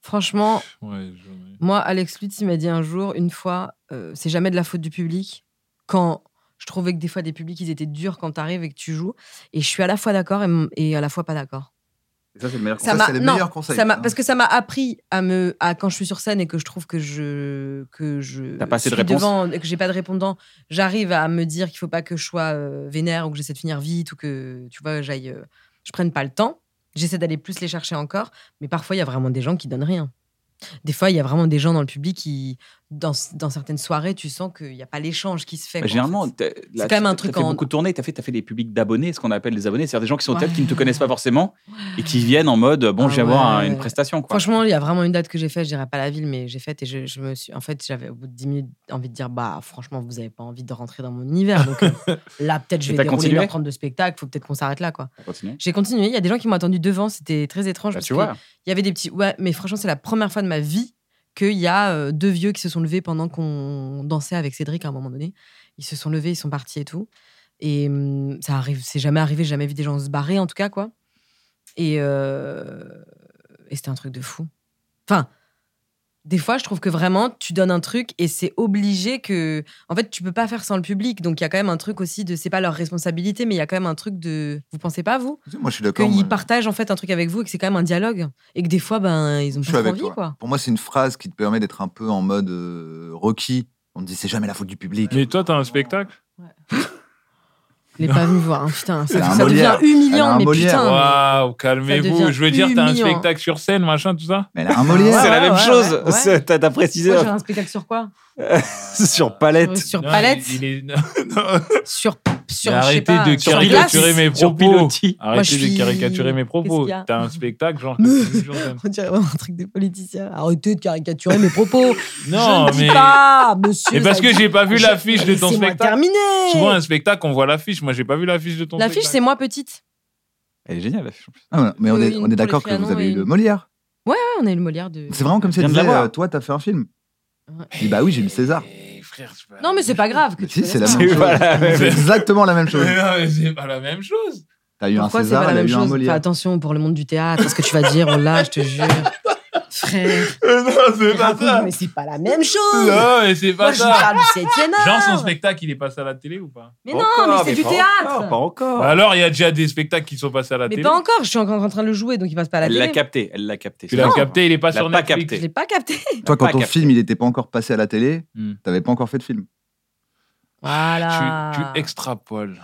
B: Franchement,
A: Ouais, j'en ai-
B: moi, Alex Lutz, il m'a dit un jour, une fois, euh, c'est jamais de la faute du public. Quand je trouvais que des fois des publics, ils étaient durs quand t'arrives et que tu joues, et je suis à la fois d'accord et m- et à la fois pas d'accord.
C: Et Ça, c'est le meilleur
B: ça
C: conseil.
B: m'a
D: c'est les
B: non,
D: meilleurs conseils,
B: ça m'a-
D: ça.
B: parce que ça m'a appris à me à quand je suis sur scène et que je trouve que je que je
C: T'as pas assez de
B: suis
C: réponses.
B: devant et que j'ai pas de répondant, j'arrive à me dire qu'il faut pas que je sois euh, vénère ou que j'essaie de finir vite ou que tu vois j'aille euh, je prenne pas le temps. J'essaie d'aller plus les chercher encore, mais parfois il y a vraiment des gens qui donnent rien. Des fois, il y a vraiment des gens dans le public qui, dans, dans certaines soirées, tu sens qu'il n'y a pas l'échange qui se fait.
C: Bah,
B: quoi, en
C: généralement,
B: fait.
C: c'est
B: quand même un truc
C: T'as fait
B: en-
C: beaucoup de tournées, t'as fait, t'as fait des publics d'abonnés, ce qu'on appelle des abonnés, c'est-à-dire des gens qui sont au théâtre,
B: Ouais.
C: qui ne te connaissent pas forcément et qui viennent en mode bon,
B: Ah
C: je viens voir un-
B: ouais.
C: une prestation. Quoi.
B: Franchement, il y a vraiment une date que j'ai faite, je dirais pas la ville, mais j'ai faite et je, je me suis. En fait, j'avais au bout de 10 minutes envie de dire Bah, franchement, vous avez pas envie de rentrer dans mon univers. Donc euh, là, peut-être, je
C: Et
B: vais
C: t'as
B: dérouler
C: continué
B: une heure trente de spectacle, faut peut-être qu'on s'arrête là, quoi.
C: T'as continué
B: J'ai continué, il y a des gens qui m'ont attendu devant, c'était très étrange.
C: Bah,
B: parce
C: Tu
B: que
C: vois,
B: Il y avait des petits. Ouais, mais franchement, c'est la première fois de ma vie qu'il y a euh, deux vieux qui se sont levés pendant qu'on dansait avec Cédric à un moment donné. Ils se sont levés, ils sont partis et tout. Et hum, ça arrive, c'est jamais arrivé, j'ai jamais vu des gens se barrer en tout cas, quoi. Et, euh, et c'était un truc de fou. Enfin, des fois, je trouve que vraiment, tu donnes un truc et c'est obligé que. En fait, tu peux pas faire sans le public. Donc, il y a quand même un truc aussi de. C'est pas leur responsabilité, mais il y a quand même un truc de. Vous pensez pas, vous
D: Moi, je suis d'accord. moi.
B: qu'ils partagent en fait un truc avec vous et que c'est quand même un dialogue et que des fois ben ils ont
D: Je
B: pas trop
D: suis avec
B: envie
D: toi.
B: quoi.
D: Pour moi, c'est une phrase qui te permet d'être un peu en mode euh, Rocky. On te dit c'est jamais la faute du public.
A: Mais toi, t'as un spectacle
B: Il est pas venu voir hein, putain ça,
D: Elle a un
B: ça devient
D: Molière. Elle a
B: humiliant
D: un
B: mais
D: Molière.
B: putain.
A: Waouh, calmez-vous.
B: devient
A: Je veux dire, t'as un
B: humiliant.
A: spectacle sur scène, machin, tout ça
D: Mais elle a un Molière.
C: c'est la
B: Ah ouais,
C: même
B: ouais,
C: chose.
B: ouais, ouais.
C: C'est- T'as t'as précisé
B: Moi, Ah, j'ai un spectacle sur quoi
C: sur palette.
B: Sur, sur
A: Non,
B: palette
A: il- il est-
B: Sur sur
A: Mais
B: je sais
A: arrêtez
B: pas,
A: de
B: sur
A: caricaturer
B: glace.
A: mes
C: sur
A: propos.
C: pilotis.
B: Moi,
A: Arrêtez
B: je
A: de
B: suis-
A: caricaturer mes
B: Qu'est-ce
A: propos.
B: qu'il y a
A: T'as un spectacle, genre. t'as une journée.
B: On dirait vraiment un truc des politiciens. Arrêtez de caricaturer mes propos.
A: Non,
B: je ne
A: mais.
B: dis pas, monsieur.
A: Et parce que j'ai pas vu
B: Je-
A: l'affiche de ton
B: moi
A: spectacle.
B: terminer.
A: Souvent, un spectacle, on voit l'affiche. Moi, j'ai pas vu l'affiche de ton
B: L'affiche, c'est
A: spectacle.
B: moi petite.
C: Elle est géniale, l'affiche. en plus.
D: Ah, voilà. Mais on
B: Oui,
D: est,
B: une
D: on est d'accord
B: pour
D: que
B: les
D: vous
B: Flamands
D: avez
B: et
D: eu le
B: une-
D: Molière.
B: Ouais, on a eu le Molière de.
D: C'est vraiment comme si
C: Viens
D: elle
C: de la
D: disait
C: voir.
D: euh, Toi, t'as fait un film.
B: Ouais.
D: Je dis, Bah oui, j'ai eu le César.
A: Eh, frère, c'est pas-
B: Non, mais c'est pas grave. Que
D: Mais
B: tu
D: si,
B: connaisses
D: c'est la
B: pas.
C: C'est
D: même
C: pas la
D: chose.
C: même
D: C'est exactement la même chose.
A: Mais non, mais c'est pas la même chose.
D: T'as eu un
B: Pourquoi c'est
D: César,
B: pas
D: elle
B: la
D: a
B: même
D: eu un
B: chose Fais
D: Molière.
B: attention pour le monde du théâtre, ce que tu vas dire, on l'a, je te jure. Frère,
A: Euh, Non, c'est pas
B: raconte,
A: ça.
B: mais c'est pas la même chose
A: Non, mais c'est
B: Moi,
A: pas
B: je
A: ça.
B: parle du 7 art
A: Genre, son spectacle, il est passé à la télé ou pas
B: hein. Mais
C: Pas
B: non,
C: encore,
B: mais c'est du
C: pas
B: théâtre.
C: encore, Pas encore.
A: Bah Alors, il y a déjà des spectacles qui sont passés à la
B: Mais
A: télé.
B: pas encore, je suis encore en train de le jouer, donc il passe pas à la
C: Elle l'a
B: télé.
C: capté, elle l'a capté.
A: Tu l'as
C: Non.
A: capté, il est pas
C: L'a
A: sur
C: pas
A: Netflix.
C: capté.
B: Je l'ai pas capté.
D: Toi,
C: pas
D: quand ton
C: capté.
D: film, il était pas encore passé à la télé,
A: Hmm.
D: t'avais pas encore fait de film.
B: Voilà.
A: Tu, tu extrapoles.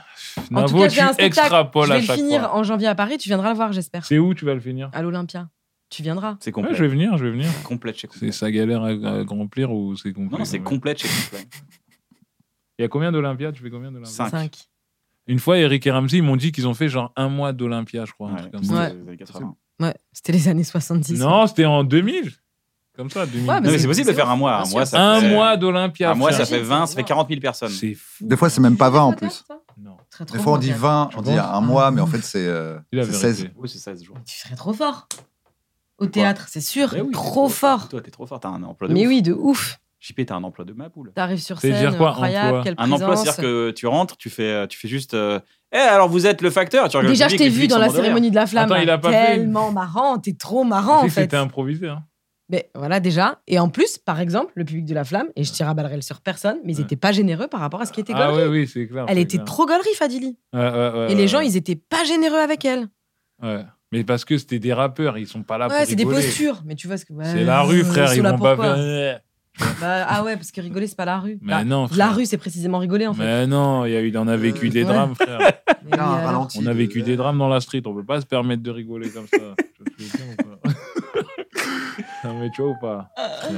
B: En tout
A: Navo,
B: cas,
A: tu
B: j'ai un spectacle.
A: extrapoles
B: je vais
A: à
B: le
A: chaque
B: finir
A: fois.
B: en janvier à Paris, tu viendras le voir, j'espère.
A: C'est où tu vas le finir
B: À l'Olympia. Tu viendras.
C: C'est
A: Ouais,
C: complet.
A: Je vais venir, je vais venir.
C: Complète chez
A: C'est
C: complet.
A: sa galère à, à remplir ou c'est compliqué
C: Ah. Non, non, c'est complète chez complet.
A: Il y a combien d'Olympia Tu fais combien d'Olympia
C: Cinq.
B: 5.
A: Une fois, Eric et Ramsey, ils m'ont dit qu'ils ont fait genre un mois d'Olympia, je crois. un truc comme ça.
B: Ouais. Ouais, c'était les années 70.
A: Non, c'était en 2000. Comme ça, 2000.
B: Ouais, mais
C: Non, mais
B: c'est-
C: c'est possible de faire un mois.
B: bien
C: Un
B: sûr.
C: mois, ça
A: un
C: fait-
A: mois d'Olympia.
C: Un mois, Ah, ça
A: frère.
C: fait 20, ça fait 40 000 personnes.
A: C'est fou.
D: Des fois, c'est même pas 20 en plus.
A: Non.
B: Très, hein. trop
D: Des fois, on
B: bien,
D: dit
B: Pierre.
D: 20,
A: Tu
D: on dit
A: penses
D: un mois, mais en fait, c'est euh,
A: C'est la
D: c'est
A: vérité.
D: 16.
C: Oui, c'est 16 jours.
B: Tu serais trop fort. Au
D: Bah,
B: théâtre, c'est sûr. trop fort.
C: Toi, t'es trop fort, t'as un emploi de
B: Mais
C: ouf.
B: oui, de ouf.
C: JP, t'as un emploi de ma poule.
B: T'arrives sur
A: C'est
B: scène,
A: dire quoi,
B: incroyable,
A: emploi
B: quelle
C: Un emploi,
B: présence.
C: c'est-à-dire que tu rentres, tu fais, tu fais juste. euh, Eh, alors vous êtes le facteur. Tu regardes
B: Déjà,
C: le
B: je
C: public,
B: t'ai
C: le
B: vu
C: public
B: dans la
C: s'en mord de rire.
B: cérémonie de la flamme. hein.
A: Attends, il a pas fait une-
B: Tellement marrant, t'es trop marrant en
A: Tu sais que
B: fait.
A: C'était improvisé. Hein.
B: Mais voilà déjà. Et en plus, par exemple, le public de la flamme, et je tire à balles réelles sur personne, mais ils
A: Ouais.
B: étaient pas généreux par rapport à ce qui était
A: Ah
B: gaulerie.
A: oui, oui, c'est clair.
B: Elle
A: c'est
B: était
A: clair.
B: trop gaulerie, Fadili.
A: Ouais, ouais, ouais,
B: et
A: ouais,
B: les gens,
A: ouais.
B: ils étaient pas généreux avec elle.
A: Ouais. Mais parce que c'était des rappeurs, ils sont pas là
B: ouais,
A: Ah, pour
B: c'est des
A: rigoler.
B: postures. Mais tu vois ce que.
A: C'est la rue, frère, ils
B: sont là
A: vont
B: pour
A: pas
B: quoi
A: faire.
B: Bah, ah ouais, parce que rigoler, c'est pas la rue.
A: Mais
B: Bah,
A: non, frère.
B: La rue, c'est précisément rigoler en fait.
A: Mais non, il y a eu, on a vécu
B: Euh,
A: des
B: ouais.
A: drames, frère.
B: Mais euh, oui, alors.
A: On a vécu des drames dans la street, on peut pas se permettre de rigoler comme ça. Je te le dis ou pas Ça mais tu vois ou pas
B: Euh,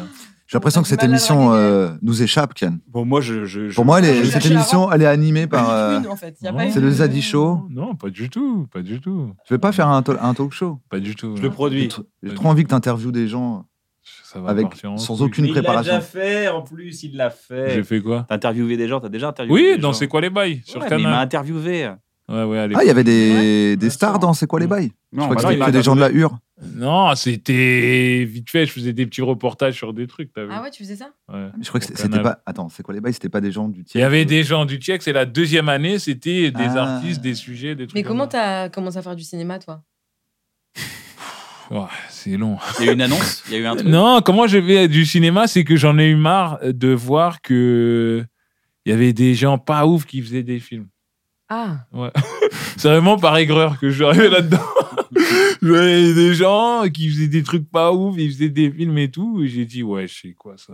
D: J'ai l'impression que cette émission euh, nous échappe, Ken.
C: Bon, moi, je. je- je-
D: Pour moi, elle est-
C: je-
D: cette
C: je-
D: émission, elle est animée par. euh,
G: Une, en fait. Y a
A: non,
G: pas
D: c'est
G: une-
D: le Zadie Show.
A: Non, pas du tout, pas du tout,
D: Tu veux euh, pas faire un, tol- un talk show
A: pas du tout.
C: je le produis.
D: J'ai trop envie que t'interviewes des gens
A: Ça va
D: avec
A: partir en
D: sans
A: couille.
D: aucune
H: Il l'a
D: préparation.
H: déjà fait, en plus, il l'a fait.
A: J'ai fait quoi
C: T'as interviewé des gens, t'as déjà interviewé des
A: Oui,
C: gens.
A: dans C'est quoi les bails Sur
C: Ouais, mais Il m'a
A: Canal.
C: interviewé.
A: Ouais, ouais, allez.
D: Ah, il y avait des, des
C: bien
D: stars
C: sûr.
D: dans C'est quoi les bails Je
C: Non,
D: crois que
C: bah non, il
D: c'était
C: m'a
D: que des gens de la hure.
A: Non, c'était vite fait, je faisais des petits reportages sur des trucs, t'as vu
B: Ah ouais, tu faisais ça
A: Ouais.
D: Je crois que
A: Pour
D: c'était
A: Canal.
D: pas. Attends, C'est quoi les bails C'était pas des gens du
A: Il
D: tiers.
A: y avait des gens du Tchèque, c'est la deuxième année, c'était des
D: Ah.
A: artistes, des sujets, des trucs.
B: Mais comment
A: comme ça.
B: t'as commencé à faire du cinéma, toi
A: Ouais, C'est long.
C: Il y a eu une annonce, il y a eu un truc.
A: Non, comment je vais du cinéma, c'est que j'en ai eu marre de voir que il y avait des gens pas ouf qui faisaient des films.
B: Ah,
A: C'est vraiment par aigreur que je suis arrivé là-dedans. Je voyais des gens qui faisaient des trucs pas ouf, ils faisaient des films et tout, et j'ai dit ouais, c'est quoi ça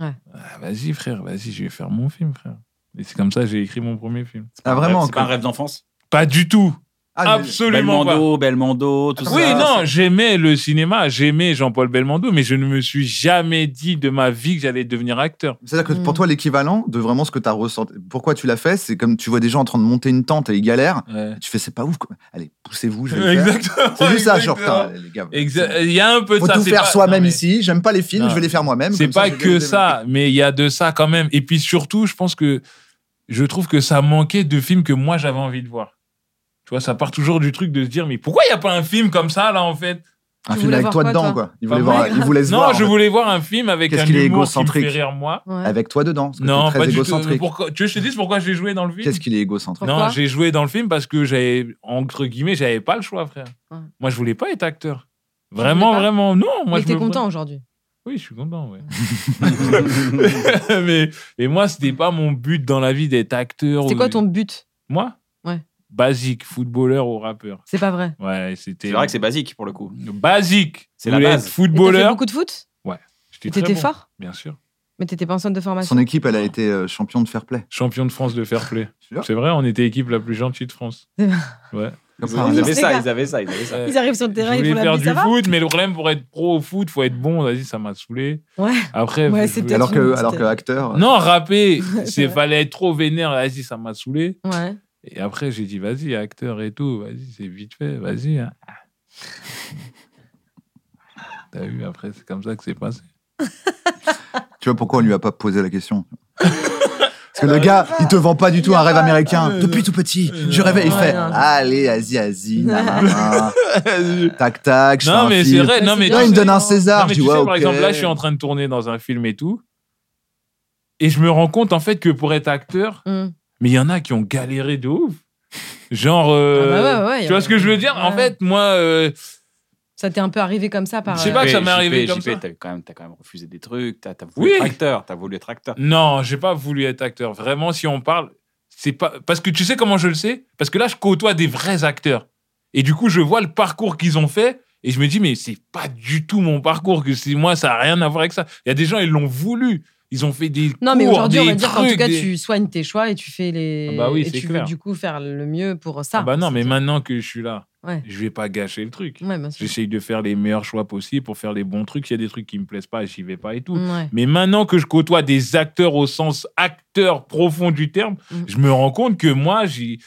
B: Ouais.
A: Ah, Vas-y frère, vas-y, je vais faire mon film frère. Et c'est comme ça que j'ai écrit mon premier film.
D: Ah,
C: C'est
D: vraiment
C: pas un
D: encore
C: rêve d'enfance.
A: Pas du tout,
D: Ah, mais-
A: absolument pas.
C: Belmondo, Belmondo, tout ça.
A: Oui, non, j'aimais le cinéma, j'aimais Jean-Paul Belmondo, mais je ne me suis jamais dit de ma vie que j'allais devenir acteur.
D: C'est-à-dire que pour
B: Mm.
D: toi, l'équivalent de vraiment ce que tu as ressenti, pourquoi tu l'as fait, c'est comme tu vois des gens en train de monter une tente et ils galèrent. Tu fais, c'est pas ouf. quoi. Allez, poussez-vous, je vais le faire.
A: Exactement.
D: C'est juste ça, genre,
A: exactement.
D: putain, les gars.
A: Exa- Il y a un peu de
D: Faut
A: ça.
D: tout
A: c'est
D: faire
A: pas-
D: soi-même
A: non, mais
D: ici. J'aime pas les films,
A: Non.
D: je vais les faire moi-même.
A: C'est
D: comme ça,
A: pas
D: je vais
A: que
D: les
A: ça, mais il y a de ça quand même. Et puis surtout, je pense que je trouve que ça manquait de films que moi j'avais envie de voir. Tu vois, ça part toujours du truc de se dire, mais pourquoi il n'y a pas un film comme ça là en fait
B: Tu
D: Un film
B: voulais
D: avec
B: voir
D: toi
B: quoi,
D: dedans,
B: toi
D: quoi. Ils
A: Pas
D: voulaient
A: moi,
D: voir, ils voulaient se
A: Non,
D: voir.
A: je
D: en fait.
A: voulais voir un film avec
D: Qu'est-ce
A: un
D: qu'il est
A: humour qui me fait
D: égocentrique
A: rire moi.
B: ouais.
D: Avec toi dedans. parce que
A: Non,
D: t'es
A: pas
D: très
A: du tout. Mais
D: égocentrique.
A: pourquoi- Tu veux que je te dise pourquoi j'ai joué dans le film
D: Qu'est-ce qu'il est égocentrique
B: Pourquoi
A: Non, j'ai joué dans le film parce que j'avais, entre guillemets, j'avais pas le choix, frère.
B: Ouais.
A: Moi, je voulais pas être acteur. Vraiment,
B: voulais pas
A: vraiment, non. Moi,
B: Mais
A: je
B: t'es
A: me prenais-
B: content aujourd'hui.
A: Oui, je suis content, ouais. mais, et moi, c'était pas mon but dans la vie d'être acteur.
B: C'était
A: ou-
B: quoi ton but
A: Moi
B: Ouais.
A: Basique, footballeur ou rappeur.
B: C'est pas vrai.
A: Ouais, c'était.
C: C'est vrai que c'est basique pour le coup.
A: Basique.
C: C'est
A: Je
C: la
A: voulais
C: base.
A: être
B: Mais T'as fait
A: Footballeur.
B: beaucoup de foot
A: J'étais
B: Et
A: très
B: T'étais
A: bon,
B: fort
A: Bien sûr.
B: Mais t'étais pas en centre de formation
D: Son équipe, elle a été euh, champion de fair play.
A: Champion de France de fair play.
D: Sûr
A: C'est vrai, on était équipe la plus gentille de France. Ouais.
D: Comme
C: Ils
D: par
C: avaient
D: hasard.
C: ça, ils avaient ça, ils avaient ça.
A: Euh,
G: Ils arrivent sur le terrain,
A: je
G: ils font la
A: voulais faire
G: pluie,
A: du
G: ça va
A: foot, mais le problème pour être pro au foot, faut être bon. Vas-y, ça m'a saoulé.
B: Ouais.
A: Après,
G: Ouais,
A: je-
G: c'est
A: je-
G: peut-être
D: Alors que,
G: Peut-être
D: alors
G: une
D: que acteur.
A: non, rapper, c'est
G: vrai.
A: fallait être trop vénère. Vas-y, ça m'a saoulé.
B: Ouais.
A: Et après, j'ai dit, vas-y, acteur et tout, vas-y, c'est vite fait, vas-y. hein. T'as vu, après, c'est comme ça que c'est passé.
D: Tu vois pourquoi on lui a pas posé la question Parce que le gars, il te vend pas du tout un rêve américain. Depuis tout petit, je rêvais. Il
B: non,
D: fait
B: non.
D: Allez, Asie, Asie, nanana. tac, tac. je fais
A: Non,
D: un
A: mais c'est
D: film.
A: vrai, non,
B: Ouais,
A: mais
B: c'est
D: Là,
B: bien,
A: tu
D: il me
A: sais-
D: donne un
A: non,
D: César.
A: mais
D: tu
A: tu
D: vois,
A: sais,
D: ok.
A: par exemple, là, je suis en train de tourner dans un film et tout. Et je me rends compte, en fait, que pour être acteur,
B: Hum.
A: mais il y en a qui ont galéré de ouf. Genre, euh,
B: Ah bah ouais, ouais,
A: tu
B: y
A: vois
B: en a-
A: ce que je veux dire En
B: ouais.
A: fait, moi, euh,
B: Ça t'est un peu arrivé comme ça par. euh,
A: Je sais pas que ça m'est arrivé
C: JP,
A: comme
C: JP,
A: ça.
C: T'as quand, même- t'as quand même refusé des trucs, t'as t'as voulu
A: Oui.
C: être acteur, t'as voulu être acteur.
A: Non, j'ai pas voulu être acteur. Vraiment, si on parle, c'est pas parce que tu sais comment je le sais, parce que là je côtoie des vrais acteurs et du coup je vois le parcours qu'ils ont fait et je me dis mais c'est pas du tout mon parcours que c'est moi ça a rien à voir avec ça. Il y a des gens ils l'ont voulu, ils ont fait des
B: Non, mais
A: cours,
B: aujourd'hui, on
A: des
B: va dire qu'en
A: trucs,
B: tout cas,
A: des-
B: tu soignes tes choix et tu fais les.
A: Ah bah oui,
B: et
A: c'est
B: tu
A: clair.
B: veux du coup faire le mieux pour ça.
A: Ah bah non, mais
B: C'est-
A: maintenant que je suis là,
B: Ouais.
A: je vais pas gâcher le truc.
B: Ouais, bien sûr.
A: J'essaye de faire les meilleurs choix possibles pour faire les bons trucs. S'il y a des trucs qui me plaisent pas, j'y vais pas et tout.
B: Ouais.
A: Mais maintenant que je côtoie des acteurs au sens acteur profond du terme,
B: Mhm.
A: je me rends compte que moi, j'ai.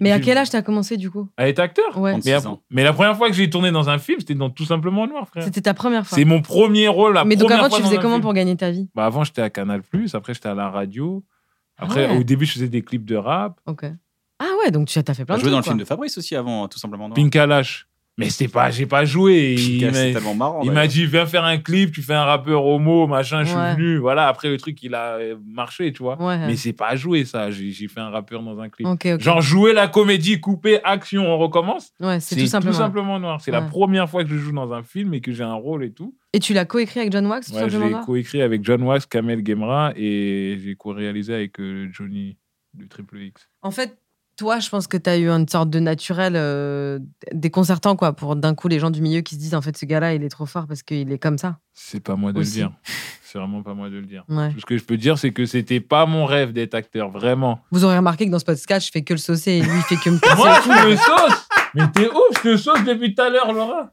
B: Mais à
A: j'ai-
B: quel âge t'as commencé du coup
A: À être acteur
B: Ouais.
C: 36
A: mais, la-
C: ans.
A: mais la première fois que j'ai tourné dans un film, c'était dans Tout simplement Noir, frère.
B: C'était ta première fois.
A: C'est mon premier rôle. La
B: Mais donc
A: première
B: avant,
A: fois
B: tu
A: dans
B: faisais
A: un
B: comment
A: film.
B: pour gagner ta vie
A: Bah, Avant, j'étais à Canal, après, j'étais à la radio. Après,
B: Ah ouais.
A: au début, je faisais des clips de rap.
B: Ok. Ah ouais, donc tu as t'as fait plein
C: T'as
A: Bah,
B: de
C: joué dans le
B: trucs,
C: film
B: quoi.
C: de Fabrice aussi avant, hein, tout simplement. non
A: Pink à lâche. Mais c'était pas, j'ai pas joué.
C: Pink,
A: Il m'a-
C: C'est tellement marrant.
A: il
C: d'ailleurs.
A: m'a dit, viens faire un clip, tu fais un rappeur homo, machin, je suis
B: Ouais.
A: venu. Voilà, après le truc, il a euh, marché, tu vois.
B: Ouais.
A: Mais c'est pas joué, ça. J'ai j'ai fait un rappeur dans un clip.
B: Ok, ok.
A: Genre jouer la comédie, couper, action, on recommence.
B: ouais, c'est tout simplement.
A: noir. C'est la
B: Ouais.
A: première fois que je joue dans un film et que j'ai un rôle et tout.
B: Et tu l'as coécrit avec John Wax, tout
A: Ouais, je
B: simplement
A: l'ai
B: là
A: coécrit avec John Wax, Kamel Gemra et j'ai co-réalisé avec euh, Johnny du Triple X.
B: En fait, toi, je pense que tu as eu une sorte de naturel euh, déconcertant, quoi, pour d'un coup les gens du milieu qui se disent en fait ce gars-là, il est trop fort parce qu'il est comme ça.
A: C'est pas moi de
B: Aussi.
A: le dire. C'est vraiment pas moi de le dire.
B: Ouais.
A: Tout ce que je peux dire, c'est que c'était pas mon rêve d'être acteur, vraiment.
B: Vous aurez remarqué que dans ce podcast, je fais que le Ah, saucer et lui, il fait que me casser.
A: Moi, tu me sauces Mais t'es ouf, je te sauce depuis tout à l'heure, Laura.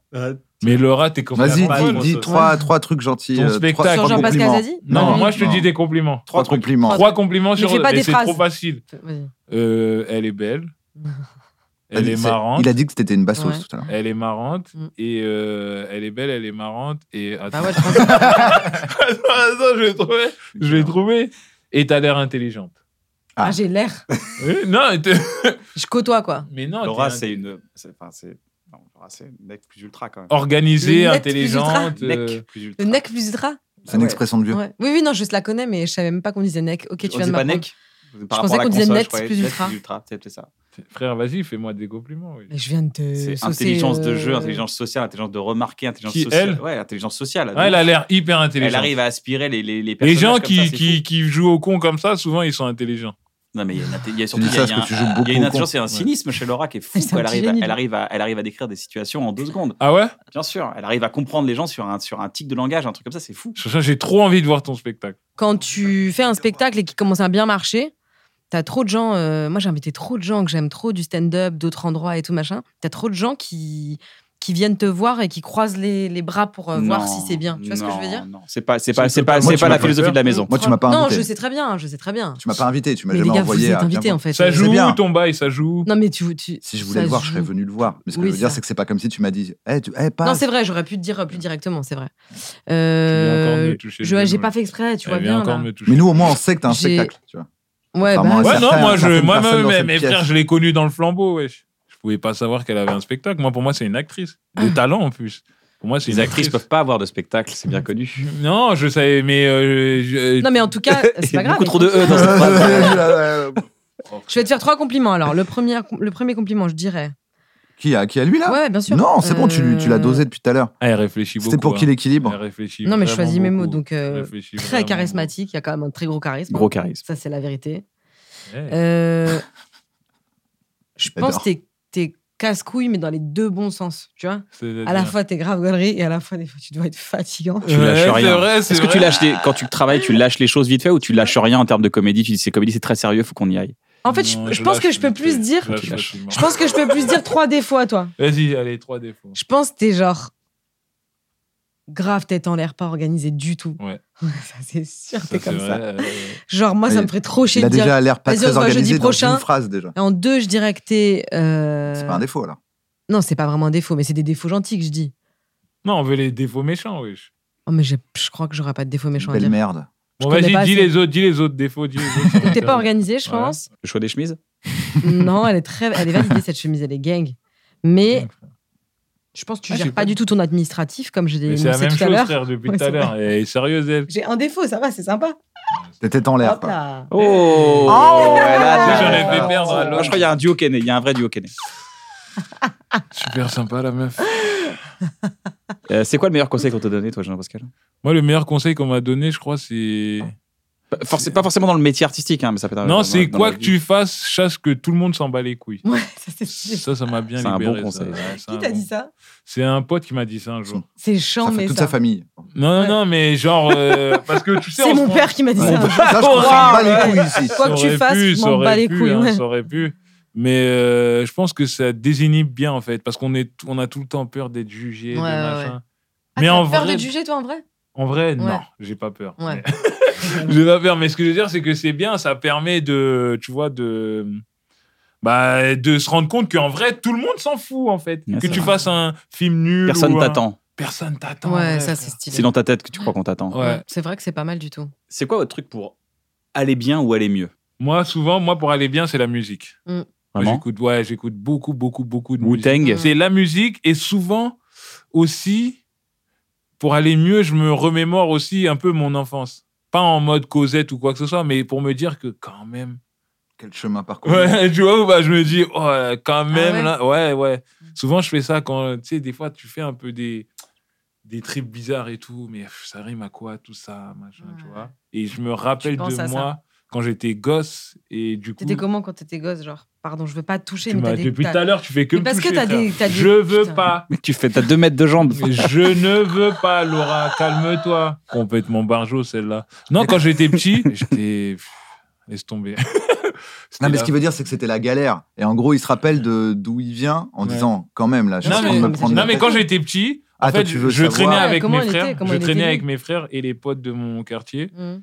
A: Mais Laura, t'es
H: pas
A: complètement
D: Ah, Vas-y,
A: folle.
H: grosse
D: dis, dis
H: sauce.
D: trois, trois trucs gentils.
A: Ton
D: euh, trois-
A: spectacle.
D: trois
B: Sur Jean-Pascal
D: compliments.
B: Zazie
A: Non,
D: Non.
A: moi, je te
D: Non.
A: dis des compliments.
D: Trois compliments.
A: Trois compliments sur
B: fais pas
A: mais
B: des
A: c'est
B: phrases.
A: trop facile.
B: Vas-y.
A: Euh, elle est belle.
D: Il a
A: Elle
D: dit
A: est
D: que Ah, c'est-
A: marrante.
D: Il a dit que c'était une bassos
B: Ouais.
D: tout à l'heure.
A: Elle est marrante.
B: Mm.
A: Et euh, elle est belle, elle est marrante. Et attends,
B: Bah ouais, je pense-
A: attends, attends, je vais trouver. Je vais trouver. Et t'as l'air intelligente.
B: Ah, j'ai l'air.
A: Oui, non, et t'es-
B: Je côtoie, quoi.
A: mais non.
C: Laura,
B: Oh,
A: t'es
C: c'est une. c'est- Enfin, c'est. Non, Laura, c'est une mec plus ultra quand même.
A: organisée,
B: Le nec plus
A: intelligente.
C: Mec
A: Oh, euh,
C: plus ultra.
B: Le nec plus ultra.
D: C'est une
C: Ouais.
D: expression de vieux.
B: Ouais. Oui, oui, non, je la connais, mais je savais même pas qu'on disait nec. Ok, tu
C: On
B: viens de
C: disait Oh, pas
B: m'apprendre.
C: nec Par
B: Je
C: rapport
B: pensais
C: à la
B: qu'on disait
C: console,
B: net
C: je croyais
B: plus
C: net
B: ultra.
C: c'est peut-être ça.
A: frère, vas-y, fais-moi des compliments. oui.
B: Mais je viens de te.
C: C'est
B: saucer,
C: intelligence de
B: euh,
C: jeu, intelligence sociale, intelligence de remarquer, intelligence
A: Qui,
C: sociale.
A: elle
C: ouais, intelligence sociale.
A: Ah, elle a l'air hyper intelligente.
C: Elle arrive à aspirer les, les, les
A: Les
C: personnages.
A: gens
C: comme ça,
A: qui,
C: c'est
A: qui,
C: fou.
A: qui jouent au con comme ça, souvent, ils sont intelligents.
C: Non, mais il y a, une inte- il y a
D: Tu
C: surtout
D: dis
C: il y a-
D: ça
C: il y a
D: parce que tu
C: un-
D: joues
C: il y a une
D: beaucoup. au con.
C: intelligence et un cynisme chez Laura qui est fou.
B: C'est
C: quoi.
B: un
C: Elle
B: petit
C: arrive, à,
B: génie,
C: elle,
B: lui.
C: arrive à, elle arrive à décrire des situations en deux secondes.
A: Ah ouais
C: Bien sûr, elle arrive à comprendre les gens sur un, sur un tic de langage, un truc comme ça, c'est fou.
A: Chacha, J'ai trop envie de voir ton spectacle.
B: Quand
A: Bah,
B: tu fais un spectacle et qui commence à bien marcher, t'as trop de gens. euh, moi, j'ai invité trop de gens que j'aime trop, du stand-up, d'autres endroits et tout machin. T'as trop de gens qui qui viennent te voir et qui croisent les, les bras pour euh, voir
C: Non,
B: si c'est bien. Tu vois ce que je veux
C: non,
B: dire
C: Non, c'est pas, c'est
A: Parce
C: pas,
A: que
C: c'est pas,
A: moi,
C: c'est
D: tu
C: pas
D: m'as
C: la
D: pas
C: philosophie
A: fait.
C: de la maison.
D: Moi, tu m'as pas
B: Non,
D: invité.
B: je sais très bien, je sais très bien.
D: Tu m'as pas invité, tu m'as
B: mais les
D: jamais
B: gars, vous
D: envoyé
B: êtes
D: à. viens
B: invités
D: voir.
B: en fait. Euh,
A: Ça
D: C'est
A: joue
D: bien.
A: ton bail, ça joue.
B: Non, mais tu, tu-
D: Si je voulais
B: ça
D: le voir, je
B: joue.
D: serais venu le voir. Mais ce que
B: Oui,
D: je veux dire,
B: ça.
D: c'est que c'est pas comme si tu m'as dit, eh, tu, eh, passe.
B: Non, c'est vrai, j'aurais pu te dire euh, plus directement, c'est vrai.
A: Tu viens encore
B: Euh,
A: me toucher le
B: je j'ai
A: genou,
B: pas
A: là.
B: fait exprès, tu
A: Elle
B: vois
A: vient
B: bien
A: encore
B: là.
A: me toucher.
D: Mais nous, au moins, on sait que t'as un
B: J'ai-
D: apparent, tu vois.
B: Ouais, bah,
D: Apparemment, elle
A: Ouais,
D: Certains-
A: non, moi, je,
D: certaines
A: moi
D: personnes
A: même,
D: dans
A: mes,
D: cette
A: mes
D: pièce.
A: frères, je l'ai connue dans le flambeau, wesh. Je pouvais pas savoir qu'elle avait un spectacle. Moi, pour moi, c'est une actrice.
D: Ah.
A: De talent, en plus. Pour moi, c'est
C: Les
A: une
C: actrices
A: actrice.
C: peuvent pas avoir de spectacle, c'est bien connu.
A: Non, je savais, mais. euh, je-
B: Non, mais en tout cas, c'est
C: Il y a
B: pas grave.
C: beaucoup trop de E dans cette phrase.
B: Je vais te faire trois compliments alors. Le premier, le premier compliment, je dirais.
D: Qui a, qui a lui là
B: Ouais, ouais, bien sûr.
D: Ah. Non, c'est bon, tu, lui- tu l'as
B: Euh,
D: dosé depuis tout à l'heure.
A: Ah, Elle réfléchit beaucoup.
D: C'était pour qu'il
A: hein.
D: équilibre.
A: Elle réfléchit
B: Non, mais je
A: vraiment
B: choisis mes mots,
A: beaucoup.
B: donc
A: Elle
B: euh,
A: réfléchit
B: très
A: vraiment
B: charismatique. Il y a quand même un très gros charisme.
C: Gros charisme.
B: Ça, c'est la vérité.
A: beaucoup. Ouais.
B: Euh, je
D: J'adore.
B: pense que t'es- t'es casse-couille, mais dans les deux bons sens, tu vois.
A: C'est-à-dire-
B: À la fois, t'es grave galerie et à la fois, des fois, tu dois être fatigant.
C: Tu lâches
A: Ouais,
C: rien.
A: C'est vrai, c'est
C: Est-ce que
A: vrai.
C: tu lâches des- quand tu travailles, tu lâches les choses vite fait ou tu lâches rien en termes de comédie Tu dis c'est comédie, c'est très sérieux, faut qu'on y aille.
B: En fait, je-
A: Non,
B: je, pense que
A: lâche
B: je peux
A: vite
B: plus
A: fait.
B: dire.
A: Je
C: Tu
A: lâche
C: lâches.
A: facilement.
B: Je pense que je peux plus dire trois défauts à toi.
A: Vas-y, allez, trois défauts.
B: Je pense que t'es genre grave tête en l'air, pas organisé du tout.
A: Ouais.
B: ça c'est sûr,
A: c'est
B: t'es comme
A: vrai,
B: ça.
A: euh,
B: Genre moi, ça
D: Ouais.
B: me ferait trop chier
D: Il
B: de
D: a
B: dire.
D: déjà l'air pas
B: Vas-y, on
D: très
B: se voit jeudi
D: organisé dans
B: prochain.
D: une phrase déjà.
B: En deux, je dirais que t'es. euh,
D: C'est pas un défaut alors.
B: Non, c'est pas vraiment un défaut, mais c'est des défauts gentils que je dis.
A: Non, on veut les défauts méchants, wesh.
B: Oh, mais j'ai- je crois que j'aurais pas de défauts méchants à
D: Belle
B: dire.
D: merde.
A: Bon,
B: connais
A: vas-y,
B: pas
A: dis
B: assez.
A: les autres, dis les autres défauts, dis les autres. ça
B: T'es
A: m'intéresse.
B: pas organisé, je
A: Ouais.
B: pense.
C: Le choix des chemises
B: non, elle est très, elle est validée cette chemise, elle est gang. Mais
A: Ouais,
B: je pense que tu
A: Ah, j'ai
B: gères
A: pas
B: pas du tout ton administratif, comme je l'ai
A: Mais c'est la
B: énoncé
A: même
B: tout à
A: chose,
B: l'heure.
A: frère, depuis
B: Ouais,
A: tout à
B: c'est
A: l'heure. Et sérieuse, elle.
B: J'ai un défaut, ça va, c'est sympa.
D: T'étais en l'air
B: Hop
D: quoi.
B: là.
C: Oh,
A: J'en ai fait perdre à
C: Moi,
A: l'autre.
C: Ah, je crois qu'il y a un duo qui est né, il y a un vrai duo qui est né.
A: Super sympa, la meuf.
C: Euh, c'est quoi le meilleur conseil qu'on t'a donné, toi, Jean-Pascal
A: Moi, le meilleur conseil qu'on m'a donné, je crois, c'est.
C: pas, forc- pas forcément dans le métier artistique, hein, mais ça peut être.
A: Non,
C: dans-
A: c'est
C: dans
A: quoi
C: la
A: que
C: vie.
A: tu fasses, chasse que tout le monde s'en bat les couilles.
B: Ouais, ça c'est.
A: Ça, ça m'a bien
C: C'est un
A: libéré.
C: bon
A: ça.
C: conseil.
A: Ouais, c'est
B: Qui
A: un
B: t'a
A: bon-
B: dit ça
A: C'est un pote qui m'a dit ça un jour.
B: C'est
D: Ça
B: chiant,
D: fait
B: mais
D: toute
B: ça.
D: sa famille.
A: Non, non,
B: Ouais.
A: non, mais genre. euh, parce que tu sais.
B: C'est
A: on
B: mon
A: se-
B: père qui m'a dit
D: Ouais.
B: ça.
D: Ça, je comprends pas les couilles ici.
B: Quoi que
A: Ça aurait
B: tu fasses,
A: pu,
B: je
A: ça
B: m'en
A: aurait
B: bats les
A: pu,
B: couilles.
A: hein,
B: ouais.
A: ça aurait pu. Mais euh, je pense que ça désinhibe bien, en fait. Parce qu'on est, on a tout le temps peur d'être jugé. de
B: Ouais, ouais,
A: machin.
B: Ah,
A: Mais
B: t'as
A: en
B: peur
A: vrai,
B: de juger, toi, en vrai
A: en vrai,
B: Ouais.
A: non, j'ai pas peur.
B: Ouais.
A: J'ai pas peur, mais ce que je veux dire, c'est que c'est bien, ça permet de, tu vois, de, bah, de se rendre compte qu'en vrai, tout le monde s'en fout, en fait.
C: Ouais,
A: que
C: c'est
A: tu
C: vrai.
A: fasses un film nul.
C: Personne
A: ou hein. un-
C: t'attend.
A: Personne t'attend.
B: Ouais,
A: ouais, frère.
B: ça, c'est stylé.
C: C'est dans ta tête que tu crois qu'on t'attend.
A: Ouais.
B: C'est vrai que c'est pas mal du tout.
C: C'est quoi votre truc pour aller bien ou aller mieux
A: Moi, souvent, moi, pour aller bien, c'est la musique. Moi,
C: Vraiment
A: J'écoute, ouais, j'écoute beaucoup, beaucoup, beaucoup de musique.
C: Wu-Tang
A: C'est la musique et souvent aussi, pour aller mieux, je me remémore aussi un peu mon enfance. Pas en mode Cosette ou quoi que ce soit, mais pour me dire que quand même.
D: Quel chemin parcouru.
A: Ouais, tu vois, bah, je me dis, oh, quand même,
B: Ah ouais
A: là, ouais, ouais. Souvent, je fais ça quand, tu sais, des fois, tu fais un peu des, des trips bizarres et tout, mais pff, ça rime à quoi, tout ça, machin, tu
B: Ouais.
A: vois. Et je me rappelle
B: penses à
A: de
B: ça.
A: moi quand j'étais gosse et du coup.
B: T'étais comment quand t'étais gosse Genre, pardon, je veux pas te toucher,
A: tu
B: mais
A: m'as-
B: t'as des.
A: depuis
B: t'as-
A: tout à l'heure, tu fais que
B: Mais
A: me
B: parce que
A: toucher,
B: t'as des-
A: frère.
B: t'as des-
A: Je veux
B: Putain.
A: pas.
C: Mais tu fais, t'as deux mètres de jambes.
A: Mais Je ne veux pas, Laura, calme-toi. Complètement barjot, celle-là. Non, quand j'étais petit, j'étais. pff, Laisse tomber. C'était
D: Non, mais
A: la-
D: ce qui veut dire, c'est que c'était la galère. Et en gros, il se rappelle de- d'où il vient en
A: Ouais.
D: disant, quand même, là, je suis
A: Non,
D: en train
A: mais,
D: de me prendre.
A: non,
D: la
A: mais
D: tête.
A: quand j'étais petit,
D: Ah,
A: en
D: toi,
A: fait,
D: tu veux
A: je
D: savoir-
A: traînais avec
B: Comment
A: mes
B: il était,
A: frères,
B: comment
A: je
B: il était,
A: traînais
B: lui
A: avec mes frères et les potes de mon quartier
B: Mm.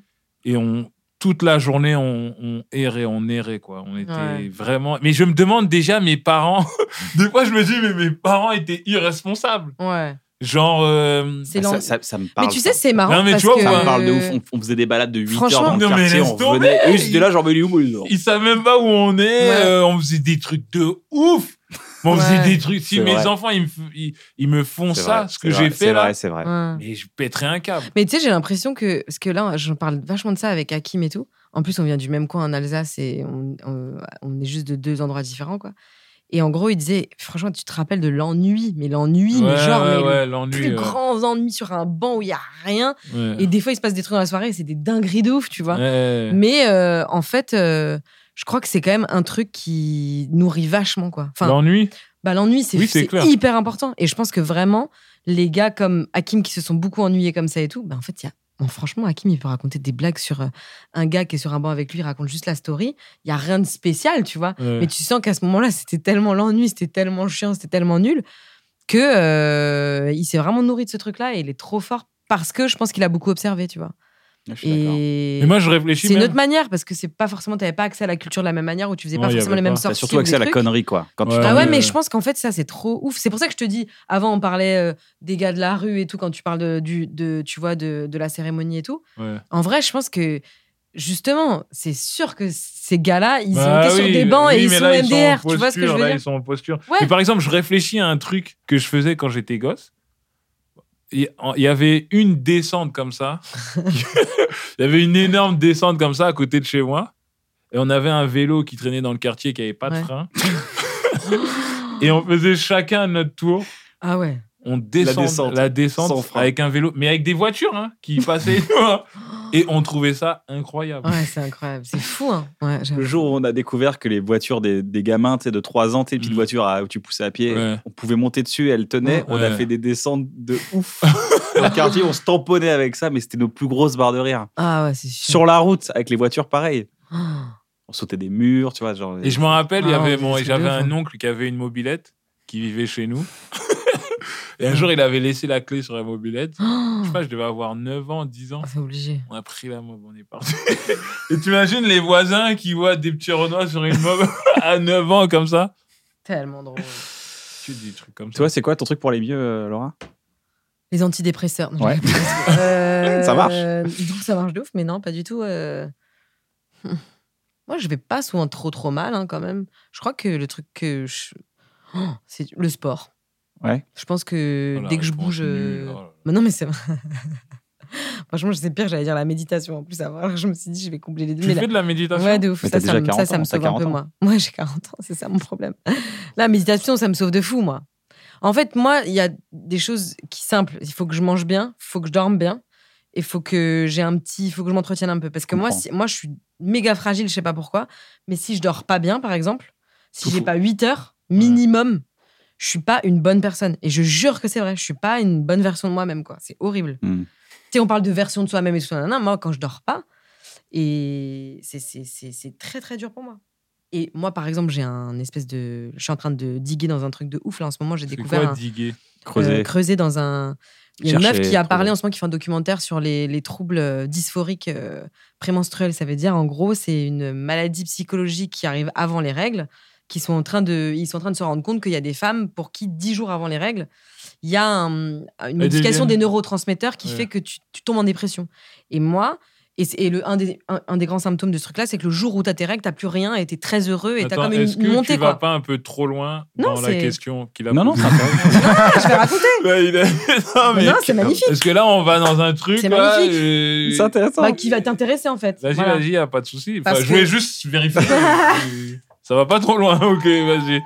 A: et on toute la journée on, on errait, on errait quoi. On était
B: Ouais.
A: vraiment. Mais je me demande déjà mes parents. des fois, je me dis mais mes parents étaient irresponsables.
B: Ouais.
A: Genre euh,
B: C'est
C: ça,
B: lent.
C: ça- ça me parle.
B: Mais tu sais,
C: ça.
B: c'est marrant.
A: Non, mais
B: parce
A: tu vois,
B: que...
C: Ça me parle de ouf. On, on faisait des balades de 8 heures
B: Franchement,
C: dans le
A: Non, mais
C: quartier,
A: laisse
C: on
A: tomber.
C: revenait. Eux, ils étaient là, genre, mais il est où il est
A: ils savent même pas où on est.
B: Ouais.
A: euh, on faisait des trucs de ouf. Mais on
B: Ouais.
A: faisait des trucs. Si
C: C'est
A: mes
C: vrai.
A: enfants ils me, f- ils, ils me font
C: C'est
A: ça,
C: vrai,
A: ce
C: c'est
A: que
C: vrai,
A: j'ai
C: C'est
A: fait là,
C: vrai, c'est vrai.
B: Ouais.
A: mais je pèterais un câble.
B: Mais tu sais, j'ai l'impression que. Parce que là, je parle vachement de ça avec Hakim et tout. En plus, on vient du même coin en Alsace et on, on- on est juste de deux endroits différents, quoi. Et en gros, il disait Franchement, tu te rappelles de l'ennui, mais l'ennui, mais
A: Ouais,
B: genre,
A: ouais,
B: mais le
A: ouais, l'ennui.
B: plus
A: ouais.
B: grands ennuis sur un banc où il n'y a rien.
A: Ouais.
B: Et des fois, il se passe des trucs dans la soirée et c'est des dingueries de ouf, tu vois.
A: Ouais.
B: Mais euh, en fait, euh, je crois que c'est quand même un truc qui nourrit vachement, quoi. Enfin,
A: L'ennui
B: bah, l'ennui, c'est
A: Oui, c'est
B: c'est
A: clair.
B: hyper important. Et je pense que vraiment, les gars comme Hakim qui se sont beaucoup ennuyés comme ça et tout, bah, en fait, il y a. bon, franchement, Hakim, il peut raconter des blagues sur euh, un gars qui est sur un banc avec lui, il raconte juste la story. Il y a rien de spécial, tu vois.
A: Ouais.
B: Mais tu sens qu'à ce moment-là, c'était tellement l'ennui, c'était tellement chiant, c'était tellement nul, que euh, il s'est vraiment nourri de ce truc-là et il est trop fort parce que je pense qu'il a beaucoup observé, tu vois.
C: Je suis d'accord.
B: Et
A: Mais moi, je réfléchis.
B: c'est une
A: même.
B: autre manière parce que c'est pas forcément, t'avais pas accès à la culture de la même manière ou tu faisais
A: Non,
B: pas
A: y
B: forcément
A: avait
B: les mêmes
A: pas.
C: T'as
B: sorties.
C: surtout
B: ou
C: accès
B: des
C: à la
B: trucs.
A: hein.
C: connerie, quoi. Quand tu
A: Ouais.
B: Ah
C: t'ennuies,
B: ouais, mais
A: euh,
B: je pense qu'en fait, ça, c'est trop ouf. C'est pour ça que je te dis, avant, on parlait euh, des gars de la rue et tout, quand tu parles de, du, de, tu vois, de, de la cérémonie et tout.
A: Ouais.
B: En vrai, je pense que, justement, c'est sûr que ces gars-là, ils
A: Bah
B: ont été
A: oui,
B: sur des bancs
A: oui,
B: et ils
A: mais
B: sont
A: là,
B: MDR.
A: ils en
B: tu vois ce que je
A: posture,
B: veux
A: là,
B: dire
A: Ils sont en posture.
B: Ouais.
A: Mais par exemple, je réfléchis à un truc que je faisais quand j'étais gosse. Il il y avait une descente comme ça. Il y avait une énorme descente comme ça à côté de chez moi. Et on avait un vélo qui traînait dans le quartier qui avait pas de
B: Ouais.
A: frein. et on faisait chacun notre tour.
B: Ah ouais.
A: On descend, la descente,
C: descente. Sans frein.
A: avec un vélo, mais avec des voitures hein, qui passaient. tu vois. et on trouvait ça incroyable.
B: Ouais, c'est incroyable. C'est fou, hein. Ouais, j'avoue.
C: Le
A: Hmm.
C: jour où on a découvert que les voitures des, des gamins, tu sais, de 3 ans, tes petites
A: Mm.
C: voitures à- où tu poussais à pied,
A: Ouais.
C: on pouvait monter dessus, elles tenaient. On a
A: Ouais.
C: fait des descentes de ouf. Dans le quartier, on se tamponnait avec ça, mais c'était nos plus grosses barres de rire.
B: Ah ouais, c'est sûr.
C: Sur la route, avec les voitures, pareil.
B: Ah.
C: On sautait des murs, tu vois, genre.
A: Et je m'en rappelle, il y
B: Ah,
A: avait
B: on
A: mon,
B: faisait des
A: j'avais
B: trucs de
A: un
B: ouf,
A: oncle qui avait une mobilette qui vivait chez nous. et un jour, il avait laissé la clé sur la mobilette. Je sais pas, je devais avoir 9 ans, 10 ans.
B: Ah, C'est obligé.
A: On a pris la mob, on est parti. et t'imagines les voisins qui voient des petits renois sur une mob à 9 ans comme ça
B: Tellement drôle.
A: Tu dis des trucs comme ça.
C: Toi, c'est quoi ton truc pour aller mieux, euh, Laura
B: Les antidépresseurs. Non, je
C: Ouais.
B: rigole. Euh,
C: Ça marche.
B: non, ça marche de ouf, mais non, pas du tout. euh. Hmm. Moi, je vais pas souvent trop trop mal hein, quand même. Je crois que le truc que je... Oh, c'est le sport.
C: Ouais.
B: Je pense que
A: Oh, la
B: dès que je
A: réponse
B: bouge.
A: nulle,
B: euh,
A: oh là là.
B: mais non, mais c'est. Franchement, je sais pire, j'allais dire la méditation en plus avant. Alors, je me suis dit, je vais combler les deux.
A: Tu
B: mais
A: fais
B: la-
A: de la méditation
B: Ouais, de ouf.
C: Mais
B: Ça, ça,
C: t'as déjà
B: me- ça,
C: 40
B: ça
C: ans,
B: me
C: t'as
B: sauve un
C: 40
B: peu,
C: ans.
B: moi. Moi, j'ai 40 ans, c'est ça mon problème. La méditation, ça me sauve de fou, moi. En fait, moi, il y a des choses qui simples. Il faut que je mange bien, il faut que je dorme bien, et il faut que j'ai un petit, il faut que je m'entretienne un peu. Parce que moi,
C: comprends.
B: si, moi, je suis méga fragile, je sais pas pourquoi. Mais si je dors pas bien, par exemple, si j'ai pas 8 heures minimum, je suis pas une bonne personne. Et je jure que c'est vrai, je suis pas une bonne version de moi-même, quoi. C'est horrible.
C: Hmm.
B: Tu sais, on parle de version de soi-même et tout ça. nanana. Moi, quand je dors pas, et c'est- c'est c'est- c'est très, très dur pour moi. Et moi, par exemple, j'ai un espèce de. Je suis en train de diguer dans un truc de ouf. Là, en ce moment, j'ai
A: C'est
B: découvert.
A: quoi
B: un-
A: diguer
C: Creuser.
B: euh, creuser dans un. Il y a une
C: Chercher,
B: meuf qui a
C: trouver.
B: parlé en ce moment qui fait un documentaire sur les, les troubles euh, dysphoriques euh, prémenstruels. Ça veut dire, en gros, c'est une maladie psychologique qui arrive avant les règles, qui sont en train de, ils sont en train de se rendre compte qu'il y a des femmes pour qui, dix jours avant les règles, il y a un- une modification
A: deviennent-
B: des neurotransmetteurs qui
A: Ouais.
B: fait que tu, tu tombes en dépression. Et moi, et, c'est- et le, un, des, un, un des grands symptômes de ce truc-là, c'est que le jour où tu as tes règles, tu plus rien et tu es très heureux et tu as
A: Attends,
B: comme
A: Est-ce
B: une
A: que
B: montée.
A: tu vas
B: quoi.
A: pas un peu trop loin
B: Non,
A: dans la
B: c'est-
A: question qu'il a
C: Non, non,
A: posée
C: c'est intéressant.
B: Ah, je vais raconter.
A: Ouais, il est- Non, mais-
B: non, c'est magnifique.
A: Parce que là, on va dans un truc.
B: C'est
A: là,
B: magnifique.
A: et-
C: Euh, C'est intéressant.
B: Bah, qui va t'intéresser en fait.
A: Vas-y,
B: Voilà.
A: vas-y, y a pas de souci. Enfin,
B: Parce
A: je voulais
B: que-
A: juste vérifier. Euh, ça va pas trop loin, ok, vas-y.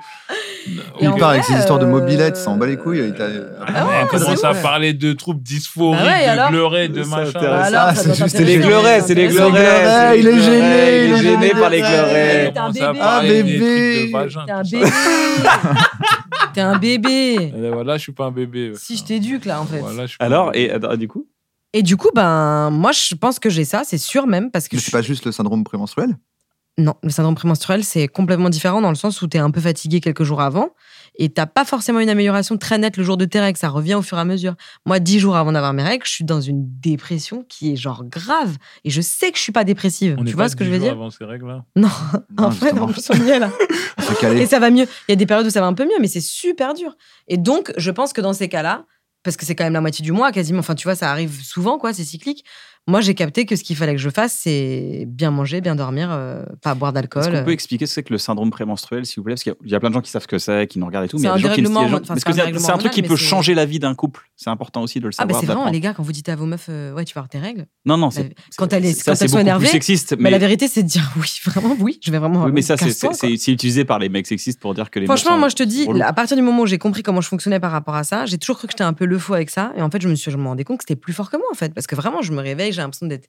B: Et
D: Il
B: en
A: Ok.
D: part
B: vrai,
D: avec ses histoires de
B: euh,
D: mobilette, ça en bat les couilles. il t'a-
A: Ah ouais,
B: ouais,
A: on commence
B: c'est
A: à
B: vrai.
A: parler de troubles dysphoriques,
B: Bah ouais, et alors
A: de pleuret, de
C: C'est
A: machin.
C: intéressant.
B: alors,
D: Ah,
B: ça
D: c'est
B: doit
D: juste
C: C'est
B: t'intéresser,
C: les gleurets,
B: ça
C: c'est les
B: doit t'intéresser.
C: gleurets.
D: il est
C: c'est les
D: gêné,
C: gleurets,
D: il
C: Il
D: est
C: est gêné par les
B: gêné.
C: gleurets.
B: T'es un
A: On commence à
B: bébé.
A: parler des
D: Ah, bébé.
A: trucs de vagin,
B: T'es un
A: tout ça.
B: bébé T'es un bébé
A: Et Voilà, je suis pas un bébé. ouais.
B: Si je t'éduque là en fait.
A: Voilà, je suis pas un
C: Alors,
A: bébé.
C: et attends, du coup
B: Et du coup, ben moi je pense que j'ai ça, c'est sûr même parce que
D: Mais
B: je
D: c'est
B: suis-
D: pas juste le syndrome prémenstruel
B: non, le syndrome prémenstruel c'est complètement différent dans le sens où t'es un peu fatigué quelques jours avant Et t'as pas forcément une amélioration très nette le jour de tes règles, ça revient au fur et à mesure. Moi, dix jours avant d'avoir mes règles, je suis dans une dépression qui est genre grave. Et je sais que je suis pas dépressive.
A: On est
B: tu vois
A: pas
B: ce que
A: dix
B: je veux
A: jours
B: dire
A: avant ces règles-là.
B: Non,
D: Non,
B: en fait,
D: justement.
B: on s'en y est, là.
D: On s'est
B: Et
D: calé.
B: ça va mieux. Il y a des périodes où ça va un peu mieux, mais c'est super dur. Et donc, je pense que dans ces cas-là, parce que c'est quand même la moitié du mois quasiment, enfin tu vois, ça arrive souvent, quoi, c'est cyclique. Moi, j'ai capté que ce qu'il fallait que je fasse, c'est bien manger, bien dormir, euh, pas boire
C: Est-ce
B: d'alcool.
C: qu'on peut expliquer ce que c'est que le syndrome prémenstruel, s'il vous plaît Parce qu'il y a- il y a plein de gens qui savent que c'est, qui nous regardent et tout. mais
B: C'est
C: il y a
B: un
C: des gens qui ne-
B: dérèglement,
C: il y a des gens-
B: enfin, c'est
C: parce
B: un
C: que c'est- c'est un
B: dérèglement
C: truc qui peut
B: hormonal, mais
C: changer la vie d'un couple. C'est important aussi de le
B: ah, bah
C: savoir.
B: c'est vraiment,
C: d'apprendre.
B: les gars, quand vous dites à vos meufs, euh, ouais, tu vas avoir tes règles.
C: Non, non, c'est-
B: La- quand elles-
C: c'est- ça,
B: quand
C: c'est
B: elles sont
C: beaucoup plus
B: énervées,
C: sexiste,
B: Mais
C: mais,
B: la vérité, c'est de dire oui, vraiment, oui, je vais vraiment.
C: oui, mais ça, c'est-
B: casse-toi,
C: c'est
B: quoi.
C: c'est- c'est utilisé par les mecs sexistes pour dire que les mecs
B: Franchement,
C: sont
B: moi, je te dis,
C: relous.
B: à partir du moment où j'ai compris comment je fonctionnais par rapport à ça, j'ai toujours cru que j'étais un peu le faux avec ça. Et en fait, je me suis je me rendais compte que c'était plus fort que moi, en fait. Parce que vraiment, je me réveille, j'ai l'impression d'être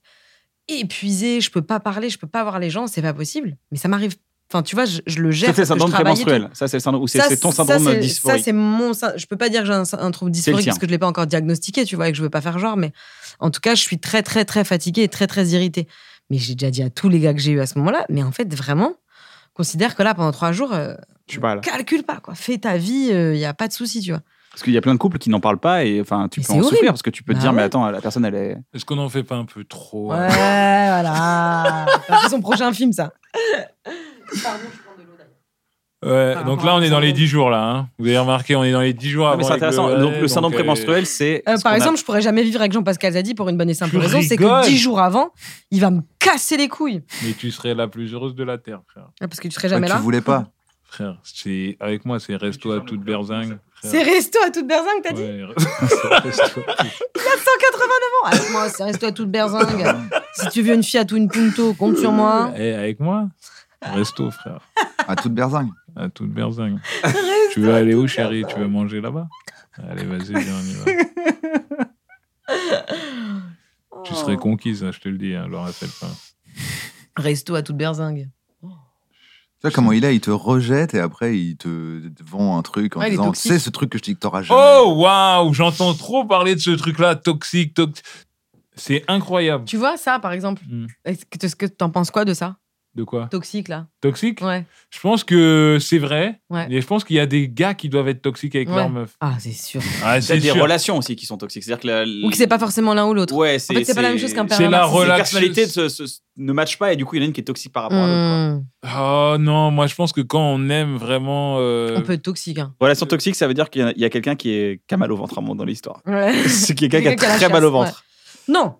B: épuisée, je peux pas parler, je peux pas voir les gens, c'est pas possible. Mais ça m'arrive. Enfin, tu vois, je, je le gère.
C: Ça, c'est le
B: parce que je
C: syndrome
B: travaille et tout.
C: prémenstruel. Ça, c'est le syndrome- ou c'est-
B: Ça,
C: c'est ton
B: ça,
C: syndrome euh,
B: c'est- Ça,
C: dysphorique.
B: c'est mon. syn- Je peux pas dire que j'ai un, un trouble dysphorique
C: tien.
B: parce que je l'ai pas encore diagnostiqué, tu vois, et que je veux pas faire genre. Mais en tout cas, je suis très, très, très fatiguée et très, très irritée. Mais j'ai déjà dit à tous les gars que j'ai eu à ce moment-là. Mais en fait, vraiment, considère que là, pendant trois jours, euh,
C: Je suis pas là.
B: calcule pas, quoi. Fais ta vie, il n'y a pas de souci, tu vois.
C: Parce qu'il y a plein de couples qui n'en parlent pas et enfin, tu
B: Mais
C: peux
B: c'est
C: en
B: horrible.
C: souffrir parce que tu peux te
B: Bah
C: dire, mais
B: ouais.
C: attends, la personne, elle est.
A: Est-ce qu'on en fait pas un peu trop hein
B: Ouais, voilà. Enfin, c'est son prochain film, ça. Pardon, je prends de l'eau d'ailleurs.
A: Ouais,
B: Par
A: donc
B: rapport
A: là,
B: à
A: on est dans les
B: syndrome.
A: 10 jours, là. hein. Vous avez remarqué, on est dans les 10 jours
C: Ah,
A: avant.
C: mais c'est
A: avec
C: intéressant.
A: ouais,
C: Donc, le syndrome
A: donc,
C: prémenstruel, c'est.
B: Euh,
C: ce
B: par
C: qu'on a-
B: exemple, je pourrais jamais vivre avec Jean-Pascal Zadi pour une bonne et simple
A: Tu
B: raison, c'est
A: rigoles.
B: que dix jours avant, il va me casser les couilles.
A: euh, Mais tu serais la plus heureuse de la Terre, frère.
B: Ah, Parce que tu serais
D: Ouais,
B: jamais
D: Bah, tu
B: là.
D: voulais pas.
A: Frère, c'est- avec moi, c'est resto à toute berzingue. frère.
B: C'est resto à toute berzingue, t'as dit
A: Ouais, c'est resto à toute-
B: 189 ans Avec moi, c'est resto à toute berzingue. si tu veux une fiat ou une punto, compte sur moi.
A: Eh, avec moi Resto, frère.
D: À toute berzingue.
A: À toute berzingue. Tu veux aller où, chérie Tu veux manger là-bas Allez, vas-y, viens, on y va. Tu serais conquise, hein, je te le dis, hein, je le rappelle pas.
B: Resto à toute berzingue.
D: Tu vois comment il est, il te rejette et après il te vend un truc en
B: Ouais, il est
D: disant
B: toxique.
D: c'est ce truc que je dis que t'auras jamais.
A: Oh, waouh J'entends trop parler de ce truc-là, toxique, toxique. C'est incroyable.
B: Tu vois ça, par exemple
A: Hmm.
B: Est-ce que est-ce que t'en penses quoi de ça
A: De quoi
B: Toxique, là
A: Toxique
B: Ouais.
A: Je pense que c'est vrai.
B: Ouais.
A: Et je pense qu'il y a des gars qui doivent être toxiques avec
B: Ouais.
A: leurs meufs.
B: Ah, c'est sûr.
A: Ah,
C: C'est
A: c'est
C: des
A: sûr.
C: relations aussi qui sont toxiques. C'est-à-dire que la-
B: Ou que c'est pas forcément l'un ou l'autre.
C: Ouais,
B: En fait, c'est pas la même chose qu'un pervers
A: C'est la
B: narcissique.
C: Les
A: relation.
C: personnalités se- se- se- ne matchent pas et du coup, il y en a une qui est toxique par rapport à l'autre. quoi.
B: Hmm.
A: Oh non, moi je pense que quand on aime vraiment. euh,
B: On peut être toxique. Hein.
C: Relation toxique, ça veut dire qu'il y en a- il y a, quelqu'un qui, est- qui a mal au ventre à un moment dans l'histoire.
B: Ouais.
C: C'est quelqu'un qui a
B: Quelqu'un qui a la
C: très mal au
B: chasse,
C: ventre.
B: Non.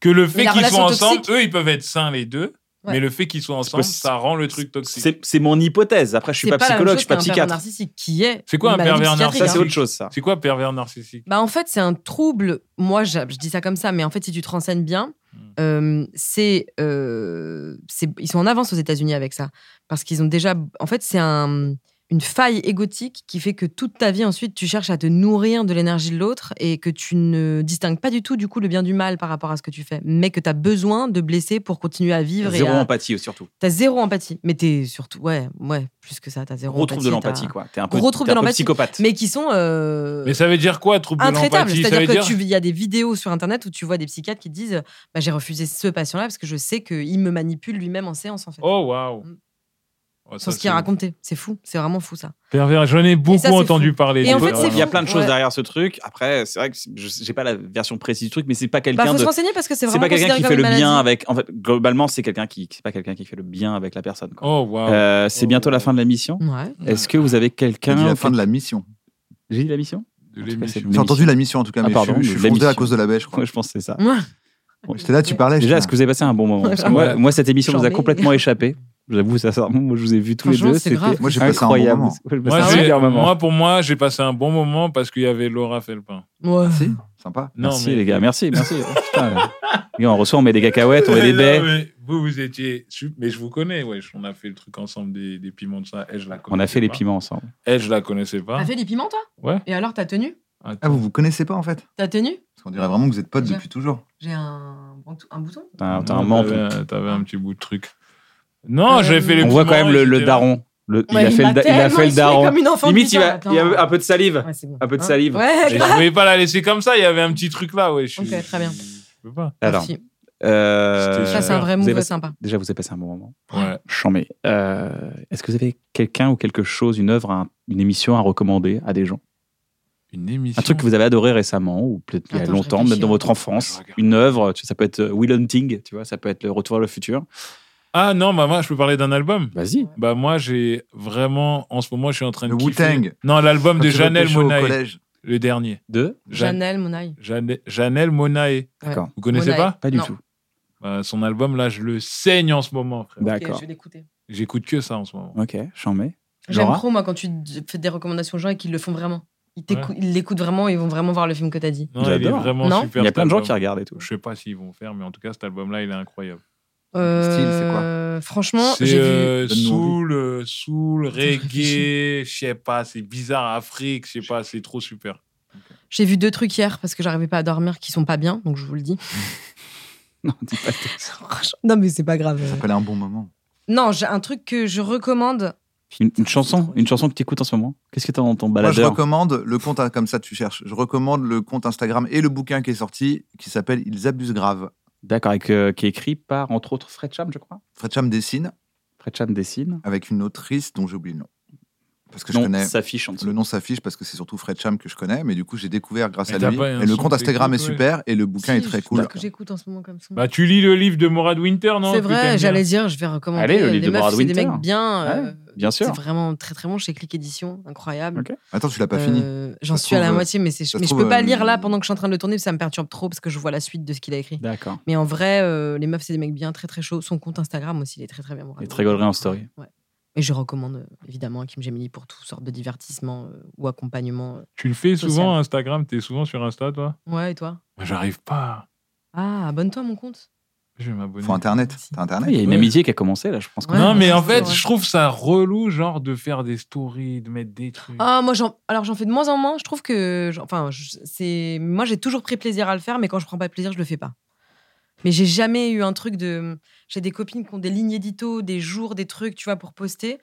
A: Que le
B: Mais
A: fait
B: la
A: qu'ils soient
B: relation
A: ensemble,
B: toxique-
A: eux ils peuvent être sains les deux,
B: Ouais.
A: mais le fait qu'ils soient ensemble,
C: possible.
A: ça rend le truc toxique.
C: C'est c'est mon hypothèse. Après, je suis
B: C'est
C: pas
B: la même
C: psychologue,
B: chose
C: je suis pas
B: qu'un pervers
C: psychiatre.
B: narcissique qui est.
A: C'est quoi
B: une
A: un
B: maladie
A: pervers
B: psychiatrique,
C: Ça, c'est
B: hein.
C: autre chose, ça.
A: C'est quoi pervers narcissique
B: Bah en fait, c'est un trouble. Moi, je, je dis ça comme ça, mais en fait, si tu te renseignes bien,
C: Hmm.
B: euh, c'est, euh, c'est- ils sont en avance aux États-Unis avec ça, parce qu'ils ont déjà. En fait, c'est un- une faille égotique qui fait que toute ta vie ensuite, tu cherches à te nourrir de l'énergie de l'autre et que tu ne distingues pas du tout du coup le bien du mal par rapport à ce que tu fais, mais que tu as besoin de blesser pour continuer à vivre.
C: Zéro
B: et à-
C: empathie, euh, surtout.
B: T'as zéro empathie, mais t'es surtout ouais ouais plus que ça, t'as zéro
C: Gros
B: empathie.
C: trouble de l'empathie,
B: t'as-
C: quoi. T'es un peu,
B: Gros trouble
C: t'es un
B: de
C: peu
B: l'empathie.
C: psychopathe.
B: Mais qui sont euh,
A: Mais ça veut dire quoi, trouble de
B: intraitables.
A: l'empathie Ça
B: C'est-à-dire
A: veut
B: que
A: dire.
B: tu il y a des vidéos sur internet où tu vois des psychiatres qui disent bah, j'ai refusé ce patient-là parce que je sais qu'il me manipule lui-même en séance en fait.
A: Oh waouh
B: Mm.
A: Oh, ça,
B: Sur ce qu'il
A: c'est
B: a raconté, c'est fou, c'est vraiment fou ça.
A: Pervers, j'en ai beaucoup
B: ça, c'est
A: entendu
B: fou.
A: parler.
B: Et
A: des
B: en fait,
A: pervers.
B: c'est
C: il y a
B: fou.
C: plein de choses
B: Ouais.
C: derrière ce truc. Après, c'est vrai que c'est- je- j'ai pas la version précise du truc, mais c'est pas
B: Bah,
C: quelqu'un
B: faut
C: de.
B: se renseigner parce que c'est
C: C'est
B: vraiment
C: pas quelqu'un
B: considéré
C: qui
B: comme une
C: fait le bien
B: maladie.
C: avec. En fait, globalement, c'est quelqu'un qui. C'est pas quelqu'un qui fait le bien avec la personne. quoi.
A: Oh waouh.
C: Euh, c'est bientôt la fin de la mission.
B: Ouais.
C: Est-ce que vous avez
D: Il
C: quelqu'un
D: dit la fin de la mission.
C: J'ai dit la mission
A: De
C: en tout cas,
A: l'émission.
C: c'est-
D: J'ai entendu la mission en tout cas,
C: Ah,
D: mais
C: pardon,
D: je, suis- je
C: de
D: suis fondé à
C: l'émission.
D: cause de la baie, je crois.
C: Ouais, Je pense que c'est ça.
B: Ouais.
D: J'étais là, tu parlais.
C: Déjà,
D: j'étais
C: est-ce que vous avez passé un bon moment Parce que
B: Ouais.
C: moi, moi, cette émission vous a
B: Charmé.
C: complètement échappé. Je vous avoue, ça, ça- moi, je vous ai vu tous les
B: Franchement,
C: deux.
B: c'est
C: C'était
B: grave.
D: Moi, j'ai passé un bon
C: incroyable.
D: moment.
C: J'ai passé
A: Moi,
C: un
A: j'ai-
C: super moment.
A: moi, pour moi, j'ai passé un bon moment parce qu'il y avait Laura Felpin.
B: Ouais.
D: Ah, Si, sympa.
A: Non,
C: merci,
A: mais-
C: les gars. Merci, merci. Oh, putain, là. Les gars, on reçoit, on met des cacahuètes, on met des
A: Non,
C: baies.
A: mais Vous, vous étiez. sup- Mais je vous connais, wesh. On a fait le truc ensemble des, des piments de ça. Elle, je la
C: On a
A: connaissais
C: fait les
A: pas.
C: piments ensemble.
A: Elle, je la connaissais pas.
B: T'as fait des piments toi
A: Ouais.
B: Et alors t'as tenu
D: Ah, vous vous connaissez pas en fait
B: T'as tenu
D: Parce qu'on dirait vraiment que vous êtes potes
B: Déjà.
D: depuis toujours.
B: J'ai un, bouton- un bouton.
C: T'as Ah, t'as
A: Non,
C: un menton.
A: T'avais, t'avais un petit bout de truc. Non,
B: Euh,
A: j'ai fait les
C: On voit
A: piments,
C: quand même le,
A: j'étais
C: le
A: là.
C: daron. Le- il,
B: Ouais,
C: a fait
B: m'a
C: le, da- il a
B: tellement
C: fait le
B: essuyé
C: daron.
B: comme une enfant de
C: Limite, il,
B: putain,
C: va, il y a
B: attends.
C: un peu de salive.
B: Ouais, c'est bon.
C: Un peu de
B: Hein
C: salive.
B: Ouais.
A: Mais je pouvais pas la laisser comme ça. Il y avait un petit truc là, wesh.
B: Ok, très bien.
A: Je peux pas.
C: Alors,
B: Merci.
C: Euh,
B: Ça, c'est un vrai
C: vous avez
B: move
C: passé-
B: sympa.
C: Déjà, vous avez passé un bon moment.
A: Ouais.
C: Chambé. Euh, Est-ce que vous avez quelqu'un ou quelque chose, une œuvre, un- une émission à recommander à des gens
A: Une émission.
C: Un truc que vous avez adoré récemment, ou peut-être il y a
B: Attends, je
C: longtemps, peut-être
B: réfléchis,
C: dans
B: hein.
C: votre
A: Je
C: enfance,
A: regarde.
C: une œuvre, tu- ça peut être euh, Will Hunting, tu vois, ça peut être le Retour à le futur.
A: Ah non, maman, je peux parler d'un album
C: Vas-y.
A: Bah moi, j'ai vraiment, en ce moment, je suis en train de
D: Le
A: kiffer.
D: Wu-Tang.
A: Non, l'album de Janelle Monae,
D: collège.
A: le dernier.
C: Deux
A: Jan-
B: Janelle, mon œil.
A: Janelle Janelle Monae.
C: D'accord.
A: Vous connaissez
B: Monae.
A: pas
C: Pas du
B: Non.
C: tout.
A: Bah, Son album, là, je le saigne en ce moment, frère.
C: D'accord.
B: l'écouter.
A: J'écoute que ça en ce moment.
C: Ok, j'en mets.
B: J'aime
C: Laura
B: trop, moi, quand tu d- fais des recommandations aux gens et qu'ils le font vraiment. Ils t'écou- ils l'écoutent vraiment et ils vont vraiment voir le film que t'as dit.
A: Non, il est
C: J'adore.
A: vraiment
B: Non.
A: super.
C: Il y a plein de
A: cet
C: gens
A: album.
C: qui regardent et tout.
A: Je sais pas s'ils vont faire, mais en tout cas, cet album-là, il est incroyable.
B: Euh, Franchement,
A: C'est
B: j'ai vu.
A: euh,
D: Donne-nous envie.
A: soul, euh, soul,
B: je
A: reggae, je sais pas, c'est bizarre, Afrique, je sais pas, c'est trop super.
B: J'ai vu deux trucs hier parce que j'arrivais pas à dormir qui sont pas bien, donc je vous le dis.
C: Non, dis pas.
B: non, mais c'est pas grave.
D: Ça s'appelle un bon moment.
B: Non, j'ai un truc que je recommande.
C: Une, une chanson, une chanson que tu écoutes en ce moment. Qu'est-ce que t'as dans ton
D: Moi, je
C: baladeur
D: recommande le compte, hein, comme ça tu cherches, je recommande le compte Instagram et le bouquin qui est sorti qui s'appelle Ils abusent grave.
C: D'accord, avec, euh, qui est écrit par, entre autres, Fred Cham, je crois.
D: Fred Cham dessine
C: Fred Cham dessine.
D: avec une autrice dont j'ai oublié le nom. Parce que je
C: Non,
D: connais.
C: s'affiche en dessous.
D: Le nom s'affiche parce que c'est surtout Fred Cham que je connais, mais du coup j'ai découvert grâce
A: Mais
D: à
A: t'as
D: lui.
A: pas un
D: Et le
A: son
D: compte
A: que
D: Instagram est
A: t'écoutes, ouais.
D: super et le bouquin
B: Si,
D: est très
B: je- ce
D: cool.
B: que j'écoute en ce moment comme ça.
A: Bah, tu lis le livre de Morad Winter, non
B: c'est
A: que t'aimes bien
B: vrai, j'allais dire, je vais recommander.
C: Allez, le
B: euh,
C: livre
B: les
C: de
B: meufs,
C: Brad
B: c'est des
C: Winter.
B: mecs bien. euh,
C: Ouais, bien sûr.
B: C'est vraiment très très bon chez Click Édition, incroyable.
C: Ok.
D: Attends, tu l'as pas fini.
B: Euh, J'en
D: Ça se
B: suis à la
D: trouve,
B: moitié, mais, c'est-
D: ça se
B: mais je
D: trouve,
B: peux pas
D: euh,
B: lire là pendant que je suis en train de le tourner, parce que ça me perturbe trop, parce que je vois la suite de ce qu'il a écrit.
C: D'accord.
B: Mais en vrai, euh, les meufs, c'est des mecs bien très très chauds. Son compte Instagram aussi, il est très très bien.
C: Et très gaulerie en story.
B: Ouais. Et je recommande euh, évidemment à Kim Gemini pour toutes sortes de divertissements euh, ou accompagnements. euh.
A: Tu le fais
B: Social.
A: souvent Instagram T'es souvent sur Insta, toi
B: Ouais, et toi
A: Moi, J'arrive pas.
B: Ah, abonne-toi à mon compte.
A: Je vais m'abonner.
D: Faut internet.
B: Si.
D: T'as
C: Ah, il y
D: internet.
C: a une
A: Ouais.
C: amitié qui a commencé là, je pense.
B: Ouais,
C: qu'on-
A: non, mais en
B: c'est
A: fait,
B: vrai.
A: je trouve ça relou, genre, de faire des stories, de mettre des trucs.
B: Ah, moi, j'en- alors j'en fais de moins en moins. Je trouve que. j'en- Enfin, je- c'est. Moi, j'ai toujours pris plaisir à le faire, mais quand je prends pas de plaisir, je le fais pas. Mais j'ai jamais eu un truc de. J'ai des copines qui ont des lignes édito, des jours, des trucs, tu vois, pour poster.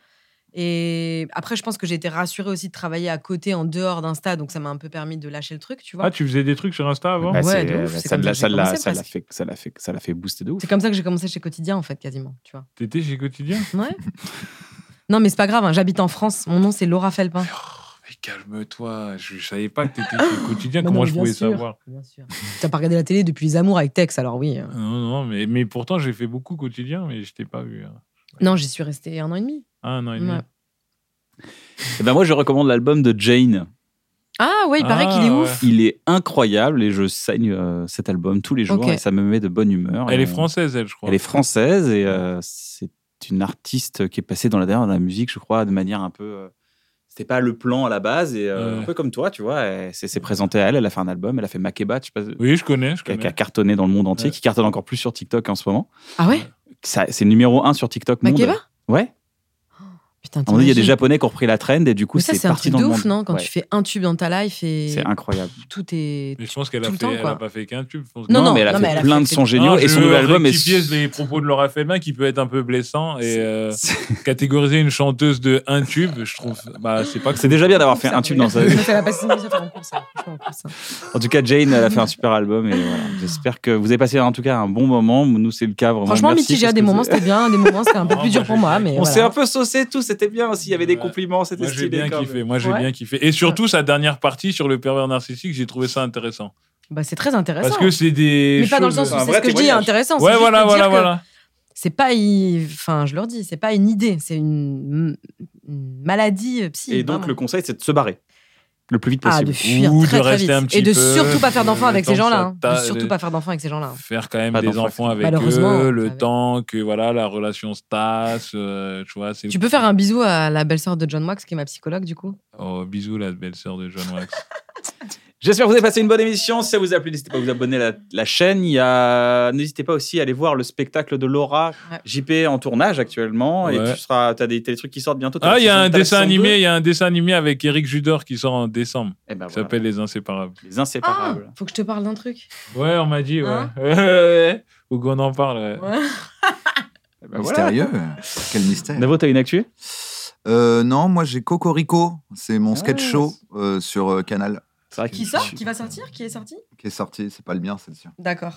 B: Et après, je pense que j'ai été rassurée aussi de travailler à côté, en dehors d'Insta, donc ça m'a un peu permis de lâcher le truc, tu vois.
A: Ah, tu faisais des trucs sur Insta avant
C: Bah,
B: Ouais,
C: c'est-
B: de ouf,
C: bah,
B: c'est
C: ça
B: comme
C: l'a-
B: ça
C: ça
B: que j'ai
C: l'a
B: commencé,
C: ça l'a
B: presque.
C: fait, ça l'a fait, ça l'a fait booster de ouf.
B: C'est comme ça que j'ai commencé chez Quotidien, en fait, quasiment, tu vois.
A: T'étais chez Quotidien
B: Ouais. non, mais c'est pas grave, hein, j'habite en France. Mon nom, c'est Laura Felpin.
A: Mais calme-toi, je, je savais pas que t'étais chez Quotidien,
B: Bah
A: comment
B: non,
A: je
B: bien
A: pouvais
B: sûr.
A: savoir
B: Bien sûr. T'as pas regardé la télé depuis les amours avec Tex, alors oui. euh.
A: Non, non, mais, mais pourtant, j'ai fait beaucoup Quotidien, mais je t'ai pas vu. hein.
B: Non, j'y suis restée un an et demi.
A: Ah, un an et demi.
B: Ouais.
C: Et ben moi, je recommande l'album de Jane.
B: Ah ouais, il paraît
A: Ah,
B: qu'il est
A: ouais.
B: ouf.
C: Il est incroyable et je saigne euh, cet album tous les jours
B: Ok.
C: et ça me met de bonne humeur.
A: Elle
C: Et
A: est
C: on-
A: française, elle, je crois.
C: Elle est française et euh, c'est une artiste qui est passée dans la, dans la musique, je crois, de manière un peu. euh, C'était pas le plan à la base et euh,
A: Ouais.
C: un peu comme toi, tu vois. Elle s'est s'est présentée à elle, elle a fait un album, elle a fait Makeba, je sais pas,
A: Oui, je connais, je
C: qui a- qui
A: connais.
C: a cartonné dans le monde entier,
A: Ouais.
C: qui cartonne encore plus sur TikTok en ce moment.
B: Ah ouais
C: Ça- C'est numéro un sur TikTok monde.
B: Makeba
C: Ouais.
B: Putain,
C: À un moment donné, il y a des
B: t'imagines.
C: Japonais qui ont repris la traîne et du coup,
B: Mais ça,
C: c'est
B: c'est un
C: parti
B: truc
C: dans
B: de
C: le monde.
B: ouf, non Quand
C: Ouais.
B: tu fais un tube dans ta life et
C: C'est incroyable.
B: tout est.
A: Mais je pense qu'elle a,
B: Tout le
A: fait-
B: temps,
A: elle
B: quoi.
A: a pas fait qu'un tube. je pense que-
B: Non, non,
C: mais elle a
B: non, mais
C: fait
B: elle a
C: plein
B: fait-
C: de sons
B: Non,
C: géniaux
A: Non, je
C: et son nouvel album est.
A: rectifie les propos de Laura Felmin qui peut être un peu blessant et euh, catégoriser une chanteuse de un tube, je trouve. Bah, c'est pas que
C: C'est déjà bien d'avoir fait un tube dans sa vie.
B: Ça l'a pas signé, ça fait un cours, ça. Je fais un cours, ça.
C: En tout cas, Jane, elle a fait un super album et voilà. J'espère que vous avez passé en tout cas un bon moment. Nous, c'est le cas vraiment.
B: Franchement,
C: Merci
B: mitigé à
C: parce
B: des
C: que
B: moments,
C: vous-
B: c'était bien, à des moments, c'était un peu
A: Non,
B: plus dur
A: moi,
B: pour
A: j'ai-
B: moi, mais.
C: On
B: voilà.
C: s'est un peu saucé tous, c'était bien aussi. Il y avait des
A: Ouais.
C: compliments, c'était
A: Moi, j'ai
C: stylé.
A: bien
C: quand même.
A: kiffé. Moi, j'ai
B: Ouais.
A: bien kiffé. Et surtout, sa dernière partie sur le pervers narcissique, j'ai trouvé ça intéressant.
B: Bah, c'est très intéressant.
A: Parce que c'est des.
B: mais pas dans le
A: choses-
B: sens où
C: un
B: c'est
C: vrai
B: ce que je dis,
C: témoignage.
B: intéressant. c'est
A: Ouais,
B: juste
A: voilà,
B: de dire
A: voilà,
B: que
A: voilà.
B: C'est pas, i- enfin, je leur dis, c'est pas une idée, c'est une, une maladie euh, psy.
C: Et donc,
B: vraiment.
C: le conseil, c'est de se barrer le plus vite
B: ah,
C: possible.
B: de fuir
A: Ou
B: très,
A: de
B: très
A: rester
B: vite.
A: un petit
B: et de
A: peu,
B: surtout pas faire
A: euh,
B: d'enfants
A: le
B: avec
A: temps
B: ces
A: que ça
B: gens-là. hein. De
A: t'a-
B: surtout pas faire d'enfants avec ces gens-là.
A: Faire quand même
C: Pas
A: des
C: d'enfants,
A: enfants avec
B: Ah. Malheureusement,
A: eux,
B: on
A: le
B: savait.
A: temps que voilà, la relation se tasse, euh, tu vois. c'est-
B: Tu peux faire un bisou à la belle-sœur de John Wax, qui est ma psychologue, du coup
A: Oh, bisous, la belle-sœur de John Wax.
C: J'espère que vous avez passé une bonne émission. Si ça vous a plu, n'hésitez pas à vous abonner à la, la chaîne. Il y a... N'hésitez pas aussi à aller voir le spectacle de Laura
B: Ouais.
C: JP en tournage actuellement. Et
A: Ouais.
C: tu seras... as des, t'as des trucs qui sortent bientôt. T'as
A: Ah,
C: la
A: il y a
C: saison-
A: un
C: t'as la
A: dessin
C: saison
A: animé,
C: deux.
A: il y a un dessin animé avec Eric Judor qui sort en décembre.
D: Ah,
C: Eh ben,
A: qui
C: voilà.
A: s'appelle Les Inséparables.
C: Les Inséparables.
B: Ah, Faut que je te parle d'un truc.
A: Ouais, on m'a dit, ouais.
B: Hein
A: Ouais. Ou qu'on en parle. ouais.
B: Ah.
C: Eh ben, voilà.
D: Mystérieux. Quel mystère.
C: Navo, t'as une actu
D: Euh, non, moi j'ai Cocorico, c'est mon sketch
C: Ah.
D: show euh, sur euh, Canal
C: C'est vrai
B: Qui
C: qu'il-
B: sort Qui va sortir Qui est sorti
D: qui est sorti, c'est pas le bien, c'est le sien.
B: D'accord.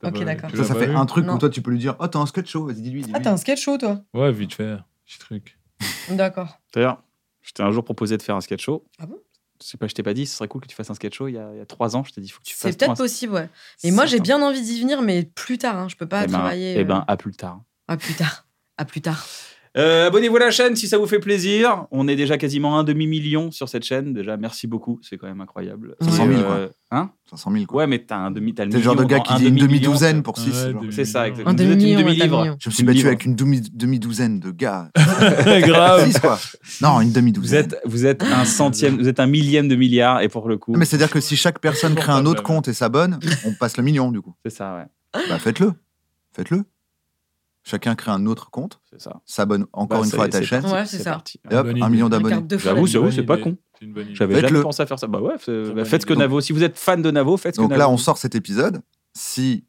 A: T'as
B: Ok,
A: pas-
B: d'accord.
A: tu
D: Ça,
A: l'as
D: ça
A: pas
D: fait
A: vu
D: un truc
B: Non.
D: où toi, tu peux lui dire Oh, t'as un sketch show, vas-y, dis-lui. dis-lui.
B: Ah, t'es un sketch show, toi
A: Ouais, vite fait. Petit truc.
B: D'accord.
C: D'ailleurs, je t'ai un jour proposé de faire un sketch show.
B: Ah bon
C: Je sais pas, je t'ai pas dit, ce serait cool que tu fasses un sketch show il y a, il y a trois ans. Je t'ai dit, faut que tu fasses
B: C'est peut-être
C: trois-
B: possible, ouais. Mais moi, j'ai
C: Cinq ans.
B: bien envie d'y venir, mais plus tard. hein. Je peux pas
C: Eh ben,
B: travailler.
C: Eh
B: euh,
C: ben, à plus tard.
B: À plus tard. À plus tard.
C: Euh, Abonnez-vous à la chaîne si ça vous fait plaisir. On est déjà quasiment un demi-million sur cette chaîne. Déjà, merci beaucoup. C'est quand même incroyable.
B: 500
C: Et,
D: 000, quoi.
C: hein
D: 500 000, quoi.
C: Ouais, mais t'as un demi t'as
D: T'es le genre de
C: million
D: gars
C: dans
D: qui dit une
C: demi-million.
D: demi-douzaine pour 6.
A: Ouais,
C: C'est ça,
B: Un
C: exactement. Vous êtes
B: demi
C: une
B: million. un
C: demi-livre.
B: demi-million.
D: Je me suis
C: Une
D: battu
C: livre.
D: avec une demi- demi-douzaine de gars.
A: Grave.
D: Six, quoi. Non, une
C: Vous
D: demi-douzaine.
C: êtes, vous êtes un centième, vous êtes un millième de milliard, et pour le coup,
D: Ah, Mais c'est-à-dire que si chaque personne crée un autre compte et s'abonne, on passe le million, du coup.
C: c'est ça, ouais,
D: Bah, faites-le. Faites-le. Chacun crée un autre compte,
C: c'est ça.
D: s'abonne encore
C: Bah,
D: une
C: ça
D: fois
C: y
D: à
C: est,
D: ta chaîne,
B: Ouais, c'est ça.
C: parti.
D: et hop,
A: Bonne
D: un
A: idée.
D: million
A: La
D: d'abonnés.
B: Carte de
C: Euh, J'avoue,
B: folie.
C: c'est vrai, c'est pas con.
A: C'est une bonne idée.
C: J'avais
D: Faites-le.
C: jamais pensé à faire ça. Bah ouais, c'est- bah,
A: bonne
C: faites ce que
A: idée.
C: Navo. Si vous êtes fan de Navo, faites ce
D: Donc
C: que
D: là,
C: Navo.
D: on sort cet épisode. Si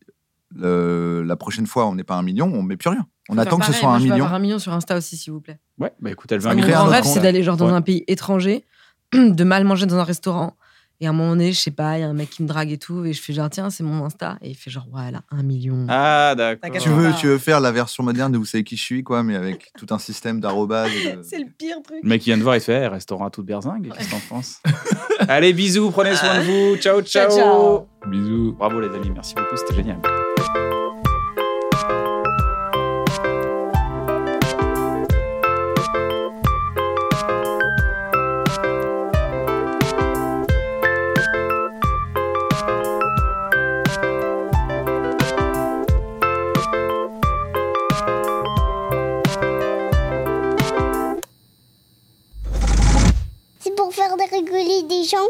D: euh, la prochaine fois, on n'est pas un million, on met plus rien. On
B: Enfin,
D: attend que ce
B: pareil,
D: soit
B: moi,
D: un
B: je veux
D: million.
B: avoir un million sur Insta aussi, s'il vous plaît.
C: Ouais, bah écoute, elle veut
B: Parce
C: un
B: que Mon
D: créer
C: million.
B: grand
D: autre
B: rêve,
D: compte.
B: c'est d'aller genre dans
C: Ouais.
B: un pays étranger, de mal manger dans un restaurant. Et à un moment donné, je sais pas, il y a un mec qui me drague et tout, et je fais genre, tiens, c'est mon Insta. Et il fait genre, ouais, elle a un million.
C: Ah d'accord.
B: T'as
D: Tu
B: qu'à
D: veux,
B: Ah.
D: tu veux faire la version moderne de vous savez qui je suis, quoi, mais avec tout un système d'arrobase. et de-
B: le pire truc.
C: Le mec qui vient de voir, il fait Eh, restaurant à toute berzingue. Qu'est-ce que t'en penses Allez, bisous, prenez soin de vous. Ciao, ciao.
B: ciao.
A: Bisous.
C: Bravo les amis, merci beaucoup, c'était génial.
G: C'est pour faire de rigoler des gens.